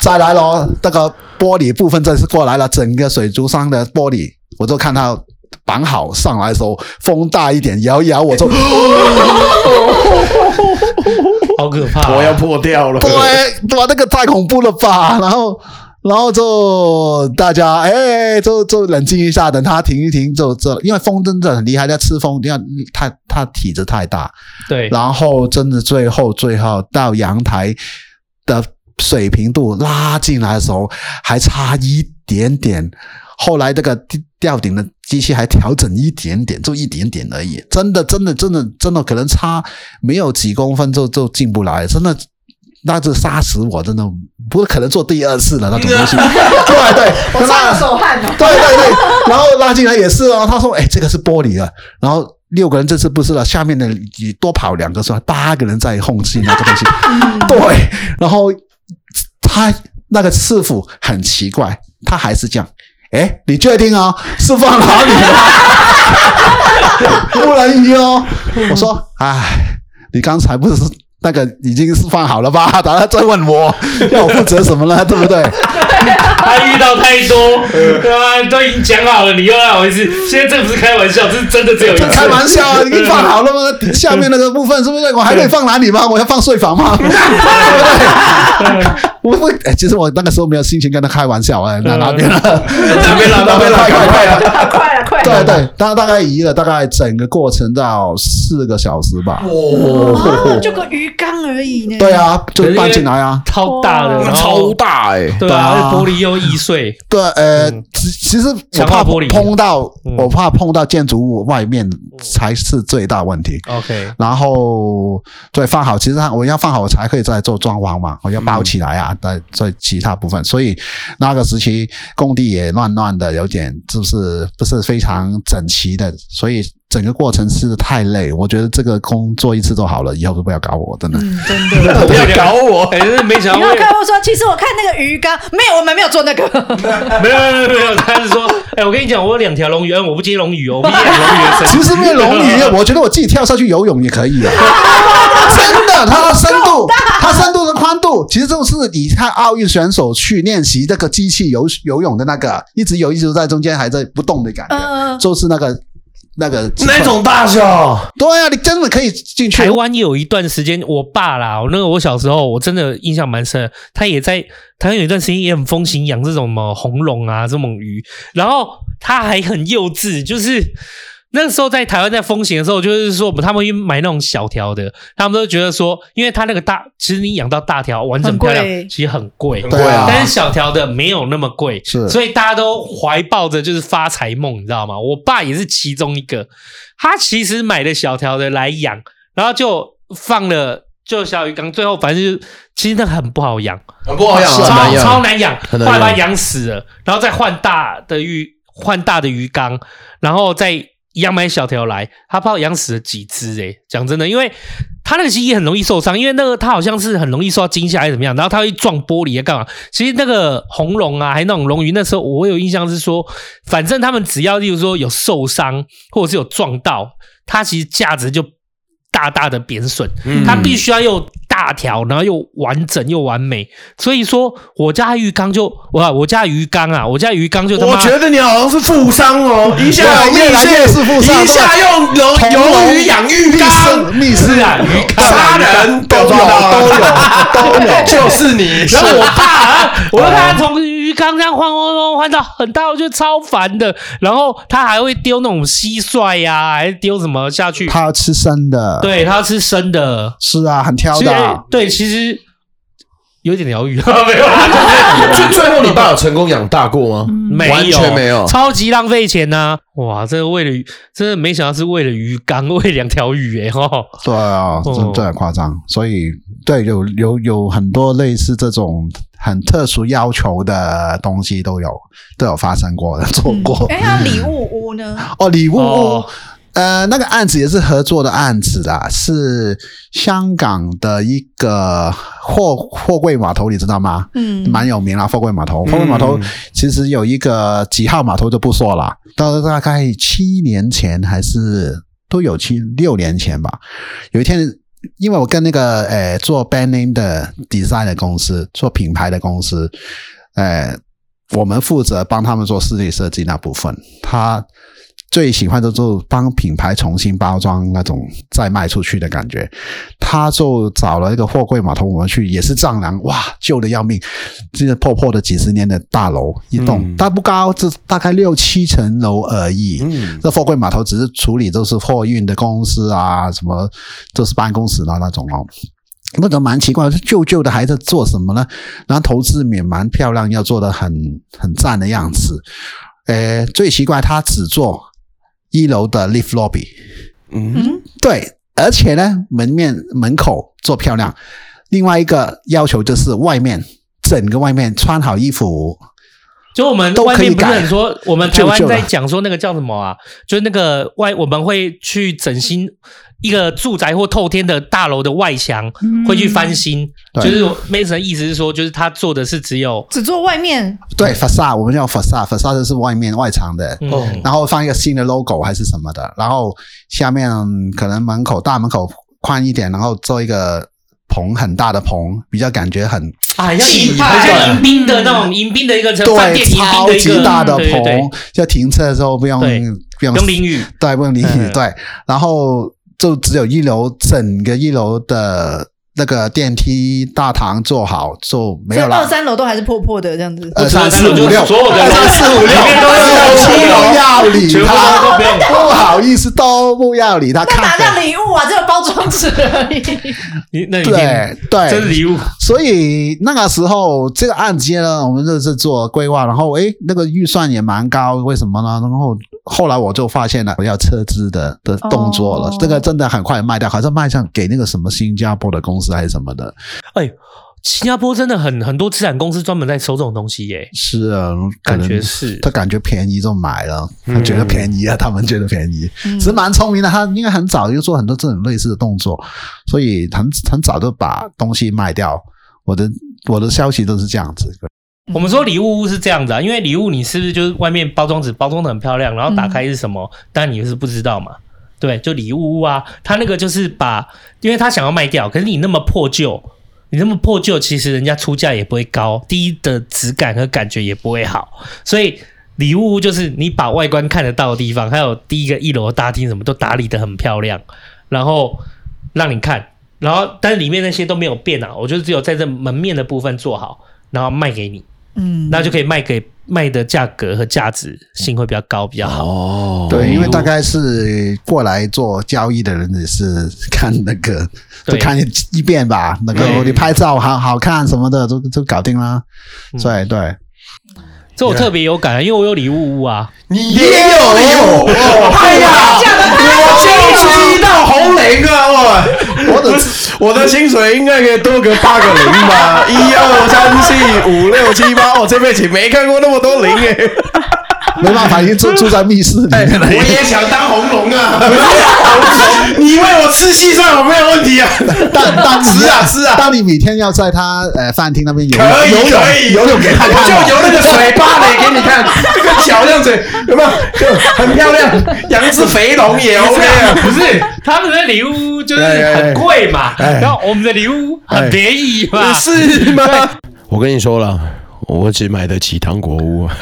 Speaker 5: 再 来咯，那个玻璃部分正式过来了，整个水族箱的玻璃，我就看它绑好上来的时候，风大一点摇一摇，我就。
Speaker 4: 好可怕、啊
Speaker 2: 我要破掉了。
Speaker 5: 对，哇，那个太恐怖了吧！然后，然后就大家哎，就就冷静一下，等它停一停，就这，因为风真的很厉害，在吃风，你看它它体质太大，
Speaker 4: 对，
Speaker 5: 然后真的最后最后到阳台的水平度拉进来的时候，还差一点点。后来这个吊吊顶的机器还调整一点点，就一点点而已。真的，真的，真的，真的，可能差没有几公分就就进不来，真的。那就杀死我，真的不可能做第二次了那种东 西。对对，
Speaker 7: 我
Speaker 5: 那
Speaker 7: 擦手汗哦。
Speaker 5: 对对对，然后拉进来也是哦，他说：“哎，这个是玻璃啊。”然后六个人这次不是了，下面的也多跑两个是吧？八个人在控制那个东西。对，然后他那个师傅很奇怪，他还是这样。哎，你确定啊、是放哪里了？不能移哦。我说，哎，你刚才不是那个已经是放好了吧？然后再问我，要我负责什么呢？对不对？
Speaker 4: 他遇到太多，对啊，都已经讲好了，你又让我一次。现在这不是开玩笑，这是真的只有一次。
Speaker 5: 开玩笑啊，已经放好了吗？下面那个部分是不是我还可以放哪里吗？我要放睡房吗？对不对？我不，哎其实我那个时候没有心情跟他开玩笑啊，哪 哪边了？哪
Speaker 2: 边了哪边了
Speaker 5: 快快快了！
Speaker 7: 快了，快了！
Speaker 5: 对对，大大概移了大概整个过程到四个小时吧。
Speaker 2: 嗯
Speaker 7: 啊，就个鱼缸而已呢。
Speaker 5: 对，啊，就搬进来啊。
Speaker 4: 超大的，然
Speaker 2: 哦超
Speaker 4: 后
Speaker 2: 大哎、
Speaker 4: 对
Speaker 5: 对
Speaker 4: 啊
Speaker 5: 啊，
Speaker 4: 玻璃又易碎，
Speaker 5: 对，呃，其其实我
Speaker 4: 强化
Speaker 5: 怕
Speaker 4: 玻璃
Speaker 5: 碰到
Speaker 4: 嗯，
Speaker 5: 我怕碰到建筑物外面才是最大问题。
Speaker 4: OK，
Speaker 5: 然后对放好，其实它我要放好，我才可以再做装潢嘛，我要包起来啊，在在其他部分，所以那个时期工地也乱乱的，有点就是不是非常整齐的，所以整个过程是太累，我觉得这个工做一次就好了，以后都不要搞我，嗯真的。
Speaker 2: 不要搞我！
Speaker 4: 哎，真是没想
Speaker 7: 然
Speaker 4: 到
Speaker 7: 后
Speaker 4: 会，
Speaker 7: 客户说：“其实我看那个鱼缸，没有，我们没有做那 个。
Speaker 4: 没有没有没有，他是说，哎，我跟你讲，我有两条龙鱼，嗯我不接龙鱼哦，我不接龙鱼的
Speaker 5: 其
Speaker 4: 生意。
Speaker 5: 实面龙 鱼，我觉得我自己跳下去游泳也可以啊。真的，它的深度，它深度的宽度，其实就是你看奥运选手去练习这个机器游游泳的那个，一直游一直在中间还在不动的感觉，
Speaker 7: 嗯”
Speaker 5: 就是那个那个
Speaker 2: 那种大小，
Speaker 5: 对啊，你真的可以进去
Speaker 4: 台。湾有一段时间，我爸啦，我那个我小时候，我真的印象蛮深的。他也在台湾有一段时间也很风行养这种什么红龙啊这种鱼，然后他还很幼稚，就是那时候在台湾在风行的时候，就是说他们会买那种小条的，他们都觉得说，因为他那个大，其实你养到大条完整漂亮
Speaker 6: 很贵，
Speaker 4: 其实很贵，
Speaker 5: 对啊，
Speaker 4: 但是小条的没有那么贵，
Speaker 5: 是
Speaker 4: 所以大家都怀抱着就是发财梦，你知道吗？我爸也是其中一个，他其实买了小条的来养，然后就放了就小鱼缸，最后反正就是其实那很不好养，
Speaker 2: 很不好养
Speaker 5: 是
Speaker 2: 啊，
Speaker 5: 啊
Speaker 2: 很难
Speaker 4: 超超
Speaker 2: 养。
Speaker 4: 难养，后
Speaker 2: 很难养
Speaker 4: 来把它养死了，然后再换大的鱼，换大的鱼缸，然后再一样买小条来，他怕我养死了几只诶、讲真的，因为他那个蜥蜴很容易受伤，因为那个它好像是很容易受到惊吓还是怎么样，然后它会撞玻璃啊干嘛？其实那个红龙啊，还有那种龙鱼，那时候我有印象是说，反正他们只要例如说有受伤或者是有撞到，它其实价值就大大的贬损。
Speaker 2: 嗯
Speaker 4: 它必须要又大条，然后又完整又完美。所以说，我家的鱼缸就我我家的鱼缸啊，我家的鱼缸就他妈
Speaker 2: 我觉得你好像是富商哦，一下
Speaker 5: 对越来越是富商
Speaker 2: 一下用龙
Speaker 5: 铜龙
Speaker 2: 鱿鱼养鱼缸，
Speaker 5: 密室密室
Speaker 4: 啊鱼缸
Speaker 2: 杀人
Speaker 5: 都有都有都有，
Speaker 2: 就是你。
Speaker 4: 然后我爸、啊，
Speaker 2: 哦
Speaker 4: 我就看他从鱼缸这样换换换换到很大，我觉得超烦的。然后他还会丢那种蟋蟀呀、还是丢什么下去？
Speaker 5: 他要吃生的，，
Speaker 4: 对，他吃生的，
Speaker 5: 是啊，很挑
Speaker 4: 其
Speaker 5: 的
Speaker 4: 实
Speaker 5: 啊，
Speaker 4: 对，其实有一点 疗愈，没有啦，
Speaker 2: 所以最后你爸有成功养大过吗？
Speaker 4: 没有，
Speaker 2: 完全没有
Speaker 4: 超级浪费钱呐、哇，这个为了鱼，真的没想到是为了鱼缸，为两条鱼哎、吼，
Speaker 5: 对啊，这
Speaker 4: 哦
Speaker 5: 这很夸张。所以对有有有很多类似这种很特殊要求的东西都有都有发生过的做过。
Speaker 7: 哎，那礼物屋呢？
Speaker 5: 哦，礼物屋。
Speaker 4: 嗯哦
Speaker 5: 呃，那个案子也是合作的案子啊，是香港的一个货货柜码头，你知道吗？
Speaker 6: 嗯
Speaker 5: 蛮有名啦，货柜码头。货柜码头其实有一个几号码头就不说了，到大概七年前还是都有七六年前吧。有一天，因为我跟那个呃做 band name 的 design 的公司，做品牌的公司，呃，我们负责帮他们做室内设计那部分。他最喜欢的就是帮品牌重新包装那种再卖出去的感觉。他就找了一个货柜码头，我们去也是丈量，哇，旧的要命，这个破破的几十年的大楼一栋，
Speaker 2: 嗯
Speaker 5: 它不高，这大概六七层楼而已。
Speaker 2: 嗯，
Speaker 5: 这货柜码头只是处理都是货运的公司啊，什么就是办公室的那种哦。那种蛮奇怪，这旧旧的还在做什么呢？然后投资也蛮漂亮，要做的很很赞的样子。呃，最奇怪，他只做一楼的 lift lobby，
Speaker 2: 嗯，
Speaker 5: 对，而且呢，门面门口做漂亮。另外一个要求就是外面整个外面穿好衣服，
Speaker 4: 就我们
Speaker 5: 都可以
Speaker 4: 外面不是
Speaker 5: 改
Speaker 4: 很说，我们台湾
Speaker 5: 就就了
Speaker 4: 在讲说那个叫什么啊？就是那个外，我们会去整新一个住宅或透天的大楼的外墙，会去翻新。
Speaker 5: 对
Speaker 4: 就是 Mason 的意思是说，就是他做的是只有
Speaker 7: 只做外面，
Speaker 5: 对，facade 我们叫 facade，facade 就是外面外墙的，
Speaker 4: 嗯
Speaker 2: 哦
Speaker 5: 然后放一个新的 logo 还是什么的，然后下面嗯可能门口大门口宽一点，然后做一个棚很大的棚，比较感觉很
Speaker 4: 啊，很像
Speaker 5: 气
Speaker 4: 迎
Speaker 5: 派
Speaker 4: 很像迎宾的那种迎宾的一个饭
Speaker 5: 对
Speaker 4: 店迎宾
Speaker 5: 超
Speaker 4: 的一
Speaker 5: 级
Speaker 4: 个
Speaker 5: 大的
Speaker 4: 对对对
Speaker 5: 棚，就停车的时候不用
Speaker 4: 对
Speaker 5: 不用
Speaker 4: 不用淋雨，
Speaker 5: 对，不用淋雨
Speaker 4: 嗯
Speaker 5: 对，然后就只有一楼整个一楼的那个电梯大堂做好就没
Speaker 7: 所以
Speaker 5: 有呃
Speaker 7: 二
Speaker 5: 了。
Speaker 7: 三楼都还是破破的这样子。
Speaker 5: 二三
Speaker 4: 不止
Speaker 5: 四
Speaker 4: 二三楼
Speaker 5: 五
Speaker 4: 就是所有的
Speaker 5: 六，二三四五六，
Speaker 4: 里面都是
Speaker 5: 二三四五
Speaker 4: 楼
Speaker 5: 六要理
Speaker 4: 全部
Speaker 5: 他，
Speaker 4: 都不用
Speaker 5: 不好意思，都不要理他，
Speaker 7: 那哪
Speaker 5: 看
Speaker 7: 叫
Speaker 5: 着。
Speaker 7: 礼物啊？只有包装纸而 已。
Speaker 4: 你那你
Speaker 5: 对对，
Speaker 4: 真礼物，
Speaker 5: 所以那个时候这个案件呢，我们就是做规划，然后诶，那个预算也蛮高，为什么呢？然后后来我就发现了我要撤资的的动作了，
Speaker 7: 哦
Speaker 5: 这个真的很快卖掉，好像卖上给那个什么新加坡的公司还是什么的，
Speaker 4: 哎。新加坡真的很很多资产公司专门在收这种东西耶，
Speaker 5: 是啊，可
Speaker 4: 感
Speaker 5: 能
Speaker 4: 觉是
Speaker 5: 他感觉便宜就买了，
Speaker 4: 嗯
Speaker 5: 他觉得便宜啊，他们觉得便宜，其实蛮聪明的。他因为很早就做很多这种类似的动作，所以很很早就把东西卖掉。我的我的消息都是这样子，
Speaker 4: 我们说礼物屋是这样子啊，因为礼物你是不是就是外面包装纸包装的很漂亮，然后打开是什么，但你是不知道嘛？对，就礼物屋啊，他那个就是把，因为他想要卖掉，可是你那么破旧，你那么破旧，其实人家出价也不会高，第一的质感和感觉也不会好，所以。礼物屋就是你把外观看得到的地方，还有第一个一楼的大厅什么都打理得很漂亮，然后让你看，然后但是里面那些都没有变啊，我就只有在这门面的部分做好，然后卖给你，
Speaker 6: 嗯
Speaker 4: 那就可以卖给卖的价格和价值性会比较高，比较好。
Speaker 2: 哦，
Speaker 5: 对，因为大概是过来做交易的人也是看那个，就
Speaker 4: 对
Speaker 5: 看一遍吧。那个
Speaker 4: 对
Speaker 5: 你拍照好好看什么的，都都搞定啦。
Speaker 4: 嗯
Speaker 5: 对对，
Speaker 4: 这我特别有感，因为我有礼物屋啊，
Speaker 2: 你也有有，哎呀，我就是一道红雷哦啊！我我的 我的薪水应该可以多个八个零吧，一二三四五六七八，哦我这辈子没看过那么多零哎、
Speaker 5: 没办法，已经住住在密室里 面
Speaker 4: 哎
Speaker 5: 了。
Speaker 2: 我也想当红龙啊！你以为我吃西算我没有问题啊？
Speaker 5: 当当你
Speaker 2: 吃啊 吃啊
Speaker 5: 当你每天要在他呃饭厅那边游
Speaker 2: 可以
Speaker 5: 游泳
Speaker 2: 可以
Speaker 5: 游泳给他
Speaker 2: 我
Speaker 5: 看
Speaker 2: 就
Speaker 5: 哦，
Speaker 2: 游那个水芭蕾给你看，这个脚这样子有没有？就很漂亮，养只肥龙也 OK 啊。
Speaker 4: 不是 他们的礼物屋就是
Speaker 2: 哎
Speaker 4: 很贵嘛，然后我们的礼物屋很便宜嘛，
Speaker 2: 是吗？我跟你说了，我只买得起糖果屋。啊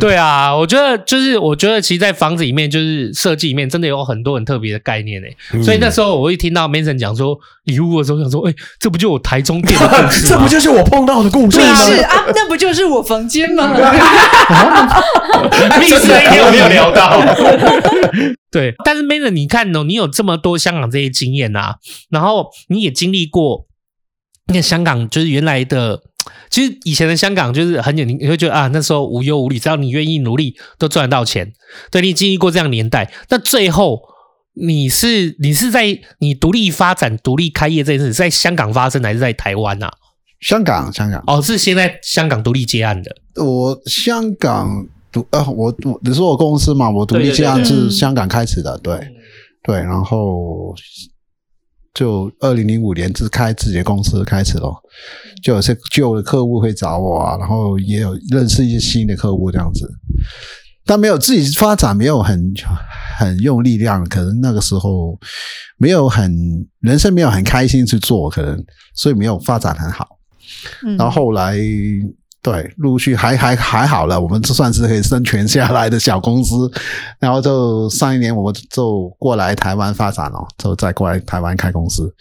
Speaker 4: 对啊，我觉得就是，我觉得其实，在房子里面，就是设计里面，真的有很多很特别的概念诶、
Speaker 2: 嗯
Speaker 4: 所以那时候我一听到 Mason 讲说礼物的时候，想说，哎、这不就我台中店的故 事吗？
Speaker 2: 就是我碰到的故事
Speaker 7: 是啊，那不就是我房间吗？
Speaker 4: 密室那一天我没啊有聊 到。对，但是 Mason，你看哦，你有这么多香港这些经验啊，然后你也经历过那个香港就是原来的，其实以前的香港就是很简单，你会觉得啊，那时候无忧无虑，只要你愿意努力，都赚得到钱。对你经历过这样的年代，那最后你是你是在你独立发展、独立开业这件事，是在香港发生还是在台湾啊？
Speaker 5: 香港，香港，
Speaker 4: 哦，是先在香港独立接案的，
Speaker 5: 我香港独呃，我我你说我公司嘛，我独立
Speaker 4: 对对
Speaker 5: 这样
Speaker 4: 对嗯
Speaker 5: 是香港开始的，对对，然后就二零零五年自开自己的公司开始咯，就有些旧的客户会找我啊，然后也有认识一些新的客户这样子，但没有自己发展，没有很很用力量，可能那个时候没有很人生没有很开心去做，可能所以没有发展很好。
Speaker 7: 嗯
Speaker 5: 然后后来对陆续还还还好了，我们就算是可以生存下来的小公司。然后就上一年我们就过来台湾发展了，就再过来台湾开公司。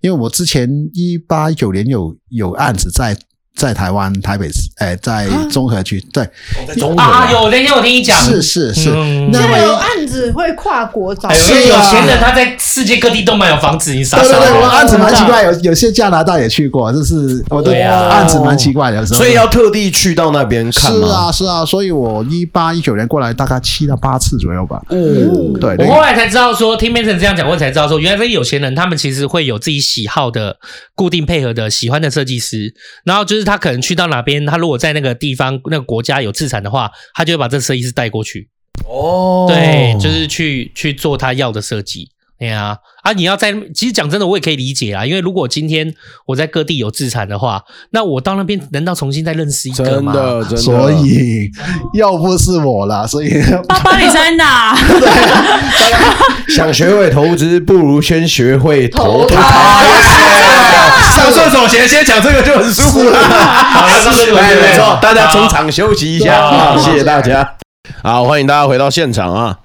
Speaker 5: 因为我之前一八一九年有有案子在在台湾台北市，哎、在中和区，对，
Speaker 2: 中
Speaker 4: 啊，有那天我听你讲，
Speaker 5: 是是是，
Speaker 4: 嗯
Speaker 5: 那
Speaker 7: 这
Speaker 5: 么
Speaker 7: 有案子会跨国找
Speaker 4: 哎呦，因为
Speaker 5: 是
Speaker 4: 有
Speaker 5: 啊
Speaker 4: 钱人他在世界各地都蛮有房子，你傻
Speaker 5: 对
Speaker 4: 傻
Speaker 5: 对对，我
Speaker 4: 的。
Speaker 5: 案子蛮奇怪，有有些加拿大也去过，就是我的
Speaker 4: 对啊
Speaker 5: 案子蛮奇怪的，有时候
Speaker 2: 所以要特地去到那边看
Speaker 5: 是
Speaker 2: 吗？
Speaker 5: 啊，是啊，所以我一八一九年过来大概七到八次左右吧。
Speaker 7: 嗯
Speaker 2: 哦，
Speaker 5: 对，
Speaker 4: 我
Speaker 5: 对
Speaker 4: 后来才知道说，听 Mason 这样讲，我才知道说，原来这些有钱人他们其实会有自己喜好的固定配合的喜欢的设计师，然后就是他可能去到哪边，他如果在那个地方那个国家有资产的话，他就会把这设计师带过去，
Speaker 2: 哦，
Speaker 4: 对，就是去去做他要的设计。对啊，啊，你要在，其实讲真的，我也可以理解啊，因为如果今天我在各地有资产的话，那我到那边难道重新再认识一
Speaker 2: 真
Speaker 4: 个吗？
Speaker 2: 的，真的，
Speaker 5: 所以要不是我啦，所以
Speaker 3: 八八女生的啊，
Speaker 2: 想学会投资，不如先学会投胎。上厕所前先讲这个就很舒服了。 好
Speaker 4: 了上厕所
Speaker 2: 哎
Speaker 4: 前
Speaker 2: 没错，大家
Speaker 4: 好
Speaker 2: 中场休息一
Speaker 4: 好
Speaker 2: 下，谢谢大家。好，欢迎大家回到现场啊！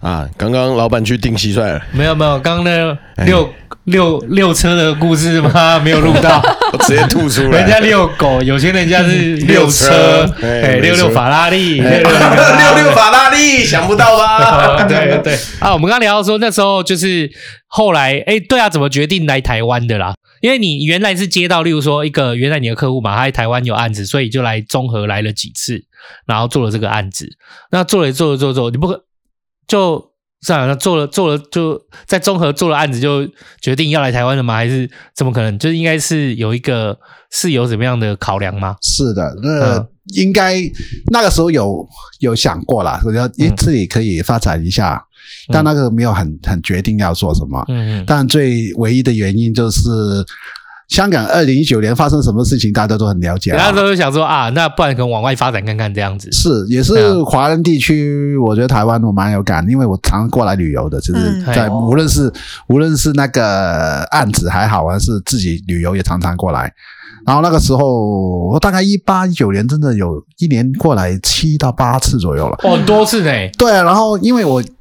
Speaker 2: 啊，刚刚老板去定蟋蟀了，
Speaker 4: 没有没有，刚刚那遛遛遛车的故事吗？没有录 到，
Speaker 2: 我直接吐出来。嗯
Speaker 4: 人 家遛狗，有些人家是
Speaker 2: 遛
Speaker 4: 遛车
Speaker 2: 车，哎
Speaker 4: 哎，遛遛
Speaker 2: 没错哎
Speaker 4: 法拉利，遛遛那个
Speaker 2: 六六法拉利，想不到吧？
Speaker 4: 对对啊，我们刚刚聊到说那时候就是后来，哎，对啊，怎么决定来台湾的啦？因为你原来是接到，例如说一个原来你的客户嘛，他在台湾有案子，所以就来综合来了几次，然后做了这个案子。那做了做了做了做了，你不可就算了，那做了做了就在综合做了案子，就决定要来台湾了吗？还是怎么可能？就是应该是有一个是有怎么样的考量吗？
Speaker 5: 是的，那
Speaker 4: 嗯
Speaker 5: 应该那个时候有有想过啦，我要诶
Speaker 4: 嗯
Speaker 5: 自己可以发展一下，但那个没有很很决定要做什么。
Speaker 4: 嗯
Speaker 5: 但最唯一的原因就是香港二零一九年发生什么事情，大家都很了解
Speaker 4: 然
Speaker 5: 啊
Speaker 4: 后。都想说啊，那不然可能往外发展看看这样子。
Speaker 5: 是，也
Speaker 4: 对
Speaker 5: 是
Speaker 4: 啊
Speaker 5: 华人地区，我觉得台湾我蛮有感，因为我常过来旅游的，就是
Speaker 7: 嗯
Speaker 4: 哎
Speaker 5: 在无论是无论是那个案子还好，还是自己旅游也常常过来。然后那个时候，我大概一八一九年，真的有一年过来七到八次左右了。
Speaker 4: 哦，很多次呢、
Speaker 5: 对，啊然后因为我
Speaker 4: 都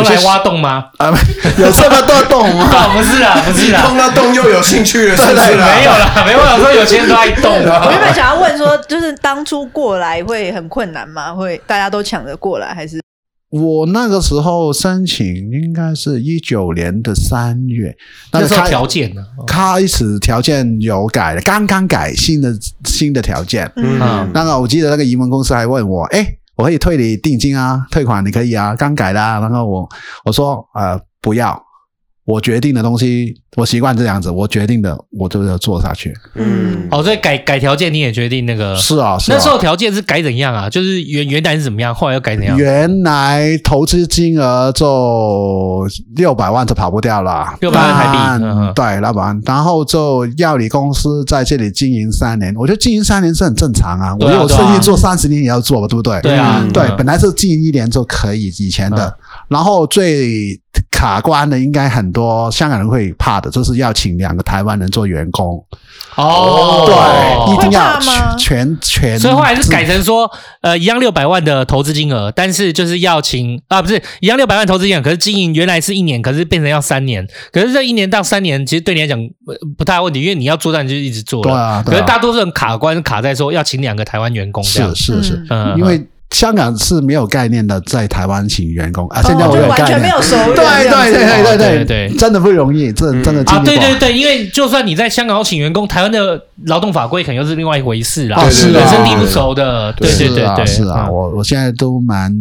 Speaker 5: 有些
Speaker 4: 来挖洞吗？
Speaker 5: 啊， 有这么多洞吗？
Speaker 4: 啊，不啊是啦，不 是啦，
Speaker 2: 碰到洞又有兴趣了，是不
Speaker 5: 啊
Speaker 2: 是？
Speaker 4: 没有啦，没有啦，说有钱人都爱 动
Speaker 7: 我原
Speaker 4: 啊。
Speaker 7: 本想要问说，就是当初过来会很困难吗？会大家都抢着过来，还是
Speaker 5: 我那个时候申请应该是一九年的三月，
Speaker 4: 那
Speaker 5: 个
Speaker 4: 时候
Speaker 5: 开嗯
Speaker 4: 条件呢？
Speaker 5: 开始条件有改了，刚刚改新的新的条件。
Speaker 2: 嗯
Speaker 5: 那个我记得那个移民公司还问我，哎，我可以退你定金啊，退款你可以啊，刚改的、啊。然后我我说呃不要，我决定的东西，我习惯这样子，我决定的我就要做下去。
Speaker 2: 嗯，
Speaker 4: 哦，所以改改条件你也决定那个？
Speaker 5: 是啊，是啊。
Speaker 4: 那时候条件是改怎样啊？就是原原来是怎么样，后来又改怎样？
Speaker 5: 原来投资金额就六百万就跑不掉了，
Speaker 4: 600万台币
Speaker 5: 但
Speaker 4: 嗯嗯
Speaker 5: 对，老板。然后就要你公司在这里经营三年，我觉得经营三年是很正常啊。
Speaker 4: 对啊
Speaker 5: 我有
Speaker 4: 对啊
Speaker 5: 生意做三十年也要做吧，对不对？
Speaker 4: 对啊
Speaker 5: 嗯，对
Speaker 4: 嗯，
Speaker 5: 本来是经营一年就可以以前的。然后最卡关的，应该很多香港人会怕的，就是要请两个台湾人做员工，对，一
Speaker 4: 哦，
Speaker 5: 定要
Speaker 7: 会怕吗
Speaker 5: 全全。
Speaker 4: 所以后来是改成说，呃，一样六百万的投资金额，但是就是要请啊，不是一样六百万投资金额，可是经营原来是一年，可是变成要三年，可是这一年到三年，其实对你来讲呃不大问题，因为你要做到你就一直做
Speaker 5: 对
Speaker 4: 了。
Speaker 5: 啊，
Speaker 4: 可
Speaker 5: 对
Speaker 4: 是
Speaker 5: 啊
Speaker 4: 大多数人卡关卡在说要请两个台湾员工这样
Speaker 5: 是。是是，
Speaker 4: 嗯
Speaker 5: 因为香港是没有概念的，在台湾请员工啊，现在
Speaker 7: 哦
Speaker 5: 我
Speaker 7: 就
Speaker 5: 有
Speaker 7: 完
Speaker 5: 概
Speaker 7: 全没
Speaker 5: 念
Speaker 7: 有。熟人
Speaker 5: 对
Speaker 7: 这样子，
Speaker 5: 对对对
Speaker 4: 哦对
Speaker 5: 对
Speaker 4: 对
Speaker 5: 对，真的不容易，这真的经
Speaker 4: 啊，
Speaker 5: 历
Speaker 4: 对
Speaker 5: 过
Speaker 4: 对对，因为就算你在香港要请员工，台湾的劳动法规可能又是另外一回事啦，
Speaker 5: 啊是啊
Speaker 4: 人生地不熟的，对对
Speaker 5: 是
Speaker 4: 对
Speaker 5: 啊
Speaker 4: 对，
Speaker 5: 是啊，
Speaker 4: 嗯
Speaker 5: 我我现在都蛮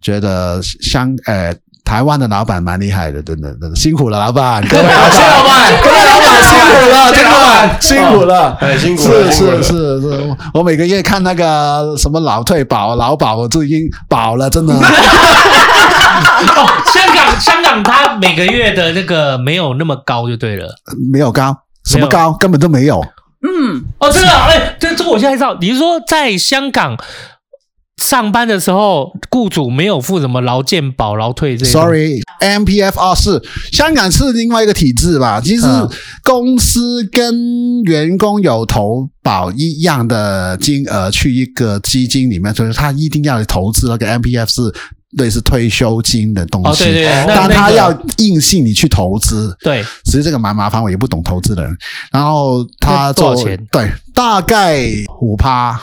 Speaker 5: 觉得香呃台湾的老板蛮厉害的，真的真的辛苦了，老板，各位老板，
Speaker 2: 老板，各位老板辛苦了，这个老板哦
Speaker 5: 辛苦了。
Speaker 2: 很哎辛苦
Speaker 5: 是
Speaker 2: 了，辛苦
Speaker 5: 是
Speaker 2: 了
Speaker 5: 是是，我我每个月看那个什么老退保、劳保，我就已经保 了，真的。
Speaker 4: 哦，香港香港它每个月的那个没有那么高就对了。
Speaker 5: 没有高，什么高根本都没有。
Speaker 4: 哦，真的啊，哎、这这我现在知道，你是说在香港上班的时候，雇主没有付什么劳健保、劳退这些东西
Speaker 5: Sorry。M P F 二是香港是另外一个体制吧？其实
Speaker 4: 嗯
Speaker 5: 公司跟员工有投保一样的金额去一个基金里面，所以他一定要投资那个 M P F 是类似退休金的东
Speaker 4: 哦，
Speaker 5: 西。
Speaker 4: 对对对，那
Speaker 5: 但
Speaker 4: 那
Speaker 5: 他
Speaker 4: 个
Speaker 5: 要硬性你去投资，
Speaker 4: 对
Speaker 5: 其实这个蛮麻烦，我也不懂投资的人。然后他
Speaker 4: 那多少
Speaker 5: 就
Speaker 4: 钱
Speaker 5: 对，大概五趴，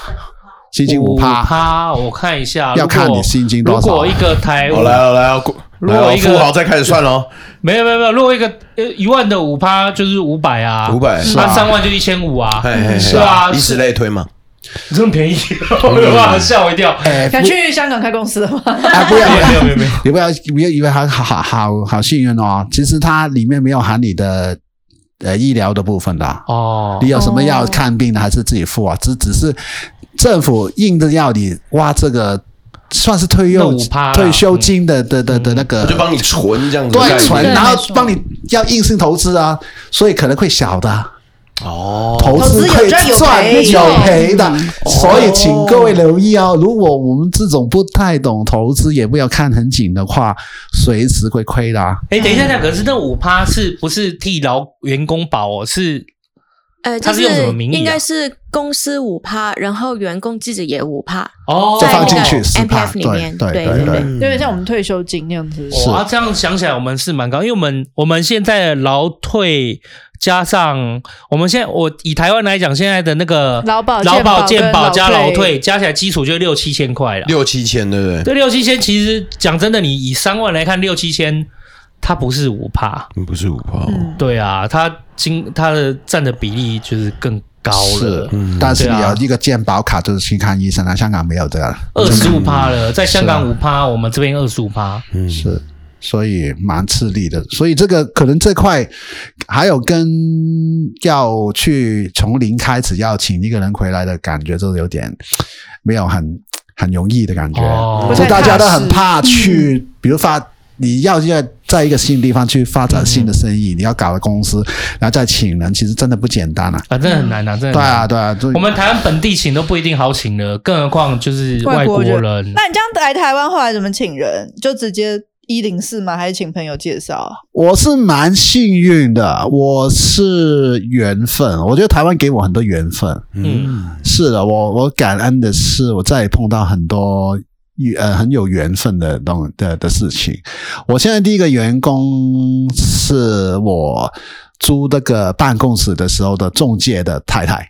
Speaker 5: 基金五趴，
Speaker 4: 趴，我看一下，
Speaker 5: 要看
Speaker 4: 如果
Speaker 5: 你薪金多少啊
Speaker 4: 如果一个台，
Speaker 2: 好来了来了，
Speaker 4: 如果
Speaker 2: 来了
Speaker 4: 一个
Speaker 2: 富豪再开始算喽，
Speaker 4: 没有没有没有，如果一个呃一万的五趴就是五百啊，
Speaker 2: 五，百，
Speaker 4: 那三万就一千五啊，
Speaker 2: 嘿嘿嘿
Speaker 4: 是啊，
Speaker 2: 以此类推嘛。
Speaker 4: 这么便宜， 我的
Speaker 2: 嗯
Speaker 4: 妈，吓我一跳。
Speaker 5: 哎，
Speaker 7: 想去香港开公司了吗？
Speaker 5: 啊，不要
Speaker 4: 没有
Speaker 5: 不
Speaker 4: 没有
Speaker 5: 要
Speaker 4: 没有没有，
Speaker 5: 你不要不要以为好好好好好幸运哦，其实它里面没有含你的呃医疗的部分的啊，
Speaker 4: 哦
Speaker 5: 你，有什么要看病的还是自己付啊，只只是政府硬着要你挖这个算是退
Speaker 4: 那
Speaker 5: 休
Speaker 4: 5%啦
Speaker 5: 退休金的的的的那个
Speaker 2: 我就帮你存这样子的概
Speaker 5: 对
Speaker 2: 念，
Speaker 5: 存，然后
Speaker 3: 没错
Speaker 5: 帮你要硬性投资啊，所以可能会小的啊。
Speaker 2: 哦，
Speaker 5: 投资可以赚有赔的，所以请各位留意哦。如果我们这种不太懂投资，也不要看很紧的话，随时会亏的、啊。
Speaker 4: 哎，等一下，那可是那五趴是不是替劳员工保哦？是
Speaker 8: 呃，
Speaker 4: 他
Speaker 8: 就是
Speaker 4: 用什么名义啊
Speaker 8: 应该是公司五趴，然后员工自己也五趴，
Speaker 4: 哦，
Speaker 5: 再放进去10%
Speaker 8: 在那个 MPF 里
Speaker 5: 对
Speaker 8: 面，
Speaker 5: 对
Speaker 8: 对
Speaker 5: 对
Speaker 8: 对
Speaker 5: 对。
Speaker 7: 有点像我们退休金那样子。
Speaker 4: 哇，哦啊这样想起来，我们是蛮高，因为我们我们现在的劳退加上我们现在我以台湾来讲，现在的那个
Speaker 7: 劳保
Speaker 4: 劳保、
Speaker 7: 健
Speaker 4: 健
Speaker 7: 保
Speaker 4: 保
Speaker 7: 跟
Speaker 4: 加
Speaker 7: 劳
Speaker 4: 劳
Speaker 7: 退
Speaker 4: 退，加起来基础就六七千块了。
Speaker 2: 嗯六七千，对不对？
Speaker 4: 这六七千其实讲真的，你以三万来看，六七千它不是五趴，
Speaker 2: 嗯不是五趴哦，
Speaker 7: 嗯，
Speaker 4: 对啊，它经它的占的比例就是更高了
Speaker 5: 是，
Speaker 2: 嗯
Speaker 5: 但是
Speaker 4: 对啊
Speaker 5: 你有一个健保卡就是去看医生啊，香港没有这样，
Speaker 4: 二十五趴了，在香港
Speaker 5: 是
Speaker 4: 五趴，我们这边二十五趴。
Speaker 2: 嗯，
Speaker 5: 是，所以蛮吃力的。所以这个可能这块还有跟要去从零开始要请一个人回来的感觉，就是有点没有很很容易的感觉。
Speaker 4: 哦
Speaker 5: 所以大家都很
Speaker 7: 不太嗯
Speaker 5: 怕去，比如发。你要要在一个新的地方去发展
Speaker 4: 嗯
Speaker 5: 新的生意，你要搞个公司，然后再请人，其实真的不简单啊！
Speaker 4: 啊，真的很难啊，真的很
Speaker 5: 对
Speaker 4: 难
Speaker 5: 啊，对啊，就
Speaker 4: 我们台湾本地请都不一定好请了，更何况就是外
Speaker 7: 外
Speaker 4: 国
Speaker 7: 国人
Speaker 4: 人。
Speaker 7: 那你这样来台湾后来怎么请人？就直接一零四吗？还是请朋友介绍？
Speaker 5: 我是蛮幸运的，我是缘分。我觉得台湾给我很多缘分。
Speaker 4: 嗯，
Speaker 5: 是的，我我感恩的是，我再也碰到很多呃很有缘分的东的的事情。我现在第一个员工是我租那个办公室的时候的中介的太太，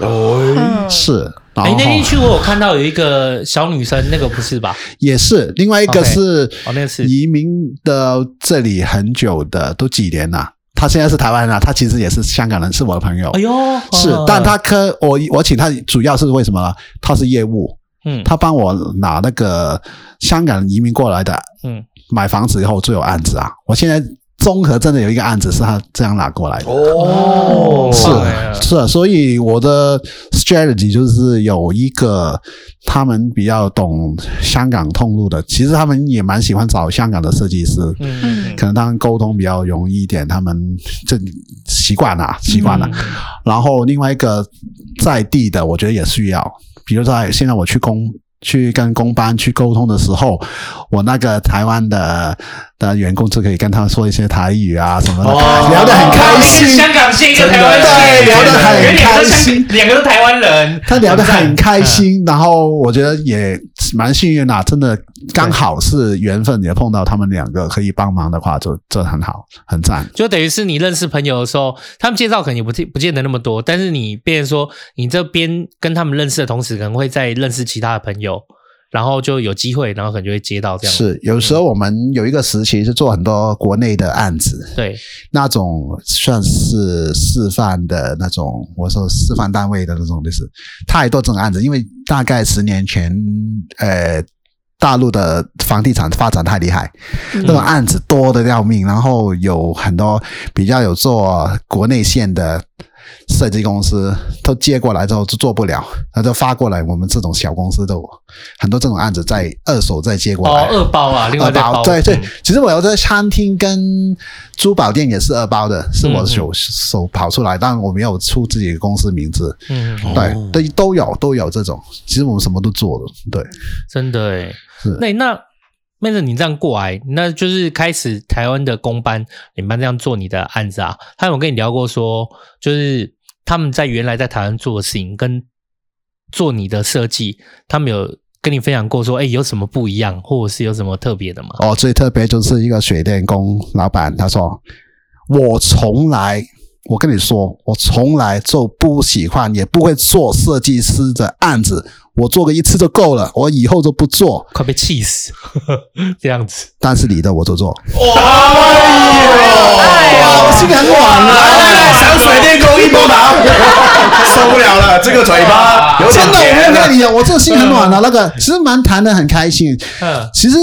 Speaker 2: 哦，
Speaker 7: 嗯，
Speaker 5: 是，然
Speaker 4: 哎、
Speaker 5: 后
Speaker 4: 那天去我有看到有一个小女生，那个不是吧？
Speaker 5: 也是另外一个
Speaker 4: OK
Speaker 5: 是
Speaker 4: 哦，那个是
Speaker 5: 移民到这里很久的，都几年了。他现在是台湾人啊，他其实也是香港人，是我的朋友。
Speaker 4: 哎呦，
Speaker 5: 是
Speaker 4: 哦，
Speaker 5: 但他科我我请他主要是为什么呢？他是业务，
Speaker 4: 嗯，
Speaker 5: 他帮我拿那个香港移民过来的，
Speaker 4: 嗯，
Speaker 5: 买房子以后就有案子啊。我现在综合真的有一个案子是他这样拿过来的，
Speaker 4: 哦，
Speaker 5: 是
Speaker 4: 棒哎
Speaker 5: 是啊，所以我的 strategy 就是有一个他们比较懂香港通路的，其实他们也蛮喜欢找香港的设计师，
Speaker 4: 嗯嗯
Speaker 5: 可能他们沟通比较容易一点，他们这习惯了，习惯了。然后另外一个在地的，我觉得也需要，比如在现在我去公去跟公班去沟通的时候，我那个台湾的的员工就可以跟他说一些台语啊什么的，
Speaker 2: 哦
Speaker 5: 聊得很开心。
Speaker 4: 香港是一个台湾
Speaker 5: 对聊得很开心
Speaker 4: 两个都台湾人，
Speaker 5: 他聊得很开心，然后我觉得也蛮幸运啦、真的刚好是缘分，也碰到他们两个可以帮忙的话，就这很好，很赞。
Speaker 4: 就等于是你认识朋友的时候，他们介绍可能也不见不见得那么多，但是你变成说你这边跟他们认识的同时，可能会再认识其他的朋友，然后就有机会，然后可能就会接到这样。
Speaker 5: 是，有时候我们有一个时期是做很多国内的案子，
Speaker 4: 对，
Speaker 5: 那种算是示范的那种，我说示范单位的那种，就是太多这种案子，因为大概十年前，呃，大陆的房地产发展太厉害，
Speaker 4: 嗯
Speaker 5: 那种案子多的要命，然后有很多比较有做国内线的。设计公司都接过来之后就做不了，那就发过来。我们这种小公司都很多这种案子在二手再接过来，
Speaker 4: 哦，二包啊，另外
Speaker 5: 二
Speaker 4: 再包，
Speaker 5: 包，对对
Speaker 4: 嗯，
Speaker 5: 其实我有在餐厅跟珠宝店也是二包的，是我
Speaker 4: 嗯嗯
Speaker 5: 手手跑出来，但我没有出自己的公司名字。
Speaker 4: 嗯，嗯
Speaker 5: 对，对，都有都有这种，其实我们什么都做的，对，
Speaker 4: 真的哎
Speaker 5: 是。
Speaker 4: 那那妹子，你这样过来，那就是开始台湾的公班、领班这样做你的案子啊。他有跟你聊过说，就是他们在原来在台湾做的事情跟做你的设计，他们有跟你分享过说，哎、有什么不一样，或者是有什么特别的吗？
Speaker 5: 哦，最特别就是一个水电工老板，他说：“我从来，我跟你说，我从来就不喜欢，也不会做设计师的案子，我做个一次就够了，我以后就不做。
Speaker 4: 快被气 死， 这样子。
Speaker 5: 但是你的我就做。”
Speaker 2: 哎呦，
Speaker 5: 我心里很软
Speaker 2: 哎，想水电工一波打，受不了了，这个嘴巴有
Speaker 5: 真
Speaker 2: 点
Speaker 5: 的，我
Speaker 2: 甜
Speaker 5: 跟
Speaker 2: 了。
Speaker 5: 你讲，我这个心很暖的、那个其实蛮谈的很开心。
Speaker 4: 嗯，
Speaker 5: 其实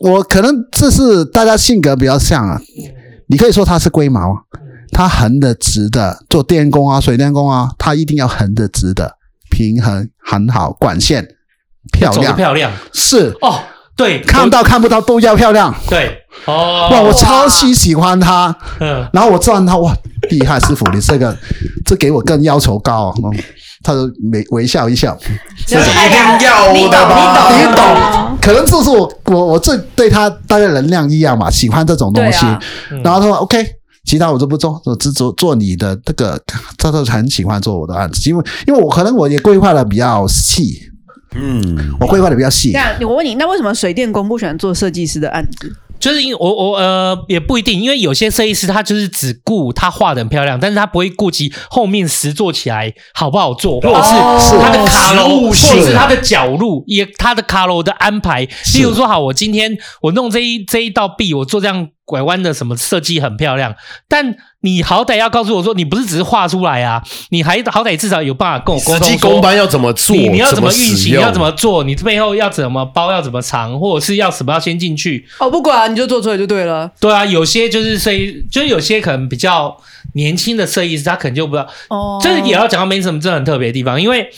Speaker 5: 我可能这是大家性格比较像啊，你可以说他是龟毛，他横的直的，做电工啊、水电工啊，他一定要横的直的，平衡很好，管线漂
Speaker 4: 走的
Speaker 5: 亮，
Speaker 4: 漂亮
Speaker 5: 是
Speaker 4: 哦，对，
Speaker 5: 看不到看不到都要漂亮。
Speaker 4: 我对哦，
Speaker 5: 哇，我超级喜欢他，
Speaker 4: 嗯
Speaker 5: 然后我赞他，哇，厉害，师傅，你这个这给我更要求高、哦。嗯他就微微笑一笑，
Speaker 2: 是一定要的吧？
Speaker 4: 啊
Speaker 5: 你懂，可能这是我我我最对他大概能量一样嘛，喜欢这种东西。
Speaker 7: 对啊
Speaker 5: 然后他说 OK，其他我就不做，我只做做你的这个，他都很喜欢做我的案子，因为因为我可能我也规划的比较细，
Speaker 2: 嗯，
Speaker 5: 我规划的比较细。
Speaker 7: 那我问你，那为什么水电工不喜欢做设计师的案子？
Speaker 4: 就是因为我我呃也不一定，因为有些设计师他就是只顾他画的很漂亮，但是他不会顾及后面实做起来好不好做，或者
Speaker 5: 是哦
Speaker 4: 是哦他的卡楼，
Speaker 5: 实物
Speaker 4: 或
Speaker 5: 性
Speaker 4: 者是他的角路，也他的卡楼的安排。例如说，好，我今天我弄这一这一道壁，我做这样拐弯的什么设计很漂亮，但你好歹要告诉我说，你不是只是画出来啊，你还好歹至少有办法跟我沟
Speaker 2: 实
Speaker 4: 通
Speaker 2: 际
Speaker 4: 说
Speaker 2: 公班要怎么做？
Speaker 4: 你你要怎么运
Speaker 2: 使
Speaker 4: 行，
Speaker 2: 用
Speaker 4: 你要怎么做，你背后要怎么包，要怎么藏，或者是要什么要先进去，
Speaker 6: 哦，不管你就做出来就对了。
Speaker 4: 对啊，有些就是设计，就是有些可能比较年轻的设计师，他可能就不知道。
Speaker 7: 哦
Speaker 4: 这也要讲到 Mason 这很特别的地方，因为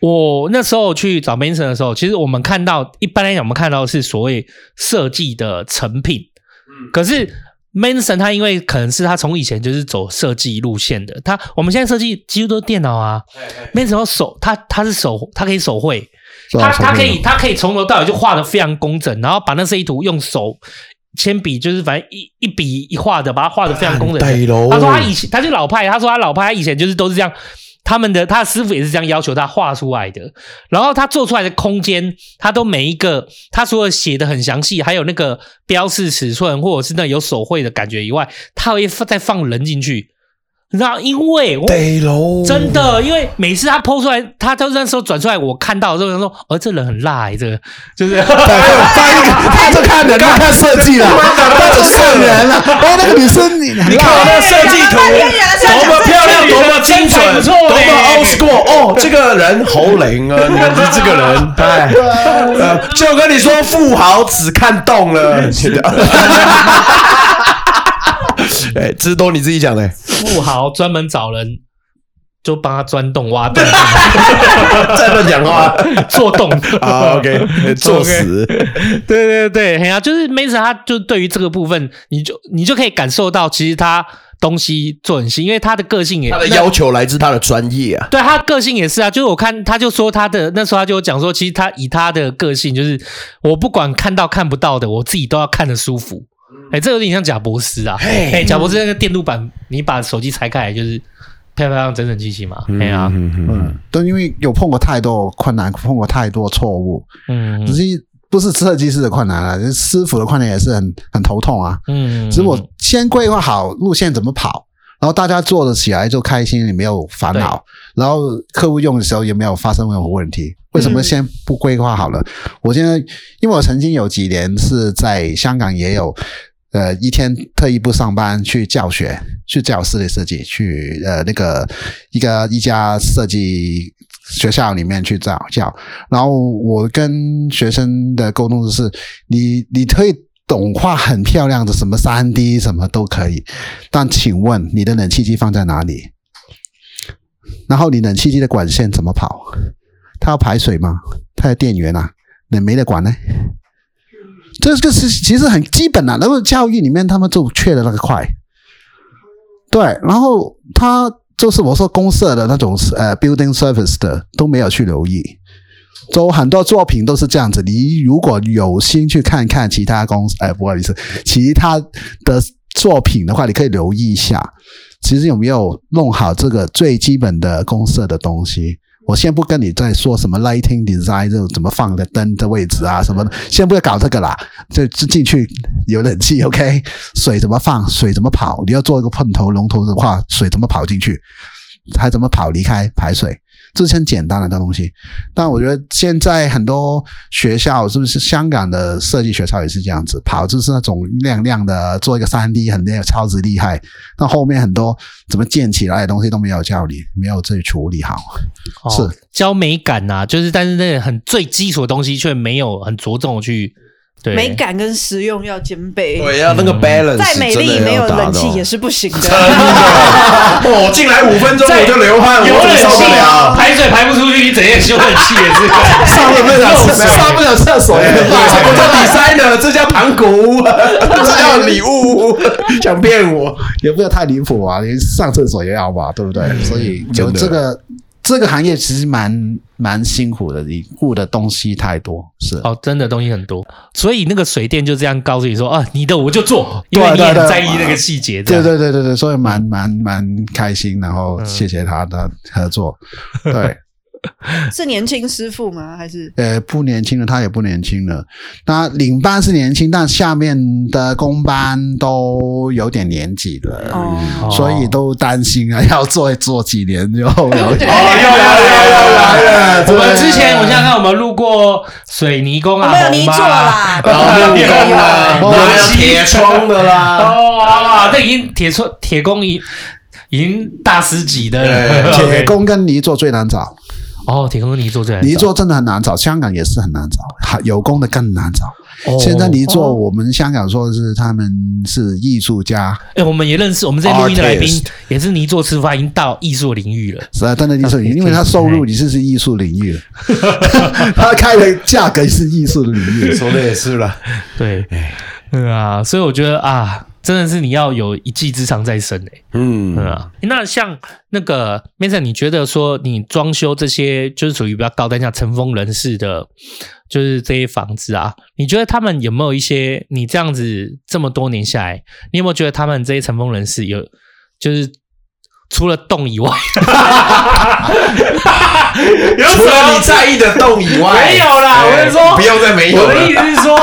Speaker 4: 我那时候去找 Mason 的时候，其实我们看到一般来讲，我们看到的是所谓设计的成品，可是 Mason 他因为可能是他从以前就是走设计路线的，他我们现在设计几乎都是电脑啊，Mason 要手他他是手他可以手绘，
Speaker 5: 是啊吧
Speaker 4: 他他
Speaker 5: 手绘
Speaker 4: 可以他可以从头到尾就画的非常工整，然后把那设计图用手。铅笔就是反正一一笔一画的，把它画的非常工整。
Speaker 2: 干对喽
Speaker 4: 他说他以前他就老派，他说他啊老派，他以前就是都是这样，他们的他的师傅也是这样要求他画出来的。然后他做出来的空间，他都每一个，他除了写的很详细，还有那个标示尺寸，或者是那有手绘的感觉以外，他会放再放人进去。你知道，因为我
Speaker 2: 得喽，
Speaker 4: 真的，因为每次他剖出来，他都那时候转出来，我看到的时候，我想说，哦，这人很辣、欸，这个就是
Speaker 5: 他就看人，他看设计了，他就看人了。哦，那个女生你很
Speaker 2: 你看我那个设计图
Speaker 7: 哎
Speaker 2: 多么漂亮，多么精准，
Speaker 4: 不错
Speaker 2: 多么
Speaker 4: 嘞
Speaker 2: old school。哦，这个人侯林啊，你看这个人，哎，呃就跟你说，富豪只看动了。 哎，这都你自己讲的，
Speaker 4: 富豪专门找人就帮他钻洞 挖洞，
Speaker 2: 再乱讲话
Speaker 4: 做洞
Speaker 2: 啊！OK，作 死。
Speaker 4: 对对对，哎呀、就是 Mason 他就对于这个部分，你就你就可以感受到，其实他东西做很细，因为他的个性也
Speaker 2: 他的要求来自他的专业啊，
Speaker 4: 对他个性也是啊，就是我看他就说他的那时候他就有讲说，其实他以他的个性，就是我不管看到看不到的，我自己都要看得舒服。
Speaker 2: 嗯
Speaker 4: 哎、这有点像贾博士啊，哎、贾博士那个电路板，你把手机拆开来就是漂漂亮、整整齐齐嘛。哎呀、
Speaker 5: 嗯，都因为有碰过太多困难，碰过太多错误，
Speaker 4: 嗯
Speaker 5: 只是不是设计师的困难了、就是师傅的困难也是很很头痛啊。
Speaker 4: 嗯
Speaker 5: 只是我先规划好路线怎么跑，然后大家做的起来就开心，也没有烦恼，然后客户用的时候也没有发生任何问
Speaker 4: 嗯
Speaker 5: 题。为什么先不规划好了？我现在因为我曾经有几年是在香港也有。呃，一天特意不上班去教学，去教室里设计，去呃那个一个一家设计学校里面去教教。然后我跟学生的沟通就是，你你可以懂画很漂亮的什么三 D 什么都可以，但请问你的冷气机放在哪里？然后你冷气机的管线怎么跑？它要排水吗？它要电源啊？你没得管呢？这个是其实很基本的、然后教育里面他们就缺了那个块。对，然后他就是我说公社的那种呃 building service 的都没有去留意，就很多作品都是这样子。你如果有心去看看其他公司，哎、不好意思，其他的作品的话，你可以留意一下，其实有没有弄好这个最基本的公社的东西。我先不跟你再说什么 lighting design 这种怎么放的灯的位置啊什么的，先不要搞这个啦。就进去有冷气，OK，水怎么放，水怎么跑，你要做一个碰头龙头的话，水怎么跑进去，还怎么跑离开排水，这是很简单的东西。但我觉得现在很多学校，是不是香港的设计学校也是这样子，跑就是那种亮亮的，做一个三 D 很厉害，超级厉害。但后面很多怎么建起来的东西都没有教你，没有自己处 理好。
Speaker 4: 哦
Speaker 5: 是
Speaker 4: 教美感呐、就是但是那个很最基础的东西却没有很着重的去对
Speaker 7: 美感跟实用要兼
Speaker 4: 哎
Speaker 7: 备。
Speaker 2: 对，要那
Speaker 4: 嗯
Speaker 2: 个 balance，
Speaker 7: 再美
Speaker 2: 真
Speaker 7: 丽
Speaker 2: 的
Speaker 7: 没有
Speaker 2: 要达
Speaker 7: 冷气
Speaker 2: 到
Speaker 7: 也是不行
Speaker 2: 真的
Speaker 7: 的。
Speaker 2: 哦，进来五分钟我就流汗，
Speaker 4: 有
Speaker 2: 我怎么
Speaker 4: 冷
Speaker 2: 受得
Speaker 4: 气
Speaker 2: 了？
Speaker 4: 排水排不出去，你整夜修冷气也是。
Speaker 2: 上不了厕，上不了厕所呀！我这比塞呢，这叫盘古屋，这叫礼物屋，想骗我？
Speaker 5: 也不要太离谱啊，你上厕所也要吧，对 不对？所以就
Speaker 2: 真的
Speaker 5: 这个这个行业其实蛮蛮辛苦的，你顾的东西太多，是。
Speaker 4: 哦，真的东西很多，所以那个水电就这样告诉你说啊，你的我就做，因为你也
Speaker 5: 对对
Speaker 4: 很
Speaker 5: 对
Speaker 4: 在意那个细节。这
Speaker 5: 对
Speaker 4: 样
Speaker 5: 对对对对，所以蛮蛮蛮开心，然后谢谢他的 合作。对，
Speaker 7: 是年轻师傅吗？还是
Speaker 5: 呃，不年轻了，他也不年轻了。那领班是年轻，但下面的工班都有点年纪了，
Speaker 4: 哦
Speaker 5: 所以都担心啊，要做做几年之后有
Speaker 2: 哦，又来了，又来了！
Speaker 4: 我们之前我想想看，我们路过水泥工啊，
Speaker 7: 我们有
Speaker 4: 红
Speaker 7: 泥
Speaker 4: 妈
Speaker 7: 做啦
Speaker 4: 然后还有
Speaker 7: 有
Speaker 4: 电工啊，
Speaker 2: 我
Speaker 4: 马
Speaker 2: 们有
Speaker 4: 西
Speaker 2: 铁窗的啦，
Speaker 4: 哦，啊这已经铁窗铁工已已经大师级的了。
Speaker 5: 铁工跟泥做最难找。
Speaker 4: 哦，铁工泥做这样，
Speaker 5: 泥做真的很难找，香港也是很难找，还有工的更难找。
Speaker 4: 哦
Speaker 5: 现在泥做，我们香港说是他们是艺术家，
Speaker 4: 哎，我们也认识，我们这些录音的来宾
Speaker 2: Artist
Speaker 4: 也是泥做吃饭，已经到艺术领域了。
Speaker 5: 是啊，真的艺 术领域，
Speaker 4: 啊
Speaker 5: 因为他收入
Speaker 4: 对
Speaker 5: 你是是艺术领 域，他开的价格是艺术领域。
Speaker 2: 说的也是啦，
Speaker 4: 对，嗯啊，所以我觉得啊，真的是你要有一技之长在身哎、
Speaker 2: 嗯
Speaker 4: 嗯啊，那像那个 Mason，你觉得说你装修这些就是属于比较高单价成风人士的，就是这些房子啊，你觉得他们有没有一些你这样子这么多年下来，你有没有觉得他们这些成风人士有就是除了动以外，有
Speaker 2: 除了你在意的洞以外，
Speaker 4: 没有啦
Speaker 2: 对
Speaker 4: 我是说
Speaker 2: 不用再没有
Speaker 4: 我
Speaker 2: 了
Speaker 4: 的意。思是说，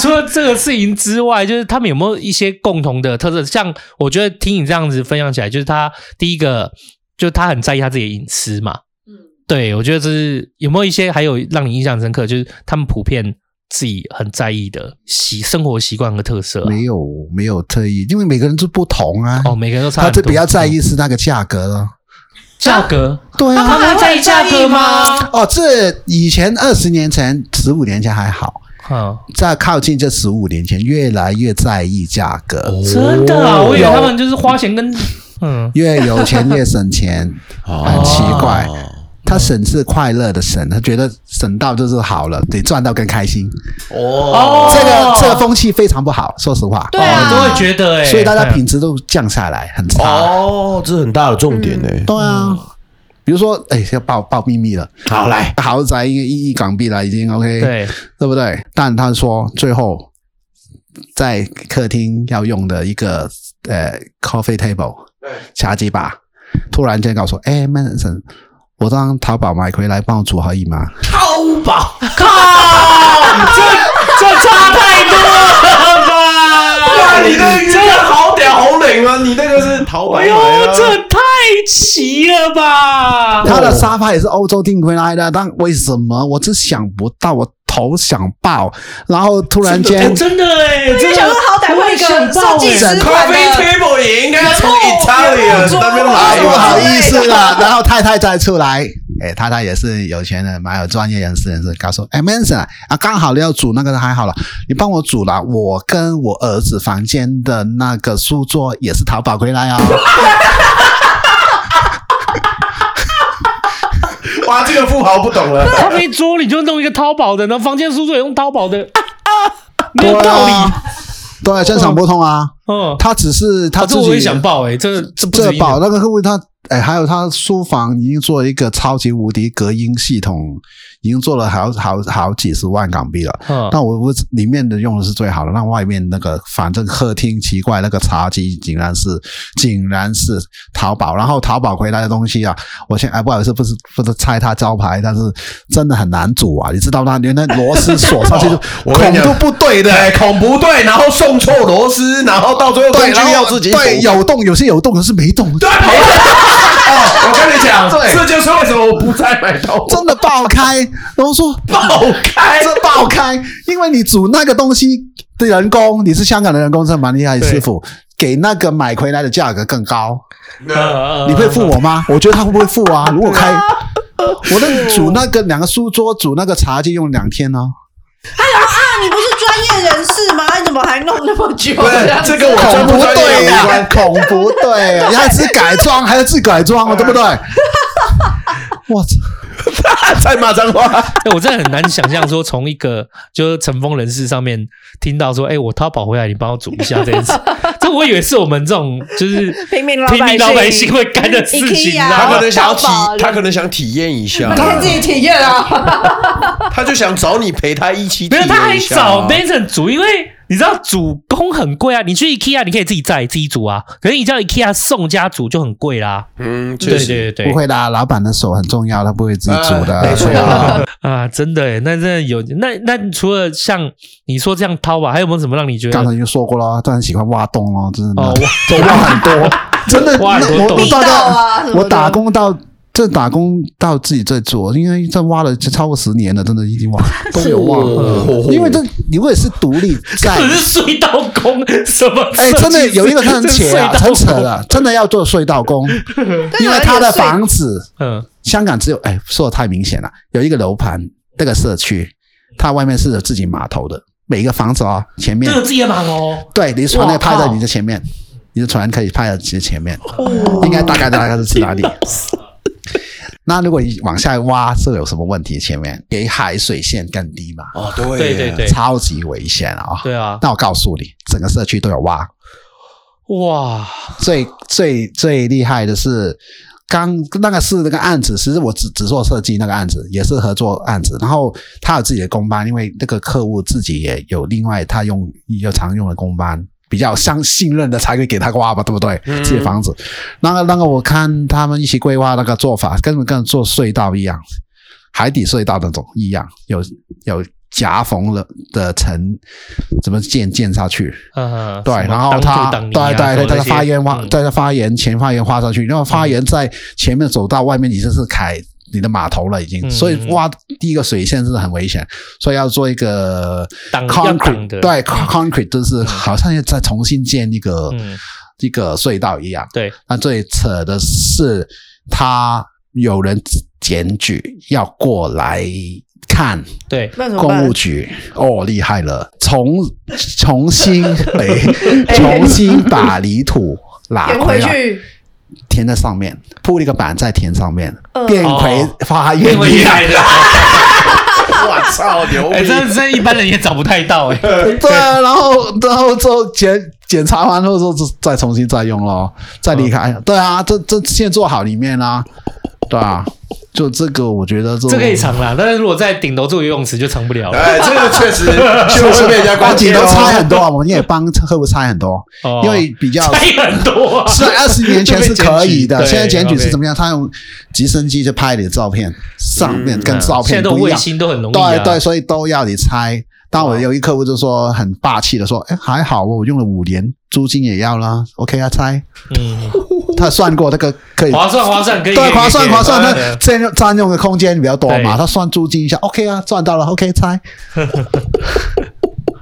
Speaker 4: 除了这个事情之外，就是他们有没有一些共同的特色？像我觉得听你这样子分享起来，就是他第一个，就是他很在意他自己的隐私嘛。嗯，对，我觉得这是有没有一些还有让你印象深刻，就是他们普遍自己很在意的习生活习惯和特色啊、
Speaker 5: 没有没有特意，因为每个人是不同啊。
Speaker 4: 哦，每个人都差
Speaker 5: 他
Speaker 4: 很
Speaker 5: 这
Speaker 4: 多。
Speaker 5: 比较在意是那个价格了。
Speaker 4: 价格，
Speaker 5: 对啊，
Speaker 4: 他们会在意价格吗？
Speaker 5: 哦，这以前二十年前、十五年前还好，
Speaker 4: 嗯，
Speaker 5: 在靠近这十五年前，越来越在意价格。
Speaker 4: 真的啊，我以为他们就是花钱跟嗯
Speaker 5: 越有钱越省钱，
Speaker 2: 哦
Speaker 5: 很奇怪。他省是快乐的省，他觉得省到就是好了，得赚到更开心。
Speaker 2: 哦，
Speaker 5: 这个这个风气非常不好，说实话。
Speaker 7: 对啊
Speaker 4: 哦都会觉得哎、
Speaker 5: 所以大家
Speaker 4: 嗯
Speaker 5: 品质都降下来，很差。
Speaker 2: 哦，这是很大的重点
Speaker 7: 嗯
Speaker 2: 呢。
Speaker 5: 对啊，比如说，哎，要报报秘密了，
Speaker 2: 好来，
Speaker 5: 豪宅一个一亿港币了，已经 OK，
Speaker 4: 对
Speaker 5: 对不对？但他说最后在客厅要用的一个呃 coffee table 茶几吧，突然间告诉我，哎，Manson，我当淘宝买回来帮我组合一吗？
Speaker 2: 淘宝，
Speaker 4: 这差太多了吧？
Speaker 2: 哇，你那个真的好屌好冷啊！你那个是豪
Speaker 4: 哎
Speaker 2: 白
Speaker 4: 呦
Speaker 2: 买，
Speaker 4: 这
Speaker 2: 了。
Speaker 4: 太奇了吧！
Speaker 5: 他的沙发也是欧洲订回来的，但为什么我只想不到，我头想爆，然后突然
Speaker 4: 哎
Speaker 5: 间
Speaker 4: 真的哎，真的
Speaker 7: 想说好歹会一个设计师
Speaker 2: 咖
Speaker 7: 款
Speaker 2: 啡
Speaker 7: 的，
Speaker 2: table 也应该从 Italian 那边来
Speaker 5: 哎不好
Speaker 2: 吧？
Speaker 5: 意思啦，然后太太再出来，哎，太太也是有钱人，蛮有专业人士人士，告诉我哎 Manson 啊，刚好要煮那个还好了，你帮我煮了，我跟我儿子房间的那个书桌也是淘宝回来哦。
Speaker 2: 哇，这个富豪不懂了。
Speaker 4: 咖啡桌你就弄一个淘宝的，然后房间书桌也用淘宝的，没
Speaker 5: 对
Speaker 4: 有道理。
Speaker 5: 啊，对，正常不通啊。
Speaker 4: 嗯，
Speaker 5: 他只是他
Speaker 4: 啊
Speaker 5: 自
Speaker 4: 这我
Speaker 5: 己
Speaker 4: 也想报哎，这这不
Speaker 5: 这
Speaker 4: 止一
Speaker 5: 保
Speaker 4: 个
Speaker 5: 那个客户他哎，还有他书房已经做了一个超级无敌隔音系统，已经做了好好好几十万港币了。
Speaker 2: 哦
Speaker 4: 嗯
Speaker 5: 那我我里面的用的是最好的，那外面那个反正客厅奇怪那个茶几竟然是竟然是淘宝，然后淘宝回来的东西啊，我现哎不好意思不是不是拆他招牌，但是真的很难煮啊，你知道吗？连那螺丝锁上去
Speaker 2: 我
Speaker 5: 就
Speaker 2: 跟
Speaker 5: 孔
Speaker 2: 你讲
Speaker 5: 都不对的。
Speaker 2: 对，孔不哎对，然后送错螺丝，然后到最后冠
Speaker 5: 对，
Speaker 2: 军
Speaker 5: 然
Speaker 2: 要
Speaker 5: 后
Speaker 2: 自己补
Speaker 5: 对有动，有些有动，可是 没动，
Speaker 2: 对，没错哦，我跟你讲，
Speaker 5: 对
Speaker 2: 这就是为什么我不再买到
Speaker 5: 真的爆开，然后说
Speaker 2: 爆开。
Speaker 5: 这爆开，因为你煮那个东西的人工，你是香港的人工，这蛮厉害的
Speaker 4: 对
Speaker 5: 师傅，给那个买回来的价格更高，
Speaker 4: 呃
Speaker 5: 你会付我吗？我觉得他会不会付啊？如 果开，我那煮那个两个书桌，煮那个茶几用两天呢、啊
Speaker 7: 你不是专业人士吗？你怎么还弄那么久？
Speaker 2: 不是这个我
Speaker 5: 恐
Speaker 2: 真
Speaker 5: 不
Speaker 2: 不
Speaker 5: 对
Speaker 2: 对
Speaker 5: 呀、
Speaker 2: 呀、
Speaker 5: 恐不对、你还自改装，还要自改装，啊对 不对？我操！
Speaker 2: 在骂脏话，
Speaker 4: 哎，我真的很难想象说从一个就是成风人士上面听到说，哎，我淘宝回来，你帮我煮一下这件 事，这我以为是我们这种就是
Speaker 7: 平民老百
Speaker 4: 平
Speaker 7: 姓
Speaker 4: 民老百姓会干的事情，啊你知
Speaker 7: IKEA
Speaker 4: 道
Speaker 2: 他
Speaker 4: 吗
Speaker 2: 可？能想要体
Speaker 7: 淘宝，人
Speaker 2: 他可能想体验一下，
Speaker 7: 你看自己体验啊！
Speaker 2: 他就想找你陪他一起体
Speaker 4: 没有，
Speaker 2: 验一下。
Speaker 4: 他还找 Mason 煮，因为你知道煮工很贵啊。你去 IKEA 你可以自己在自己煮啊，可是你叫 IKEA 送家煮就很贵啦。
Speaker 2: 嗯，确
Speaker 4: 对对
Speaker 2: 实，
Speaker 4: 对对，
Speaker 5: 不会啦，老板的手很重要，他不会自己煮的。
Speaker 2: 哎没错
Speaker 5: 对啊
Speaker 4: 啊，真的耶，那真的有那那除了像你说这样掏吧，还有没有什么让你觉得
Speaker 5: 刚才已经说过了，他很喜欢挖洞哦，真的，
Speaker 4: 哦
Speaker 5: 就 挖很多，真的，
Speaker 4: 挖很
Speaker 5: 那
Speaker 4: 多
Speaker 5: 我
Speaker 4: 洞
Speaker 5: 我
Speaker 7: 密道
Speaker 5: 大概
Speaker 7: 啊，什么的
Speaker 5: 我打工到这打工到自己在做，因为这挖了超过十年了，真的已经 挖都有挖嗯
Speaker 2: 哦
Speaker 5: 了，因为这你如果是独立 在。
Speaker 4: 只是隧道工什么？
Speaker 5: 哎，真的有一个很
Speaker 4: 这是
Speaker 5: 扯
Speaker 4: 隧
Speaker 5: 啊，
Speaker 4: 道啊
Speaker 5: 很扯
Speaker 4: 工，
Speaker 5: 的，真的要做隧道工，因为他的房子
Speaker 4: 嗯，
Speaker 5: 香港只有哎，说的太明显了，有一个楼盘，那个社区，它外面是有自己码头的，每一个房子啊、前面
Speaker 4: 这有自己哦的码头，
Speaker 5: 对，你的船
Speaker 4: 哇
Speaker 5: 呢拍在
Speaker 4: 靠哦
Speaker 5: 你的前面，你的船可以拍在你的前面，应该大概大概是 哪里？那如果你往下挖，这有什么问题？前面给海水线更低嘛，
Speaker 2: 哦，对耶
Speaker 4: 对对对
Speaker 5: 超级危险啊、
Speaker 4: 对啊，
Speaker 5: 那我告诉你，整个社区都有挖。
Speaker 4: 哇，
Speaker 5: 最最最厉害的是，刚那个是那个案子，其实我只只做设计那个案子，也是合作案子。然后他有自己的工班，因为那个客户自己也有另外他用有常用的工班，比较相信任的才会给他挖吧，对不对？自己的房子，那个那个我看他们一起规划那个做法，根本跟做隧道一样，海底隧道那种一样，有有夹缝了的层，怎么建建下去？
Speaker 4: 嗯，
Speaker 5: 对，
Speaker 4: 什么
Speaker 5: 然后
Speaker 4: 当初
Speaker 5: 他
Speaker 4: 当
Speaker 5: 对
Speaker 4: 你啊
Speaker 5: 对
Speaker 4: 什
Speaker 5: 对，他
Speaker 4: 么那
Speaker 5: 的
Speaker 4: 些
Speaker 5: 发言挖，
Speaker 4: 嗯
Speaker 5: 在他发言前发言画上去，然后发言在前面走到外面已经是开你的码头了，已经，
Speaker 4: 嗯
Speaker 5: 所以
Speaker 4: 嗯
Speaker 5: 挖第一个水线是很危险，所以要做一个
Speaker 4: 挡要挡
Speaker 5: concrete，
Speaker 4: 的
Speaker 5: 对 concrete 就是好像要再重新建一个
Speaker 4: 嗯
Speaker 5: 一个隧道一样。
Speaker 4: 对，
Speaker 5: 那最扯的是，他有人检举要过来看，
Speaker 4: 对，
Speaker 7: 那怎么
Speaker 5: 公
Speaker 7: 办
Speaker 5: 务？局哦，厉害了，重重新 北重新把泥土拿
Speaker 7: 哎填
Speaker 5: 回
Speaker 7: 回
Speaker 5: 来，
Speaker 7: 去，
Speaker 5: 填在上面，铺了一个板再填上面，
Speaker 7: 嗯
Speaker 5: 变回
Speaker 4: 哦
Speaker 5: 花园
Speaker 4: 因为
Speaker 5: 一
Speaker 4: 厉
Speaker 5: 样。
Speaker 4: 害的，
Speaker 2: 我操，牛
Speaker 4: 哎，
Speaker 2: 逼！
Speaker 4: 真的真的一般人也找不太到哎。
Speaker 5: 对啊，然后然后之后检检查完后之后再重新再用咯，再离开。
Speaker 7: 嗯
Speaker 5: 对啊，这这现在做好里面啦、对啊，就这个我觉得这
Speaker 4: 这可以藏啦，但是如果在顶楼做游泳池就藏不了了。
Speaker 2: 哎，这个确实就会被人家
Speaker 5: 关
Speaker 2: 关
Speaker 5: 键
Speaker 2: 切
Speaker 5: 都
Speaker 2: 哦
Speaker 5: 拆很多啊，我们也帮客户拆很多，
Speaker 4: 哦
Speaker 5: 因为比较
Speaker 4: 差很多、啊，
Speaker 5: 是二十年 前是可以的，
Speaker 4: 对
Speaker 5: 现在检举
Speaker 4: OK
Speaker 5: 是怎么样？他用直升机去拍你的照片，上面跟照
Speaker 4: 现在
Speaker 5: 片
Speaker 4: 嗯都
Speaker 5: 不一
Speaker 4: 卫
Speaker 5: 样，
Speaker 4: 星都很容易、啊，
Speaker 5: 对对，所以都要你猜。但我有一客户就说很霸气的说：“哎，还好哦，我用了五年，租金也要啦，OK 啊，拆。
Speaker 4: 嗯，”
Speaker 5: 他算过那个可以
Speaker 4: 划算划算，可以
Speaker 5: 哎对，划算划
Speaker 4: 对
Speaker 5: 算，那占用占用的空间比较多
Speaker 4: 对
Speaker 5: 嘛，他算租金一下，OK 啊，赚到了，OK 拆，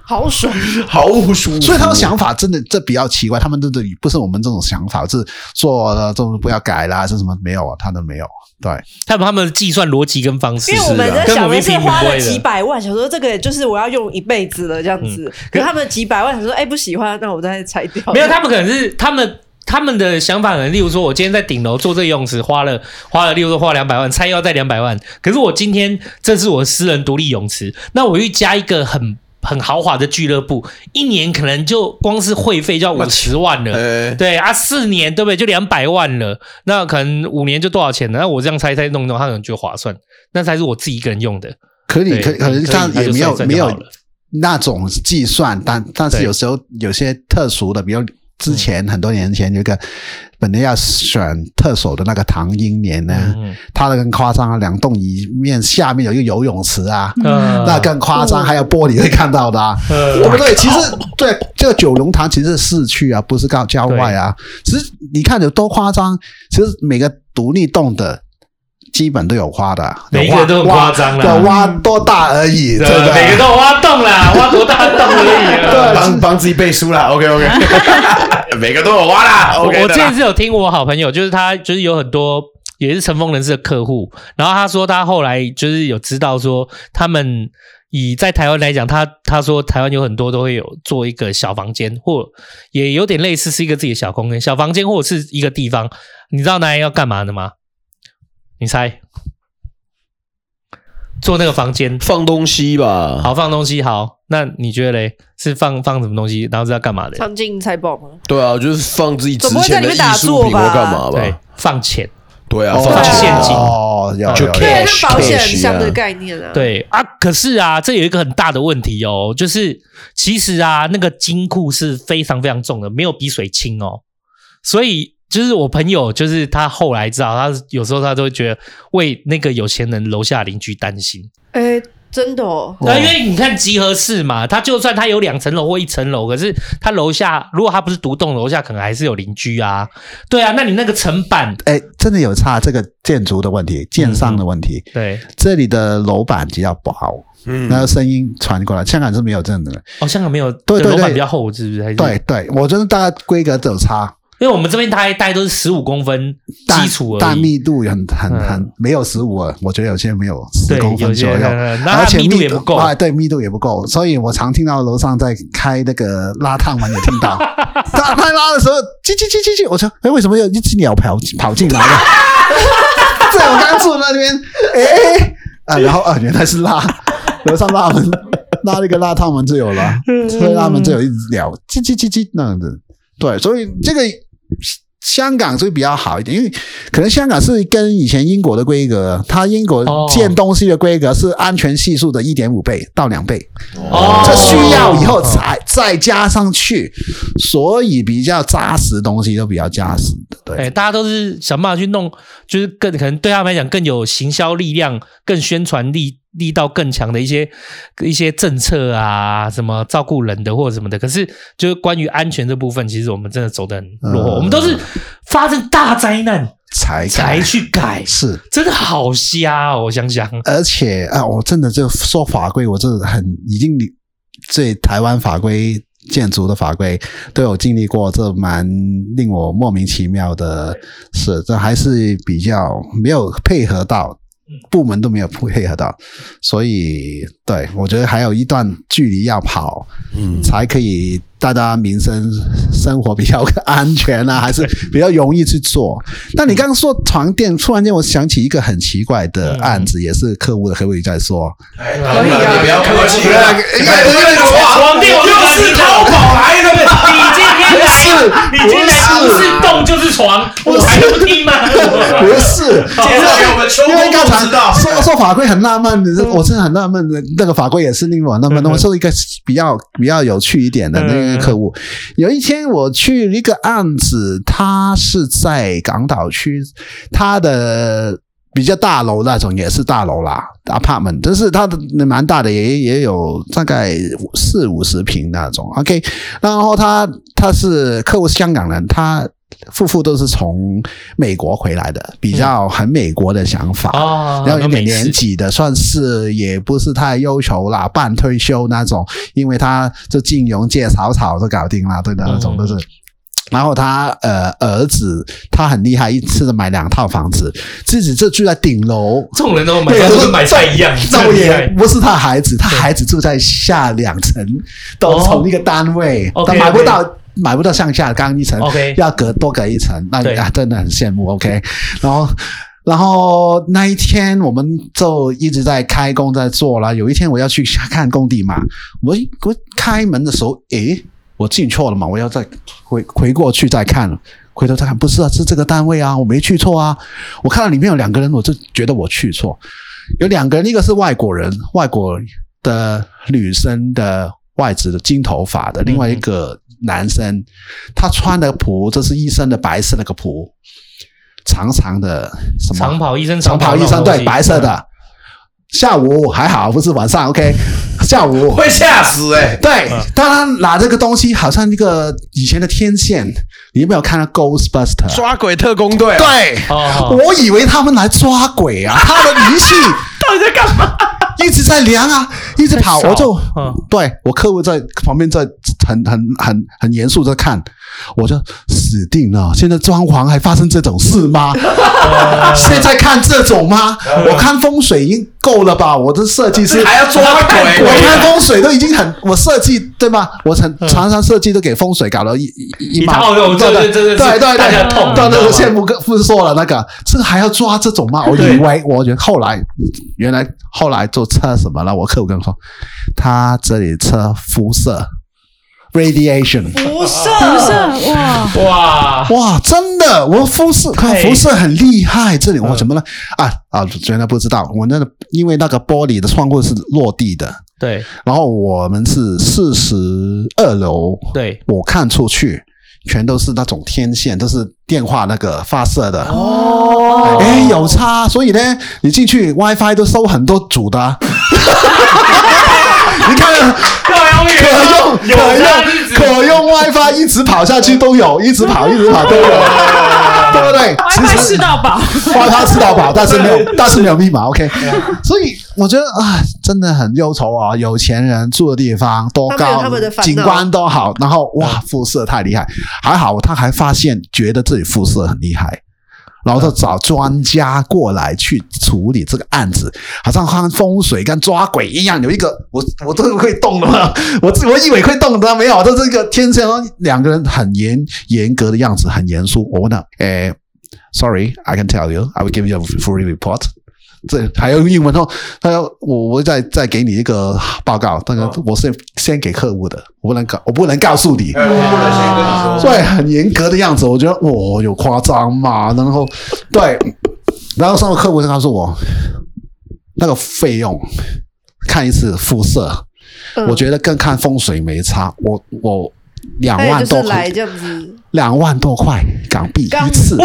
Speaker 6: 好爽，
Speaker 2: 毫无舒
Speaker 4: 嗯
Speaker 2: 服。
Speaker 5: 所以他的想法真的这比较奇怪，他们这这不是我们这种想法，是做了这种不要改啦，是什么没有啊，他都没有，对，
Speaker 4: 他们他们的计算逻辑跟方式，啊
Speaker 7: 因为我们在
Speaker 4: 跟
Speaker 7: 想
Speaker 4: 们
Speaker 7: 的
Speaker 4: 一
Speaker 7: 是
Speaker 4: 平不
Speaker 7: 花了
Speaker 4: 会啊的
Speaker 7: 几百万，想说这个就是我要用一辈子了这样
Speaker 5: 嗯
Speaker 7: 子。可是他们几百万想说，哎，不喜欢，那我再拆掉。
Speaker 4: 没有，他们可能是他们他们的想法，可能例如说，我今天在顶楼做这个游泳池，花了花了，例如说花两百万，拆要再两百万，可是我今天这是我私人独立泳池，那我又加一个很很豪华的俱乐部，一年可能就光是会费就要五十万
Speaker 5: 哎
Speaker 4: 了。
Speaker 2: 呃，
Speaker 4: 对啊，四年对不对？就两百万了，那可能五年就多少钱呢？那我这样拆一拆弄一弄，他可能觉得划算，那才是我自己一个人用的。
Speaker 5: 可以
Speaker 4: 对嗯
Speaker 5: 可可能
Speaker 4: 可以
Speaker 5: 他也没有
Speaker 4: 就算就
Speaker 5: 没有
Speaker 4: 好了
Speaker 5: 那种计算，但但是
Speaker 4: 对
Speaker 5: 有时候有些特殊的，比如之前很多年前有一个本来要选特首的那个唐英年呢，
Speaker 4: 嗯
Speaker 5: 他的更夸张啊，两栋一面下面有一个游泳池啊，
Speaker 4: 嗯
Speaker 5: 那更夸张，还有玻璃会看到的啊。
Speaker 4: 呃
Speaker 5: 对不对？其实 对这个九龙塘其实是市区啊，不是高郊外啊。其实你看有多夸张，其实每个独立栋的基本都有花的，
Speaker 4: 每一个都很夸张啦
Speaker 5: 对，挖多大而已，对不
Speaker 4: 每个
Speaker 5: 对？
Speaker 4: 都有挖洞啦，挖多大洞而已啊。
Speaker 2: 帮帮自己背书啦，OK OK，每个都有挖啦
Speaker 4: 哦我
Speaker 2: ，OK
Speaker 4: 我
Speaker 2: 的
Speaker 4: 之
Speaker 2: 啦
Speaker 4: 前。是有听我好朋友，就是他就是有很多也是成风人士的客户，然后他说他后来就是有知道说他们以在台湾来讲，他他说台湾有很多都会有做一个小房间，或也有点类似是一个自己的小空间、小房间或者是一个地方，你知道拿来要干嘛的吗？你猜？做那个房间，
Speaker 2: 放东西吧，
Speaker 4: 好放东西，好，那你觉得嘞？是放放什么东西？然后是要干嘛的？
Speaker 7: 放进财宝吗？
Speaker 2: 对啊，就是放自己值
Speaker 7: 总不会在
Speaker 2: 钱
Speaker 7: 里
Speaker 2: 的
Speaker 7: 面
Speaker 2: 艺
Speaker 7: 打
Speaker 2: 术
Speaker 7: 坐
Speaker 2: 品或
Speaker 7: 吧
Speaker 2: 干嘛
Speaker 4: 对
Speaker 2: 吧？，
Speaker 4: 放钱。
Speaker 2: 对啊，
Speaker 5: 哦
Speaker 2: 放
Speaker 7: 对啊
Speaker 4: 现金
Speaker 5: 哦，有
Speaker 2: 就
Speaker 5: 有有
Speaker 2: 可以
Speaker 7: 对，
Speaker 2: Cash，
Speaker 7: 那保险
Speaker 2: cash 啊
Speaker 7: 箱的概念
Speaker 5: 嗯
Speaker 7: 啊。，
Speaker 4: 对啊，可是啊，这有一个很大的问题哦，就是其实啊，那个金库是非常非常重的，没有比水轻哦。所以就是我朋友，就是他后来知道，他有时候他都会觉得为那个有钱人楼下邻居担心。
Speaker 7: 哎，真的哦，
Speaker 4: 那、因为你看集合式嘛，他就算他有两层楼或一层楼，可是他楼下如果他不是独栋，楼下可能还是有邻居啊。对啊，那你那个层板，
Speaker 5: 哎，真的有差这个建筑的问题，建商的问题。
Speaker 4: 对，
Speaker 5: 这里的楼板比较薄，
Speaker 2: 嗯
Speaker 5: 然后声音传过来，香港是没有这样的。
Speaker 4: 哦，香港没有，
Speaker 5: 对对
Speaker 4: 楼板
Speaker 5: 对
Speaker 4: 比较厚，是不是？还是
Speaker 5: 对对，我觉得大概规格都有差。
Speaker 4: 因为我们这边大概大概都是十五公分
Speaker 5: 但
Speaker 4: 基础而已，
Speaker 5: 但密度也很很很、
Speaker 4: 嗯
Speaker 5: 没有十五啊，我觉得有些没有
Speaker 4: 对
Speaker 5: 十公分
Speaker 4: 有些
Speaker 5: 左右，
Speaker 4: 嗯那它
Speaker 5: 而且
Speaker 4: 密度也不够
Speaker 5: 啊，对，密度也不够，所以我常听到楼上在开那个拉烫门，也听 到他他拉的时候，叽叽叽叽叽，我说，哎，为什么有一只鸟跑跑进来 了？在我刚住那边，哎啊，然后啊，原来是拉楼上拉门，拉那个拉烫门就有了，
Speaker 4: 嗯
Speaker 5: 所以拉门就有一只鸟，叽叽叽叽那样子。对，所以这个香港就比较好一点，因为可能香港是跟以前英国的规格，它英国
Speaker 4: 哦
Speaker 5: 建东西的规格是安全系数的一点五倍到两倍，
Speaker 4: 哦
Speaker 5: 这需要以后才再加上去，所以比较扎实的东西都比较扎实的，对。
Speaker 4: 哎、大家都是想办法去弄，就是更可能对他们来讲更有行销力量、更宣传力力道更强的一些一些政策啊，什么照顾人的或者什么的。可是，就是关于安全这部分，其实我们真的走的很落后，
Speaker 5: 嗯
Speaker 4: 我们都是发生大灾难
Speaker 5: 才
Speaker 4: 才
Speaker 5: 改
Speaker 4: 去改，
Speaker 5: 是，
Speaker 4: 真的好瞎哦！我想想，
Speaker 5: 而且啊，我真的就说法规，我真的很已经理对台湾法规、建筑的法规都有经历过，这蛮令我莫名其妙的事，这还是比较没有配合到。部门都没有配合到，所以对我觉得还有一段距离要跑，
Speaker 2: 嗯
Speaker 5: 才可以大家民生生活比较安全啊，还是比较容易去做。那你刚刚说床垫，突然间我想起一个很奇怪
Speaker 2: 嗯
Speaker 5: 的案子，也是客户的客户 在说，
Speaker 2: 可以啊，不要客气啦，
Speaker 4: 皇帝，我就是淘宝来的，你今天来，你今天来不是洞就是床，我还不听吗？
Speaker 5: 不是，
Speaker 2: 介绍给我们秋
Speaker 5: 因为刚
Speaker 2: 公
Speaker 5: 才
Speaker 2: 知道。嗯
Speaker 5: 说说法规很纳闷，的，我真的很纳闷的。那个法规也是令我很纳闷的。我说一个比较比较有趣一点的
Speaker 2: 嗯
Speaker 5: 那个客户，有一天我去一个案子，他是在港岛区，他的比较大楼那种也是大楼啦，apartment，但是它的蛮大的，也也有大概五四五十平那种。OK，然后他他是客户是香港人，他夫妇都是从美国回来的，比较很美国的想法。
Speaker 4: 哦
Speaker 5: 然后有
Speaker 4: 那
Speaker 5: 点
Speaker 4: 没事
Speaker 5: 年纪的，算是也不是太忧愁啦，半退休那种，因为他就金融界草草就搞定了，对的，那
Speaker 4: 嗯
Speaker 5: 种都是。然后他呃儿子他很厉害，一次买两套房子，自己就住在顶楼。
Speaker 4: 这种人都买
Speaker 5: 对，
Speaker 4: 菜
Speaker 5: 就
Speaker 4: 都
Speaker 5: 是
Speaker 4: 跟买菜一 样，这
Speaker 5: 这
Speaker 4: 么厉
Speaker 5: 也
Speaker 4: 害。
Speaker 5: 不是他孩子，他
Speaker 4: 对
Speaker 5: 孩子住在下两层，都
Speaker 4: 哦
Speaker 5: 同一个单位，
Speaker 4: OK，
Speaker 5: 他买不
Speaker 4: OK
Speaker 5: 到买不到上下刚一层
Speaker 4: OK
Speaker 5: 要隔多隔一层，那
Speaker 4: 对
Speaker 5: 啊真的很羡慕。OK，然后。然后那一天我们就一直在开工在做了。有一天我要去看工地嘛，我我开门的时候，诶，我进错了嘛，我要再回回过去再看了。回头再看，不是啊，是这个单位啊，我没去错啊。我看到里面有两个人，我就觉得我去错。有两个人，一个是外国人，外国的女生的外籍的金头发的，另外一个男生，他穿的仆，这是医生的白色那个仆，长长的什么
Speaker 4: 长跑医生，
Speaker 5: 长袍医生，对，白色的。下午还好，不是晚上，OK。下午
Speaker 2: 会吓死哎、
Speaker 5: 对，当然拿这个东西，好像那个以前的天线，你有没有看到 Ghostbuster？
Speaker 2: 抓鬼特工队、啊，
Speaker 5: 对，
Speaker 4: 哦，
Speaker 5: 我以为他们来抓鬼啊，他的仪器
Speaker 4: 到底在干嘛？
Speaker 5: 一直在量啊，一直跑，
Speaker 4: 在扫
Speaker 5: 我就
Speaker 4: 嗯
Speaker 5: 对我客户在旁边在很很很很严肃在看，我就死定了，现在装潢还发生这种事吗？
Speaker 4: 呃
Speaker 5: 现在看这种吗？我看风水已经够了吧，我的设计师
Speaker 2: 还要抓鬼
Speaker 5: 我看风嗯水都已经很，我设计对吗？我常常常设计都给风水搞了一一一
Speaker 4: 一
Speaker 5: 麻
Speaker 4: 套肉
Speaker 5: 对
Speaker 4: 这这
Speaker 5: 对
Speaker 4: 这
Speaker 5: 对对对，
Speaker 4: 大家痛
Speaker 5: 对
Speaker 4: 你知道
Speaker 5: 对，我
Speaker 4: 吗
Speaker 5: 羡慕跟不是说了那个，这个还要抓这种吗？我以为我觉得后来原来后来就测什么了，我客户跟我说，他这里测辐射 radiation。
Speaker 7: 不是，
Speaker 3: 不是啊 哇，
Speaker 4: 哇，
Speaker 5: 哇，真的，我辐射，看
Speaker 4: 啊对嗯
Speaker 5: 辐射很厉害。这里我怎么了？啊啊，原来不知道，我那个因为那个玻璃的窗户是落地的，
Speaker 4: 对
Speaker 5: 然后我们是四十二楼，
Speaker 4: 对，
Speaker 5: 我看出去全都是那种天线，都是电话那个发射的。哦，哎，有差，所以呢，你进去 WiFi 都收很多组的啊。你看，
Speaker 4: 高
Speaker 5: 可用
Speaker 4: 有
Speaker 5: 可
Speaker 4: 他
Speaker 5: 用
Speaker 4: 日子
Speaker 5: 可用 WiFi 一直跑下去都有，一直跑一直跑都有，对不对？
Speaker 3: 快吃到饱，
Speaker 5: 花他吃到饱，但是没有，但是没有密码。OK，所以我觉得啊，真的很忧愁啊。有钱人住的地方多
Speaker 7: 他们
Speaker 5: 高
Speaker 7: 有他们的，烦恼嗯
Speaker 5: 景观都好，然后哇，辐射太厉害。还好他还发现，觉得自己辐射很厉害。然后就找专家过来去处理这个案子，好像看风水跟抓鬼一样，有一个我我都会动的嘛，我自我以为会动的，没有，这这个天生两个人很严严格的样子，很严肃。我问他，诶、s o r r y I can tell you, I will give you a full report。这还有英文哦，他要我我再再给你一个报告，那个我是先给客户的，我不能告我不能告诉你，
Speaker 2: 哎我不能先跟你说
Speaker 5: 对，很严格的样子，我觉得我、哦、有夸张嘛，然后对，然后上个客户就告诉我，那个费用看一次肤色，
Speaker 7: 嗯
Speaker 5: 我觉得跟看风水没差，我我两
Speaker 7: 还有
Speaker 5: 万
Speaker 7: 哎就是
Speaker 5: 多
Speaker 7: 来
Speaker 5: 块，
Speaker 7: 这样子，
Speaker 5: 两万多块港币
Speaker 7: 港
Speaker 5: 一次，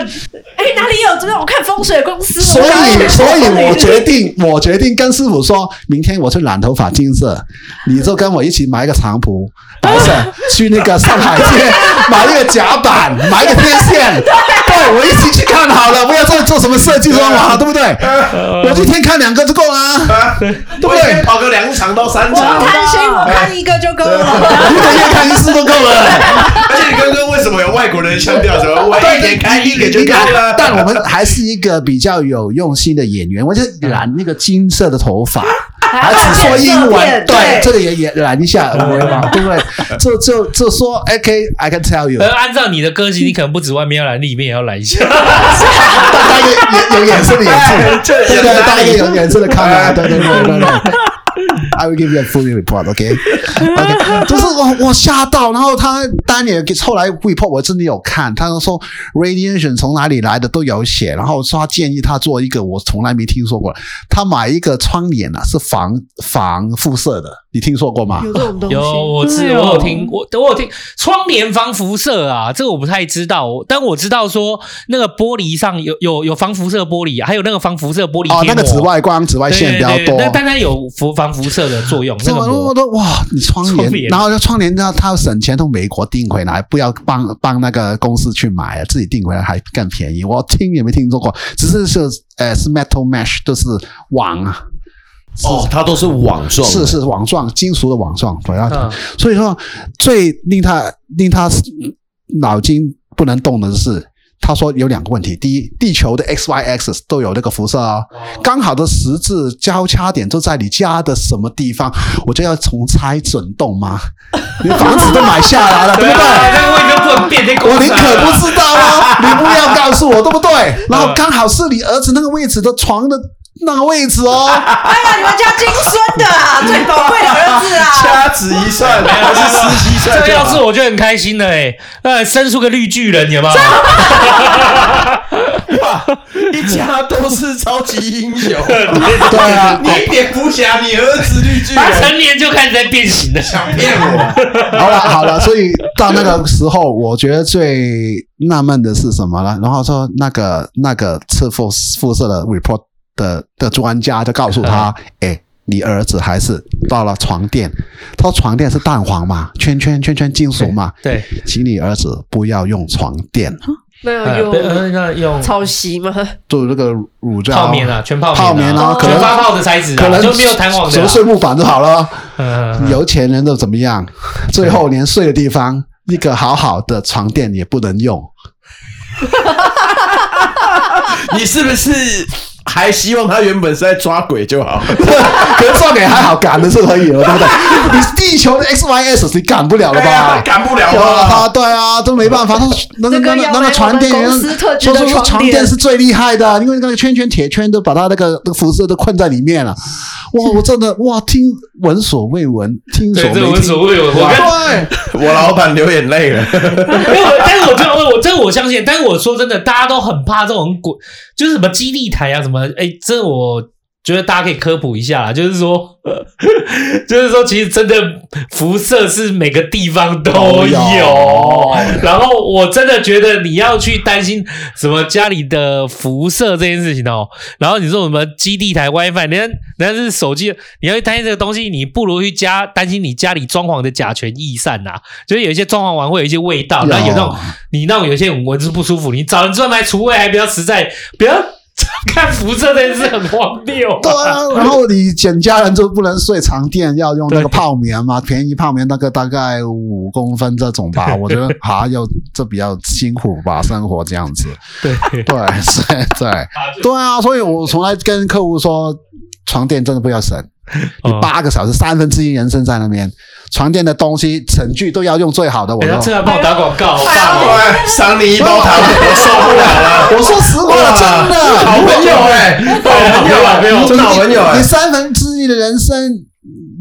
Speaker 7: 哎，哪里有这种看风水的公司？
Speaker 5: 所
Speaker 7: 我刚
Speaker 5: 以
Speaker 7: 刚
Speaker 5: 所以我决定，我决定跟师傅说，明天我去染头发金色，你就跟我一起买一个长袍白色，去那个上海街买一个甲板，买一个天线，对我一起去看好了，不要做做什么设计装潢，对不对？我一天看两个就够了，
Speaker 2: 对不对？跑个两场到三场，
Speaker 7: 贪心，我
Speaker 5: 哎
Speaker 7: 看一个就够了。
Speaker 5: 一个月看一次都够了。
Speaker 2: 而且你刚刚为什么有外国人的腔调？什么我一点开一点就够了？
Speaker 5: 但我们还是一个比较有用心的演员，我就染那个金色的头发，嗯还只说英文，对，这个也也染一下，我嘛，对不对？就就就说，OK，I can tell you，
Speaker 4: 而呃按照你的歌姬，你可能不止外面要来，里面也要来一下。
Speaker 5: 大家也有眼神的演出，对 对，大家有眼神的看
Speaker 4: 哎
Speaker 5: 啊，对对对对对。I will give you a full report, OK? OK，就是我我吓到，然后他当然也给后来 report 我真的有看，他就说 radiation 从哪里来的都有写，然后说他建议他做一个我从来没听说过的，他买一个窗帘啊是防防辐射的，你听说过吗？
Speaker 6: 有这种东西，
Speaker 4: 有，我知
Speaker 3: 对哦
Speaker 4: 我有听，我我有听窗帘防辐射啊，这个我不太知道，但我知道说那个玻璃上有有有防辐射玻璃，还有那个防辐射玻璃
Speaker 5: 哦，
Speaker 4: 贴膜啊
Speaker 5: 那个紫外光、紫外
Speaker 4: 对
Speaker 5: 线比较
Speaker 4: 对对
Speaker 5: 多。
Speaker 4: 那但它有防防辐射的作用，那
Speaker 5: 这
Speaker 4: 个
Speaker 5: 么
Speaker 4: 膜
Speaker 5: 多多哇！你窗
Speaker 4: 窗
Speaker 5: 帘
Speaker 4: 帘，
Speaker 5: 然后这窗帘要他省钱从美国订回来，不要帮帮那个公司去买，啊自己订回来还更便宜。我听也没听说过，只是是呃是 metal mesh，就是网啊，
Speaker 2: 哦，它都是网状的，
Speaker 5: 是是网状金属的网状，主要、
Speaker 4: 嗯
Speaker 5: 所以说最令他令他脑筋不能动的是，他说有两个问题：第一，地球的 x y axis 都有那个辐射哦，刚好的十字交叉点就在你家的什么地方，我就要重拆整栋 吗？你房子都买下来了，对
Speaker 4: 对
Speaker 5: 不对？
Speaker 4: 啊，那个位置不能变成
Speaker 5: 我
Speaker 4: 公
Speaker 5: 宁
Speaker 4: 司
Speaker 5: 可不知道啊，你不要告诉我，对不 对？啊然后刚好是你儿子那个位置的床的那个位置哦，
Speaker 7: 哎呀，你们家金孙的啊，最宝贵的儿
Speaker 5: 哎
Speaker 7: 子啊！
Speaker 2: 掐指一算，还是十七算
Speaker 4: 这
Speaker 2: 就
Speaker 4: 要
Speaker 2: 好
Speaker 4: 是我就很开心了哎、呃，生出个绿巨人有没有？
Speaker 2: 一家都是超级英雄。
Speaker 5: 对啊。
Speaker 2: 你蝙蝠侠，你儿子绿巨
Speaker 4: 他
Speaker 2: 人，
Speaker 4: 成年就开始在变形了。
Speaker 2: 想骗我？
Speaker 5: 好了好了，所以到那个时候，我觉得最纳闷的是什么呢？然后说那个那个测辐辐射的 report 的的专家就告诉他，哎。你儿子还是到了床垫，他说床垫是蛋黄嘛，圈圈圈圈金属嘛，
Speaker 4: 对，
Speaker 5: 请你儿子不要用床垫，
Speaker 8: 没有
Speaker 4: 呃
Speaker 8: 用。
Speaker 5: 哎
Speaker 4: 呃那用
Speaker 8: 抄袭吗？
Speaker 5: 就那个乳胶
Speaker 4: 泡棉啊，全泡
Speaker 5: 泡
Speaker 4: 棉
Speaker 5: 棉啊可
Speaker 4: 全
Speaker 5: 能
Speaker 4: 发泡的材质啊，
Speaker 5: 可能
Speaker 4: 就没有弹簧
Speaker 5: 什
Speaker 4: 的
Speaker 5: 么
Speaker 4: 啊。
Speaker 5: 睡木板就好了。
Speaker 4: 嗯，
Speaker 5: 有钱人都怎么样？最后连睡的地方，一个好好的床垫也不能用。
Speaker 2: 你是不是还希望他原本是在抓鬼就好？
Speaker 5: 可是送给还好赶的是可以了，对不对？ 你地球的 X Y S 你赶不了 了吧？
Speaker 2: 哎赶不了
Speaker 5: 啊，
Speaker 2: 啊！
Speaker 5: 对啊，都没办法。他说那个那个那个床垫，说说说床垫是最厉害的，因为那个圈圈铁圈都把它那个那个辐射都困在里面了。哇，我真的哇，听闻所未闻，听所
Speaker 4: 对，
Speaker 5: 没
Speaker 4: 这
Speaker 5: 听。
Speaker 4: 无所谓，我跟
Speaker 5: 对，
Speaker 2: 我老板流眼泪了。
Speaker 4: 没 有，但是我觉得我我这个我相信，但是我说真的，大家都很怕这种鬼，就是什么基地台啊，什么哎，这我觉得大家可以科普一下啦，就是说， 就是说，其实真的辐射是每个地方都有，
Speaker 5: 都有
Speaker 4: 然后我真的觉得你要去担心什么家里的辐射这件事情哦，然后你说什么基地台 WiFi，人家人家是手机，你要去担心这个东西，你不如去家担心你家里装潢的甲醛易散呐、就是有一些装潢完会有一些味道，
Speaker 5: 有
Speaker 4: 然后有那种你那种有些人闻是不舒服，你找人专门来除味还比较实在，不要看辐射这件事很荒谬、
Speaker 5: 对啊，然后你简家人就不能睡床垫，要用那个
Speaker 4: 对
Speaker 5: 泡棉嘛，便宜泡棉那个大概五公分这种 吧，我觉得啊，要这比较辛苦吧，生活这样子。
Speaker 4: 对，
Speaker 5: 对，是，对，对啊，所以我从来跟客户说，床垫真的不 要省，你
Speaker 4: 嗯
Speaker 5: 八个小时三分之一人生在那边，床垫的东西程序都要用最好的，我
Speaker 4: 哎，
Speaker 5: 说
Speaker 4: 他。正在帮我打广告，好棒哦！
Speaker 2: 对，赏你一包糖，我受不了了。
Speaker 5: 我说实话，真的，
Speaker 2: 好朋友哎，好朋友啊，没有真的好朋友哎
Speaker 5: 你。三分之一的人生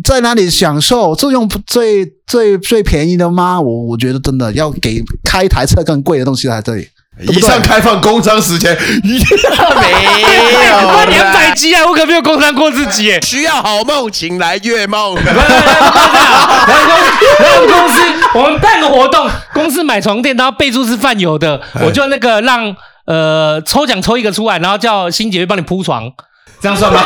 Speaker 5: 在哪里享受？就用最最最便宜的吗？我我觉得真的要给开一台车更贵的东西在这里。
Speaker 2: 以上开放工商时 间，没有
Speaker 4: 我两百
Speaker 2: 啦，
Speaker 4: 集啊，我可没有工伤过自己耶。
Speaker 2: 需要好梦请来月梦。
Speaker 4: 然后公然后公司，我们办个活动，公司买床垫，然后备注是泛油的，我就那个让呃抽奖抽一个出来，然后叫欣姐帮你铺床，这样算吗？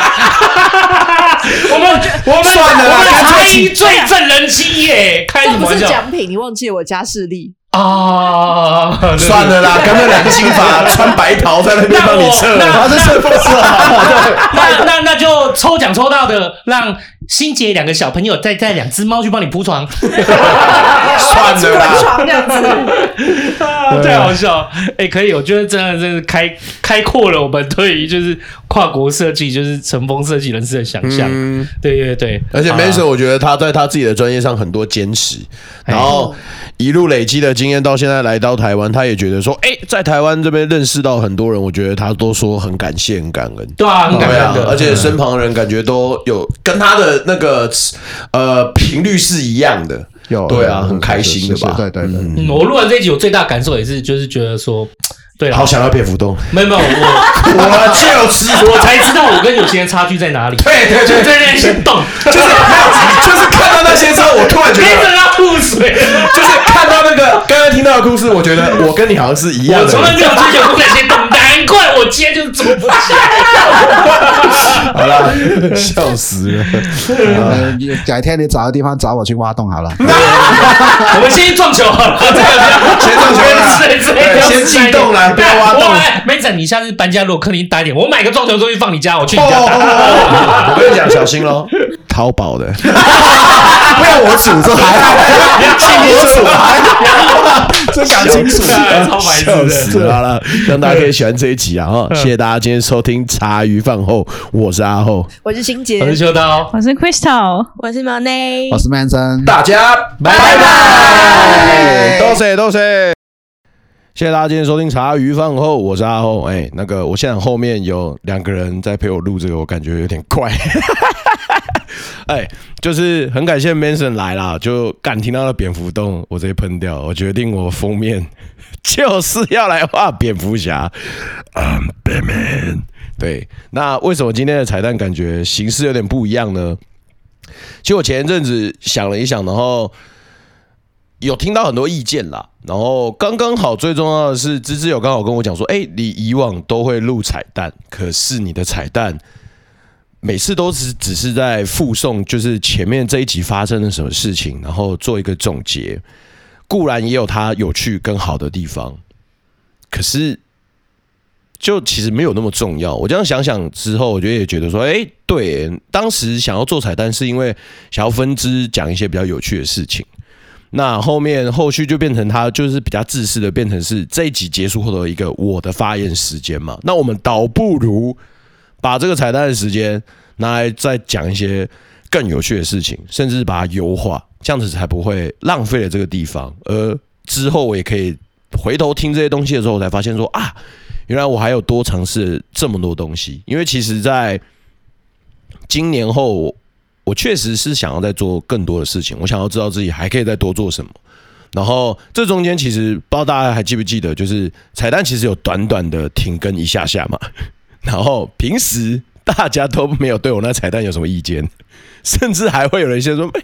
Speaker 4: 我们我们
Speaker 2: 算了啦
Speaker 4: 我们
Speaker 2: 干脆
Speaker 4: 才艺
Speaker 2: 请
Speaker 4: 最正人妻耶，开什
Speaker 7: 这不
Speaker 4: 么哎玩
Speaker 7: 是
Speaker 4: 笑
Speaker 7: 奖品，你忘记了我家势 力？
Speaker 4: 啊？对
Speaker 2: 算了啦，刚刚两个金发穿白袍在那边帮你测，
Speaker 4: 那我
Speaker 2: 在测风 射好。
Speaker 4: 那那那就抽奖抽到的，让欣姐两个小朋友再带两只猫去帮你铺 床，
Speaker 2: 算了啦，
Speaker 7: 床这样子，
Speaker 4: 啊太好笑了！哎、可以，我觉得真的真的开开阔了我们对于就是跨国设计，就是乘风设计人士的想象。
Speaker 2: 嗯
Speaker 4: 对对对，
Speaker 2: 而且
Speaker 4: 啊
Speaker 2: Mason，我觉得他在他自己的专业上很多坚持，然后一路累积的经验，到现在来到台湾，他也觉得说，哎，在台湾这边认识到很多人，我觉得他都说很感谢，很感恩。
Speaker 4: 对啊，很感
Speaker 2: 对
Speaker 4: 人
Speaker 2: 啊
Speaker 4: 的，，
Speaker 2: 而且
Speaker 4: 嗯
Speaker 2: 身旁人感觉都有跟他的那个呃频率是一样的，
Speaker 5: 有
Speaker 2: 对啊，
Speaker 5: 有
Speaker 2: 很开心的吧？
Speaker 5: 是是是对对对
Speaker 2: 嗯
Speaker 4: 嗯，我录完这一集，我最大感受也是，就是觉得说，对啦
Speaker 2: 好想要蝙蝠洞，
Speaker 4: 没有没有，我
Speaker 2: 我就是
Speaker 4: 我才知道我跟有些人差距在哪里。
Speaker 2: 对对
Speaker 4: 就
Speaker 2: 对，
Speaker 4: 在那 先动，
Speaker 2: 就是没有就是看到那些之后，我突然觉
Speaker 4: 憋
Speaker 2: 得
Speaker 4: 着。要吐水。
Speaker 2: 就是 看到那个刚刚听到的故事，我觉得我跟你好像是一样
Speaker 4: 我从来
Speaker 2: 的。
Speaker 4: 没有追求过那些动，难怪我今天就是走不 起来。
Speaker 2: 好啦， 笑死了。
Speaker 5: 呃，改天你找个地方找我去挖洞好了。
Speaker 4: 我们先去撞球好了，这个
Speaker 2: 先撞球啦
Speaker 4: 对对 对，
Speaker 2: 对先进洞啦不要挖洞
Speaker 4: 我哎梅子，你下次搬家如果客厅大一点，我买个撞球桌去放你家，我去
Speaker 2: 哦
Speaker 4: 你 家打。
Speaker 2: 我跟你讲，小心喽，淘宝的。
Speaker 5: 不要我煮，这还好，请你煮还好，这讲清楚。
Speaker 4: 超白痴
Speaker 2: 笑
Speaker 4: 的
Speaker 2: 死了！好了，希望大家可以喜欢这一集啊！哈，谢谢大家今天收听茶余饭后，我是阿后，
Speaker 7: 我是心
Speaker 4: 我
Speaker 7: 杰
Speaker 4: 是，秋刀，
Speaker 3: 我是 Crystal。
Speaker 8: 我是 Monet，
Speaker 5: 我是 Manson，
Speaker 2: 大家拜拜，多谢多谢。谢谢大家今天收听茶余饭后，我是阿后。哎、那个我现在后面有两个人在陪我录这个，我感觉有点怪。 哎、就是很感谢 Manson 来啦，就敢听到了蝙蝠洞，我直接喷掉。我决定我封面 就是要来画蝙蝠侠，I'm Batman。对，那为什么今天的彩蛋感觉形式有点不一样呢？其实我前一阵子想了一想，然后有听到很多意见啦。然后刚刚好，最重要的是，芝芝有刚好跟我讲说，哎、你以往都会录彩蛋，可是你的彩蛋每次都是只是在附送，就是前面这一集发生了什么事情，然后做一个总结。固然也有它有趣跟好的地方，可是就其实没有那么重要。我这样想想之后，我觉得也觉得说，哎、对耶，当时想要做彩蛋是因为想要分支讲一些比较有趣的事情。那后面后续就变成他就是比较自私的，变成是这一集结束后的一个我的发言时间嘛。那我们倒不如把这个彩蛋的时间拿来再讲一些更有趣的事情，甚至把它优化，这样子才不会浪费了这个地方。而之后我也可以回头听这些东西的时候，我才发现说啊，原来我还有多尝试这么多东西。因为其实，在今年后，我我确实是想要再做更多的事情，我想要知道自己还可以再多做什么。然后这中间其实不知道大家还记不记得，就是彩蛋其实有短短的停更一下下嘛。 然后平时大家都没有对我那彩蛋有什么意见，甚至还会有人先说：“哎啊，你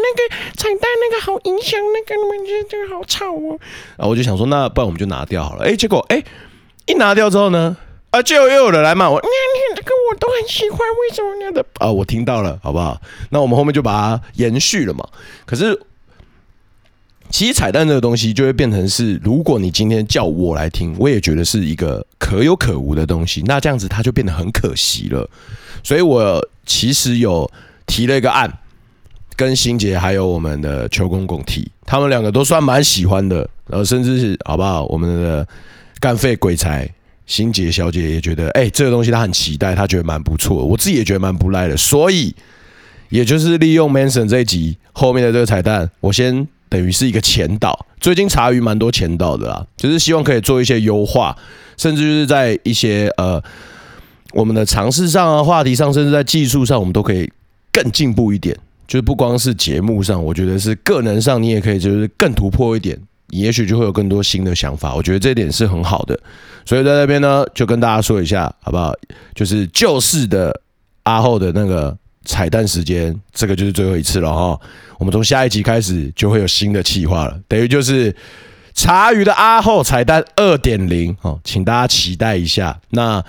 Speaker 2: 那个彩蛋那个好影响那个，你们觉得这个好吵哦。”啊，我就想说，那不然我们就拿掉好了。哎，结果哎，一拿掉之后呢，啊，就又有人来骂我，你你这个我都很喜欢，为什么那的？啊，我听到了，好不好？那我们后面就把它延续了嘛。可是。其实彩蛋这个东西就会变成是，如果你今天叫我来听，我也觉得是一个可有可无的东西。那这样子它就变得很可惜了。所以我其实有提了一个案，跟新杰还有我们的邱公公提，他们两个都算蛮喜欢的，然后甚至是好不好？我们的干废鬼才新杰小姐也觉得，哎、这个东西她很期待，她觉得蛮不错的，我自己也觉得蛮不赖的，所以也就是利用 Manson 这一集后面的这个彩蛋，我先等于是一个前导。最近茶余蛮多前导的啦，就是希望可以做一些优化，甚至就是在一些呃我们的尝试上啊、话题上，甚至在技术上，我们都可以更进步一点。就是不光是节目上，我觉得是个人上，你也可以就是更突破一点，也许就会有更多新的想法。我觉得这点是很好的，所以在那边呢，就跟大家说一下，好不好？就是旧式的阿后的那个彩蛋时间，这个就是最后一次了哈。我们从下一集开始就会有新的企划了，等于就是茶余的阿后彩蛋二点零哦，请大家期待一下。那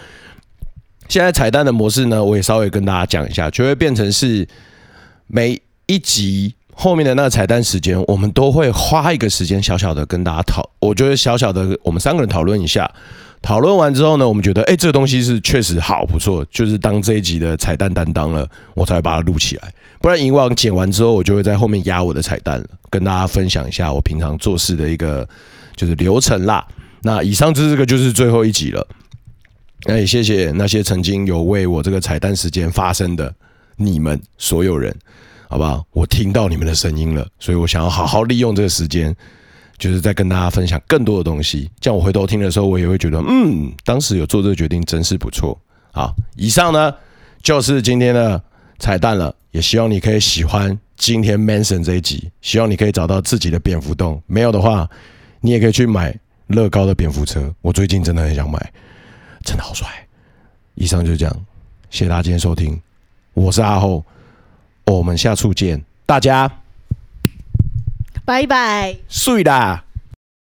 Speaker 2: 现在彩蛋的模式呢，我也稍微跟大家讲一下，就会变成是每一集后面的那个彩蛋时间，我们都会花一个时间小小的跟大家讨，我觉得小小的我们三个人讨论一下。讨论完之后呢，我们觉得哎、这个东西是确实好不错，就是当这一集的彩蛋担当了，我才会把它录起来。不然以往剪完之后，我就会在后面压我的彩蛋了，跟大家分享一下我平常做事的一个就是流程啦。那以上这这个就是最后一集了。那也谢谢那些曾经有为我这个彩蛋时间发声的你们所有人，好不好？我听到你们的声音了，所以我想要好好利用这个时间，就是再跟大家分享更多的东西。这样我回头听的时候，我也会觉得，嗯，当时有做这个决定真是不错。好，以上呢就是今天的彩蛋了，也希望你可以喜欢今天 Manson 这一集，希望你可以找到自己的蝙蝠洞。没有的话，你也可以去买乐高的蝙蝠车，我最近真的很想买，真的好帅。以上就是这样，谢谢大家今天收听，我是阿厚，我们下次见，大家
Speaker 7: 拜拜。
Speaker 2: 睡啦。